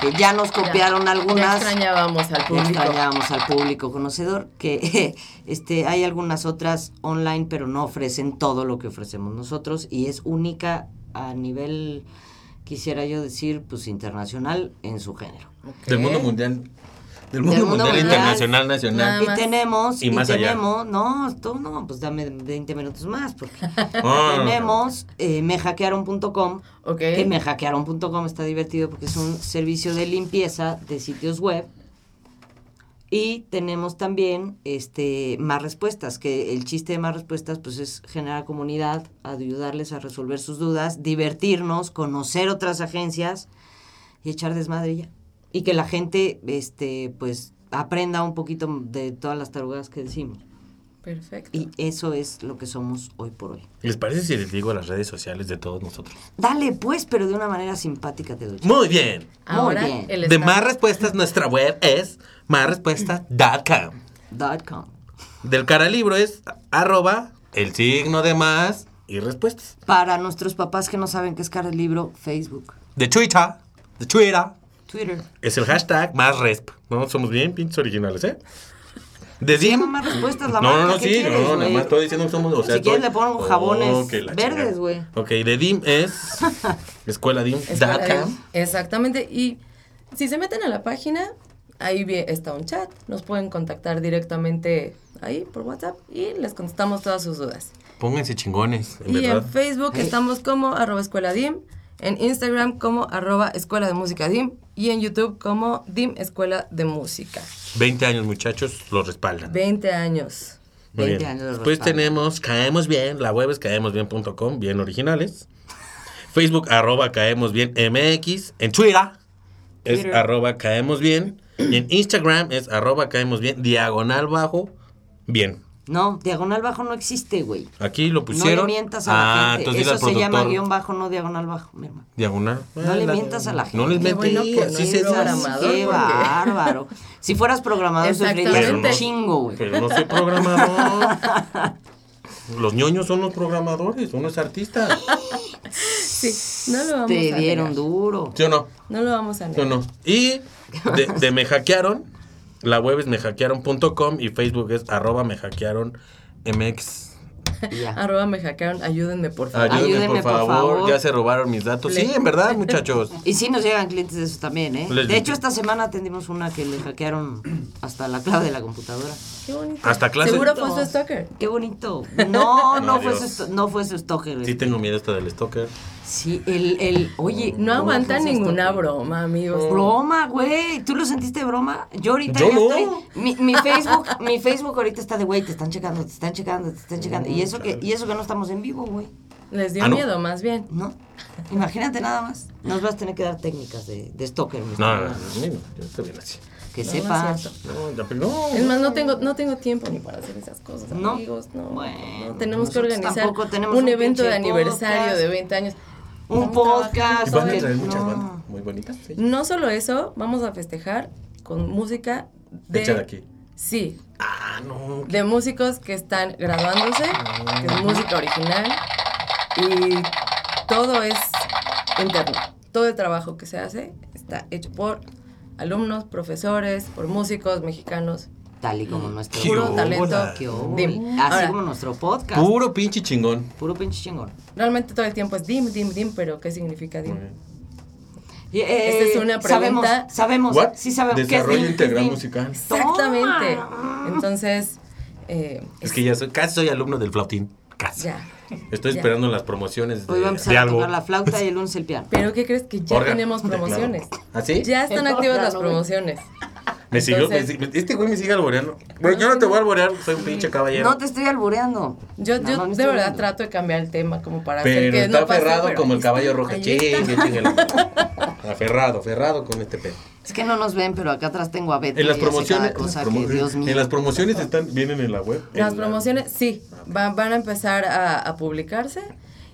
Speaker 4: que ya nos copiaron
Speaker 3: ya
Speaker 4: algunas.
Speaker 3: extrañábamos al
Speaker 4: Ya
Speaker 3: público.
Speaker 4: extrañábamos al público conocedor, que (laughs) este, hay algunas otras online, pero no ofrecen todo lo que ofrecemos nosotros y es única a nivel, quisiera yo decir, pues internacional en su género.
Speaker 3: Ok.
Speaker 2: Del mundo mundial. Del mundo,
Speaker 4: mundo
Speaker 2: mundial,
Speaker 4: mundial.
Speaker 2: internacional, nacional.
Speaker 3: Nada
Speaker 4: Y
Speaker 3: más.
Speaker 4: tenemos,
Speaker 2: Y
Speaker 4: y,
Speaker 2: más allá.
Speaker 4: tenemos, no, tú no, pues dame 20 minutos más, porque
Speaker 2: Ah.
Speaker 4: tenemos eh, mehackearon.com,
Speaker 3: Ok.
Speaker 4: que mehackearon.com está divertido porque es un servicio de limpieza de sitios web. Y tenemos también este más respuestas, que el chiste de más respuestas pues es generar comunidad, ayudarles a resolver sus dudas, divertirnos, conocer otras agencias y echar desmadre ya. Y que la gente este pues aprenda un poquito de todas las tarugadas que decimos.
Speaker 3: Perfecto.
Speaker 4: Y eso es lo que somos hoy por hoy.
Speaker 2: ¿Les parece si les digo las redes sociales de todos nosotros?
Speaker 4: Dale, pues, pero de una manera simpática te doy.
Speaker 2: Muy bien.
Speaker 3: Ahora
Speaker 4: bien.
Speaker 3: el
Speaker 2: De
Speaker 3: stand-
Speaker 2: más respuestas, nuestra web es másrespuestas.com.
Speaker 4: Dot com.
Speaker 2: Del cara libro es arroba el signo de más y respuestas.
Speaker 4: Para nuestros papás que no saben qué es cara el libro, Facebook,
Speaker 2: De Twitter, de Twitter,
Speaker 4: Twitter.
Speaker 2: es el hashtag más resp. No, somos bien pinches originales, ¿eh? De
Speaker 4: Sí,
Speaker 2: Dim-
Speaker 4: más respuestas la
Speaker 2: No, no,
Speaker 4: marca,
Speaker 2: no,
Speaker 4: ¿qué
Speaker 2: sí,
Speaker 4: quieres,
Speaker 2: no, nada
Speaker 4: güey?
Speaker 2: más estoy diciendo que somos. O sea,
Speaker 4: si quieres
Speaker 2: estoy-
Speaker 4: le pongo jabones
Speaker 2: Oh, que la
Speaker 4: verdes,
Speaker 2: chingada.
Speaker 4: güey.
Speaker 2: Ok, de DIM
Speaker 4: (laughs)
Speaker 2: es. Escuela DIM.
Speaker 3: Es
Speaker 2: dot
Speaker 3: para
Speaker 2: com.
Speaker 3: ellos. Exactamente. Y si se meten a la página, ahí vi- está un chat. Nos pueden contactar directamente ahí por WhatsApp y les contestamos todas sus dudas.
Speaker 2: Pónganse chingones, en
Speaker 3: y
Speaker 2: verdad.
Speaker 3: en Facebook estamos como arroba escuela DIM, en Instagram como arroba escuela de música DIM y en YouTube como DIM Escuela de Música.
Speaker 2: 20 años, muchachos, los respaldan.
Speaker 3: 20 años.
Speaker 2: Muy
Speaker 4: 20
Speaker 2: bien.
Speaker 4: años los
Speaker 2: Después
Speaker 4: respaldan.
Speaker 2: tenemos Caemos Bien, la web es caemosbien.com, bien originales. Facebook, arroba Caemos Bien MX. En Twitter es
Speaker 4: Twitter.
Speaker 2: arroba Caemos Bien. Y en Instagram es arroba Caemos Bien, diagonal bajo, bien.
Speaker 4: No, diagonal bajo no existe, güey.
Speaker 2: Aquí lo
Speaker 4: No le
Speaker 2: pusieron.
Speaker 4: mientas a la
Speaker 2: Ah,
Speaker 4: gente.
Speaker 2: entonces dile
Speaker 4: Eso
Speaker 2: al
Speaker 4: se llama
Speaker 2: productor.
Speaker 4: guión bajo, no diagonal bajo, mi hermano.
Speaker 2: Diagonal.
Speaker 4: No
Speaker 2: Ah,
Speaker 4: le
Speaker 2: la-
Speaker 4: mientas a la gente.
Speaker 2: No les
Speaker 3: Qué
Speaker 2: mientas.
Speaker 3: bueno que no
Speaker 2: así
Speaker 3: es
Speaker 2: se hace.
Speaker 3: programador,
Speaker 4: Qué
Speaker 3: porque-
Speaker 4: bárbaro. Si fueras programador, sufrirías un
Speaker 2: Pero no-
Speaker 4: chingo, güey.
Speaker 2: Pero no soy programador. Los ñoños son los programadores, uno es artista.
Speaker 3: Sí, no lo vamos
Speaker 4: Te
Speaker 3: a
Speaker 4: dieron
Speaker 3: negar.
Speaker 4: duro.
Speaker 2: ¿Sí o no?
Speaker 3: No lo vamos a
Speaker 2: ¿Sí o
Speaker 3: negar.
Speaker 2: no? Y de,
Speaker 4: (laughs)
Speaker 2: de me hackearon, la web es mehackearon.com y Facebook es arroba mehackearonmx.
Speaker 4: Y
Speaker 3: (laughs)
Speaker 4: ya.
Speaker 3: Arroba me hackearon, ayúdenme por favor.
Speaker 2: Ayúdenme, por,
Speaker 4: Ayúdenme, por
Speaker 2: favor.
Speaker 4: favor.
Speaker 2: ya se robaron mis datos. Sí, en verdad,
Speaker 4: (laughs)
Speaker 2: muchachos.
Speaker 4: Y sí nos llegan clientes de eso también, ¿eh?
Speaker 2: Les
Speaker 4: de
Speaker 2: digo.
Speaker 4: hecho, esta semana atendimos una que le hackearon hasta la clave de la computadora.
Speaker 3: Qué bonito.
Speaker 2: Hasta clases.
Speaker 3: Seguro fue su stalker.
Speaker 2: (laughs)
Speaker 4: Qué bonito. No, no,
Speaker 2: No,
Speaker 4: fue,
Speaker 2: Dios.
Speaker 4: su, sto- no fue su stalker.
Speaker 2: Sí tengo miedo hasta del stalker.
Speaker 4: Sí, el, el, oye.
Speaker 3: No
Speaker 4: ¿cómo Oh.
Speaker 3: aguanta
Speaker 4: fue su
Speaker 3: ninguna
Speaker 4: stalker?
Speaker 3: broma, amigos.
Speaker 4: Broma, güey. ¿Tú lo sentiste broma? Yo ahorita
Speaker 2: Yo
Speaker 4: ya
Speaker 2: no.
Speaker 4: estoy. Mi, mi Facebook, mi Facebook ahorita está de güey, te están checando, te están checando, te están checando. Y eso que, y eso que no estamos en vivo, güey.
Speaker 3: Les dio
Speaker 2: Ah, ¿no?
Speaker 3: miedo, más bien.
Speaker 4: No. Imagínate nada más. Nos vas a tener que dar técnicas de, de stalker, mi
Speaker 2: No,
Speaker 4: estimado.
Speaker 2: no, no, a mí no, yo estoy bien así.
Speaker 4: Que
Speaker 3: No, no es
Speaker 4: sepas.
Speaker 3: cierto.
Speaker 2: No, ya, pero no.
Speaker 3: Es más, no tengo, no tengo tiempo ni para hacer esas cosas,
Speaker 4: No.
Speaker 3: amigos. No,
Speaker 4: Bueno,
Speaker 3: no, tenemos que
Speaker 4: nosotros
Speaker 3: organizar
Speaker 4: tampoco tenemos
Speaker 3: un
Speaker 4: un
Speaker 3: evento de
Speaker 4: pinche
Speaker 3: aniversario
Speaker 4: podcast.
Speaker 3: de 20 años.
Speaker 4: un
Speaker 3: Estamos trabajando
Speaker 4: podcast.
Speaker 2: Y van a
Speaker 4: que-
Speaker 2: traer muchas
Speaker 4: no.
Speaker 2: bandas muy bonitas. sí.
Speaker 3: No solo eso, vamos a festejar con música de...
Speaker 2: Hecha de aquí.
Speaker 3: Sí,
Speaker 2: Ah, no.
Speaker 3: de músicos que están graduándose, que es música original y todo es interno. Todo el trabajo que se hace está hecho por alumnos, profesores, por músicos mexicanos.
Speaker 4: Tal y como nuestro.
Speaker 2: Qué
Speaker 3: Puro
Speaker 2: hubo,
Speaker 3: talento.
Speaker 2: la-
Speaker 4: Qué hubo.
Speaker 3: Dim.
Speaker 4: Así
Speaker 3: Ahora,
Speaker 4: como nuestro podcast.
Speaker 2: Puro pinche chingón.
Speaker 4: Puro pinche chingón.
Speaker 3: Realmente todo el tiempo es dim, dim, dim, pero ¿qué significa dim?
Speaker 4: Y, eh,
Speaker 3: Esta es una
Speaker 4: sabemos,
Speaker 3: pregunta.
Speaker 4: Sabemos,
Speaker 2: What?
Speaker 4: sí sabemos. qué es
Speaker 2: Desarrollo
Speaker 4: Dim,
Speaker 2: integral
Speaker 4: Dim.
Speaker 2: musical.
Speaker 3: Exactamente.
Speaker 4: Toma.
Speaker 3: Entonces, eh,
Speaker 2: Es que ya soy, casi soy alumno del flautín. Casi.
Speaker 3: ya.
Speaker 2: Estoy
Speaker 3: Ya.
Speaker 2: esperando las promociones de,
Speaker 4: Hoy va a empezar
Speaker 2: de
Speaker 4: a
Speaker 2: algo.
Speaker 4: tocar la flauta y el lunes el piano.
Speaker 3: Pero ¿qué crees que ya
Speaker 2: Órgano,
Speaker 3: tenemos
Speaker 2: teclado.
Speaker 3: promociones?
Speaker 2: ¿Ah, sí?
Speaker 3: Ya están
Speaker 4: El
Speaker 3: activas las
Speaker 4: órgano,
Speaker 3: promociones.
Speaker 2: Me siguió, me
Speaker 3: Entonces- Ah,
Speaker 2: si- este güey me sigue alboreando. Bueno, yo no te voy a alborear, soy un pinche caballero.
Speaker 4: No te estoy albureando.
Speaker 3: Yo,
Speaker 4: Nada
Speaker 3: yo
Speaker 4: más me
Speaker 3: de
Speaker 4: estoy
Speaker 3: verdad
Speaker 4: viendo.
Speaker 3: trato de cambiar el tema como para hacer
Speaker 2: pero
Speaker 3: que
Speaker 2: está
Speaker 3: no pase,
Speaker 2: aferrado
Speaker 3: pero
Speaker 2: como el
Speaker 3: ahí está,
Speaker 2: caballo rojo.
Speaker 3: ahí
Speaker 2: Chingue,
Speaker 3: está.
Speaker 2: chingue la madre. Aferrado, aferrado con este pedo.
Speaker 4: Es que no nos ven, pero acá atrás tengo a Beto.
Speaker 2: En las
Speaker 4: y hace
Speaker 2: promociones,
Speaker 4: cada cosa
Speaker 2: en las promo-
Speaker 4: que, Dios mío.
Speaker 2: en las promociones están, vienen en la web.
Speaker 3: Las
Speaker 2: en la-
Speaker 3: promociones, sí, van, van a empezar a, a publicarse.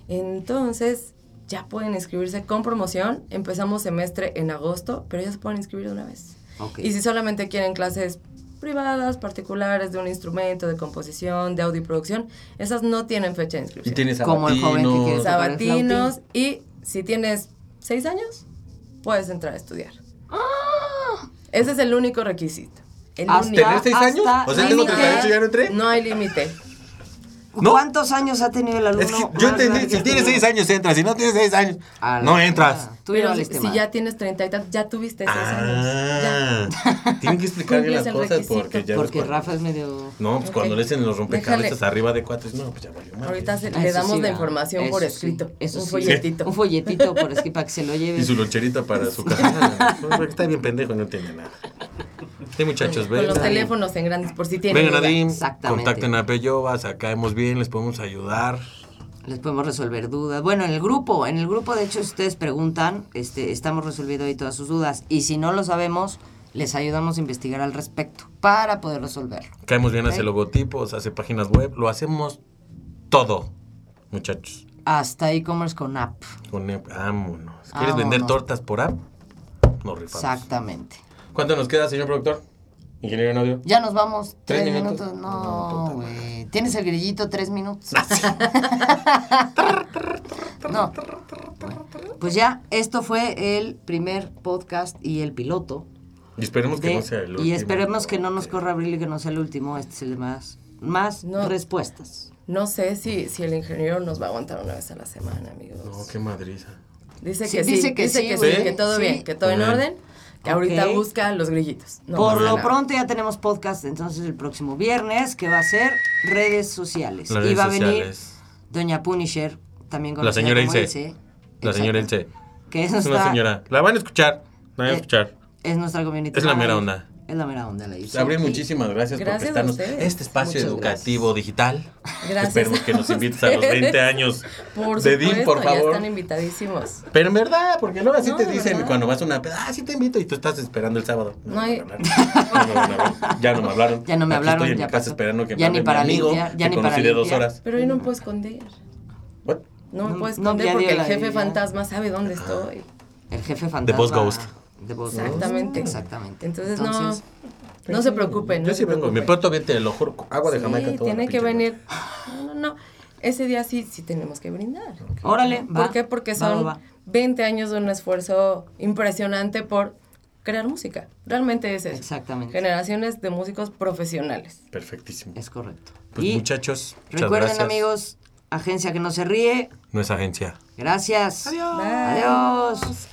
Speaker 3: Entonces, ya pueden inscribirse con promoción. Empezamos semestre en agosto, pero ya se pueden inscribir de una vez.
Speaker 4: Ok.
Speaker 3: Y si solamente quieren clases privadas, particulares, de un instrumento, de composición, de audio y producción, esas no tienen fecha de
Speaker 2: Y
Speaker 3: inscripción.
Speaker 2: tienes
Speaker 4: Como el joven que
Speaker 2: sabatinos.
Speaker 4: quiere saber.
Speaker 3: Sabatinos y si tienes seis años, puedes entrar a estudiar.
Speaker 4: ¡Ah!
Speaker 3: Ese es el único requisito. El
Speaker 4: Hasta-
Speaker 3: único.
Speaker 2: ¿Tener seis
Speaker 4: Hasta-
Speaker 2: años? O sea,
Speaker 4: hasta-
Speaker 2: tengo
Speaker 3: Límite.
Speaker 2: 38 y ya no entré.
Speaker 3: No hay límite.
Speaker 2: ¿No?
Speaker 4: ¿Cuántos años ha tenido el alumno?
Speaker 2: Es que yo entendí, si tienes 6 años entras, si no tienes 6 años, no entras.
Speaker 4: Ah, Tú
Speaker 3: Pero
Speaker 4: no
Speaker 3: si,
Speaker 4: leíste
Speaker 3: si
Speaker 4: mal.
Speaker 3: ya tienes 30 y tal, ya tuviste seis años.
Speaker 2: Ah, (laughs) tienen que explicar bien las
Speaker 3: Cumples el
Speaker 2: cosas
Speaker 3: requisito.
Speaker 2: porque ya
Speaker 4: Porque
Speaker 2: ves cuando-
Speaker 4: Rafa es medio...
Speaker 2: No, pues cuando
Speaker 3: Ok.
Speaker 2: le hacen los rompecabezas
Speaker 3: Déjale.
Speaker 2: arriba de cuatro, dices, no, pues ya valió
Speaker 3: Ya.
Speaker 2: madre.
Speaker 3: Ahorita se-
Speaker 4: Eso
Speaker 3: le damos
Speaker 4: sí,
Speaker 3: la
Speaker 4: va.
Speaker 3: información
Speaker 4: Eso
Speaker 3: por
Speaker 4: sí,
Speaker 3: escrito.
Speaker 4: eso
Speaker 3: un
Speaker 4: sí.
Speaker 3: folletito.
Speaker 4: Un folletito, por escrito, para que se lo lleve.
Speaker 2: Y su loncherita para su casa. No, porque está bien pendejo, no entiende nada. Sí, muchachos,
Speaker 3: Con
Speaker 2: ven.
Speaker 3: los teléfonos en grandes, por si tienen.
Speaker 2: Vengan a
Speaker 3: duda.
Speaker 2: DIM,
Speaker 4: Exactamente.
Speaker 2: contacten a Peyovas, acá hemos bien, les podemos ayudar.
Speaker 4: Les podemos resolver dudas. Bueno, en el grupo, en el grupo, de hecho, si ustedes preguntan, este, estamos resolviendo ahí todas sus dudas. Y si no lo sabemos, les ayudamos a investigar al respecto para poder resolverlo.
Speaker 2: Caemos bien, hace
Speaker 4: Ok.
Speaker 2: logotipos, hace páginas web, lo hacemos todo, muchachos.
Speaker 4: Hasta e-commerce con app.
Speaker 2: Con app, vámonos. ¿Quieres vender
Speaker 4: Vámonos.
Speaker 2: tortas por app? Nos rifamos.
Speaker 4: Exactamente.
Speaker 2: ¿Cuánto nos queda, señor productor? Ingeniero en audio.
Speaker 4: Ya nos vamos.
Speaker 2: ¿Tres
Speaker 4: Tres,
Speaker 2: minutos?
Speaker 4: minutos.
Speaker 2: No,
Speaker 4: No,
Speaker 2: puta
Speaker 4: güey. Tienes el grillito tres minutos. no. Bueno, pues ya, esto fue el primer podcast y el piloto.
Speaker 2: Y esperemos que
Speaker 4: de-
Speaker 2: no sea el último.
Speaker 4: y esperemos que no nos corra abril y que no sea el último. Este es el de más, más
Speaker 3: No.
Speaker 4: respuestas.
Speaker 3: No sé si, si el ingeniero nos va a aguantar una vez a la semana, amigos.
Speaker 2: No, qué madriza.
Speaker 3: Dice
Speaker 4: Sí,
Speaker 3: que sí,
Speaker 4: dice que sí,
Speaker 3: que,
Speaker 2: güey.
Speaker 3: que todo
Speaker 4: Sí.
Speaker 3: bien, que todo en
Speaker 2: Ok.
Speaker 3: orden, que ahorita
Speaker 4: Ok.
Speaker 3: busca los grillitos. No,
Speaker 4: Por
Speaker 3: no,
Speaker 4: lo
Speaker 3: no.
Speaker 4: pronto ya tenemos podcast, entonces el próximo viernes, que va a ser redes sociales.
Speaker 2: Las
Speaker 4: y
Speaker 2: redes
Speaker 4: va
Speaker 2: sociales.
Speaker 4: a venir Doña Punisher, también con
Speaker 2: La señora Ilse. La señora
Speaker 4: Exacto.
Speaker 2: Elche.
Speaker 4: Que eso
Speaker 2: Es una
Speaker 4: está-
Speaker 2: señora. La van a escuchar. La van a
Speaker 4: Eh,
Speaker 2: escuchar.
Speaker 4: Es nuestra comunidad.
Speaker 2: Es la mera onda.
Speaker 4: Es la mera onda, la Ilse.
Speaker 2: Abril,
Speaker 4: Y-
Speaker 2: muchísimas gracias, por
Speaker 3: Gracias a
Speaker 2: prestarnos
Speaker 3: ustedes.
Speaker 2: este espacio
Speaker 4: Muchas
Speaker 2: educativo digital.
Speaker 3: Gracias
Speaker 2: Esperemos que nos
Speaker 3: a
Speaker 2: invites a los
Speaker 3: ustedes.
Speaker 2: 20 años
Speaker 3: Por
Speaker 2: de
Speaker 3: supuesto,
Speaker 2: DIM, por
Speaker 3: ya
Speaker 2: favor.
Speaker 3: están invitadísimos.
Speaker 2: Pero en verdad, porque luego así
Speaker 3: No,
Speaker 2: te
Speaker 3: de
Speaker 2: dicen
Speaker 3: verdad.
Speaker 2: cuando vas a una peda, ah, sí te invito y tú estás esperando el sábado.
Speaker 3: No hay-
Speaker 2: me hablaron. No me hablaron. ya no me hablaron.
Speaker 4: Ya no me
Speaker 2: Aquí
Speaker 4: hablaron,
Speaker 2: Estoy en
Speaker 4: ya
Speaker 2: mi casa
Speaker 4: pasó.
Speaker 2: esperando que me
Speaker 4: Ya ni
Speaker 2: hable mi
Speaker 4: para
Speaker 2: amigo,
Speaker 4: limpiar, ya
Speaker 2: que
Speaker 4: ni
Speaker 2: conocí
Speaker 4: para
Speaker 2: de dos
Speaker 4: limpiar.
Speaker 2: horas.
Speaker 3: Pero hoy no me puedo esconder.
Speaker 2: What?
Speaker 3: No me puedo
Speaker 4: No, no,
Speaker 3: esconder
Speaker 4: ya
Speaker 3: porque
Speaker 4: dio
Speaker 3: el
Speaker 4: la
Speaker 3: jefe
Speaker 4: idea. Ah.
Speaker 3: fantasma sabe dónde estoy.
Speaker 4: El jefe fantasma.
Speaker 2: Boss Ghost.
Speaker 4: The Boss Ghost.
Speaker 3: Exactamente.
Speaker 4: Exactamente.
Speaker 3: Entonces, no, no se preocupen.
Speaker 2: Yo
Speaker 3: no
Speaker 2: sí
Speaker 3: se
Speaker 2: vengo, me
Speaker 3: preocupen.
Speaker 2: porto bien, te lo juro. Agua de
Speaker 3: Sí,
Speaker 2: Jamaica. toda la
Speaker 3: tiene que
Speaker 2: pinche noche.
Speaker 3: venir. No, no, no. Ese día sí, sí tenemos que brindar.
Speaker 4: Órale, va.
Speaker 3: ¿Por qué? Porque
Speaker 4: va,
Speaker 3: son
Speaker 4: va, va.
Speaker 3: 20 años de un esfuerzo impresionante por crear música. Realmente es eso.
Speaker 4: Exactamente.
Speaker 3: Generaciones de músicos profesionales.
Speaker 2: Perfectísimo.
Speaker 4: Es correcto.
Speaker 2: Pues
Speaker 4: Y
Speaker 2: muchachos, muchas
Speaker 4: recuerden,
Speaker 2: gracias.
Speaker 4: amigos, agencia que no se ríe.
Speaker 2: No es agencia.
Speaker 4: Gracias.
Speaker 3: Bye.
Speaker 4: Adiós.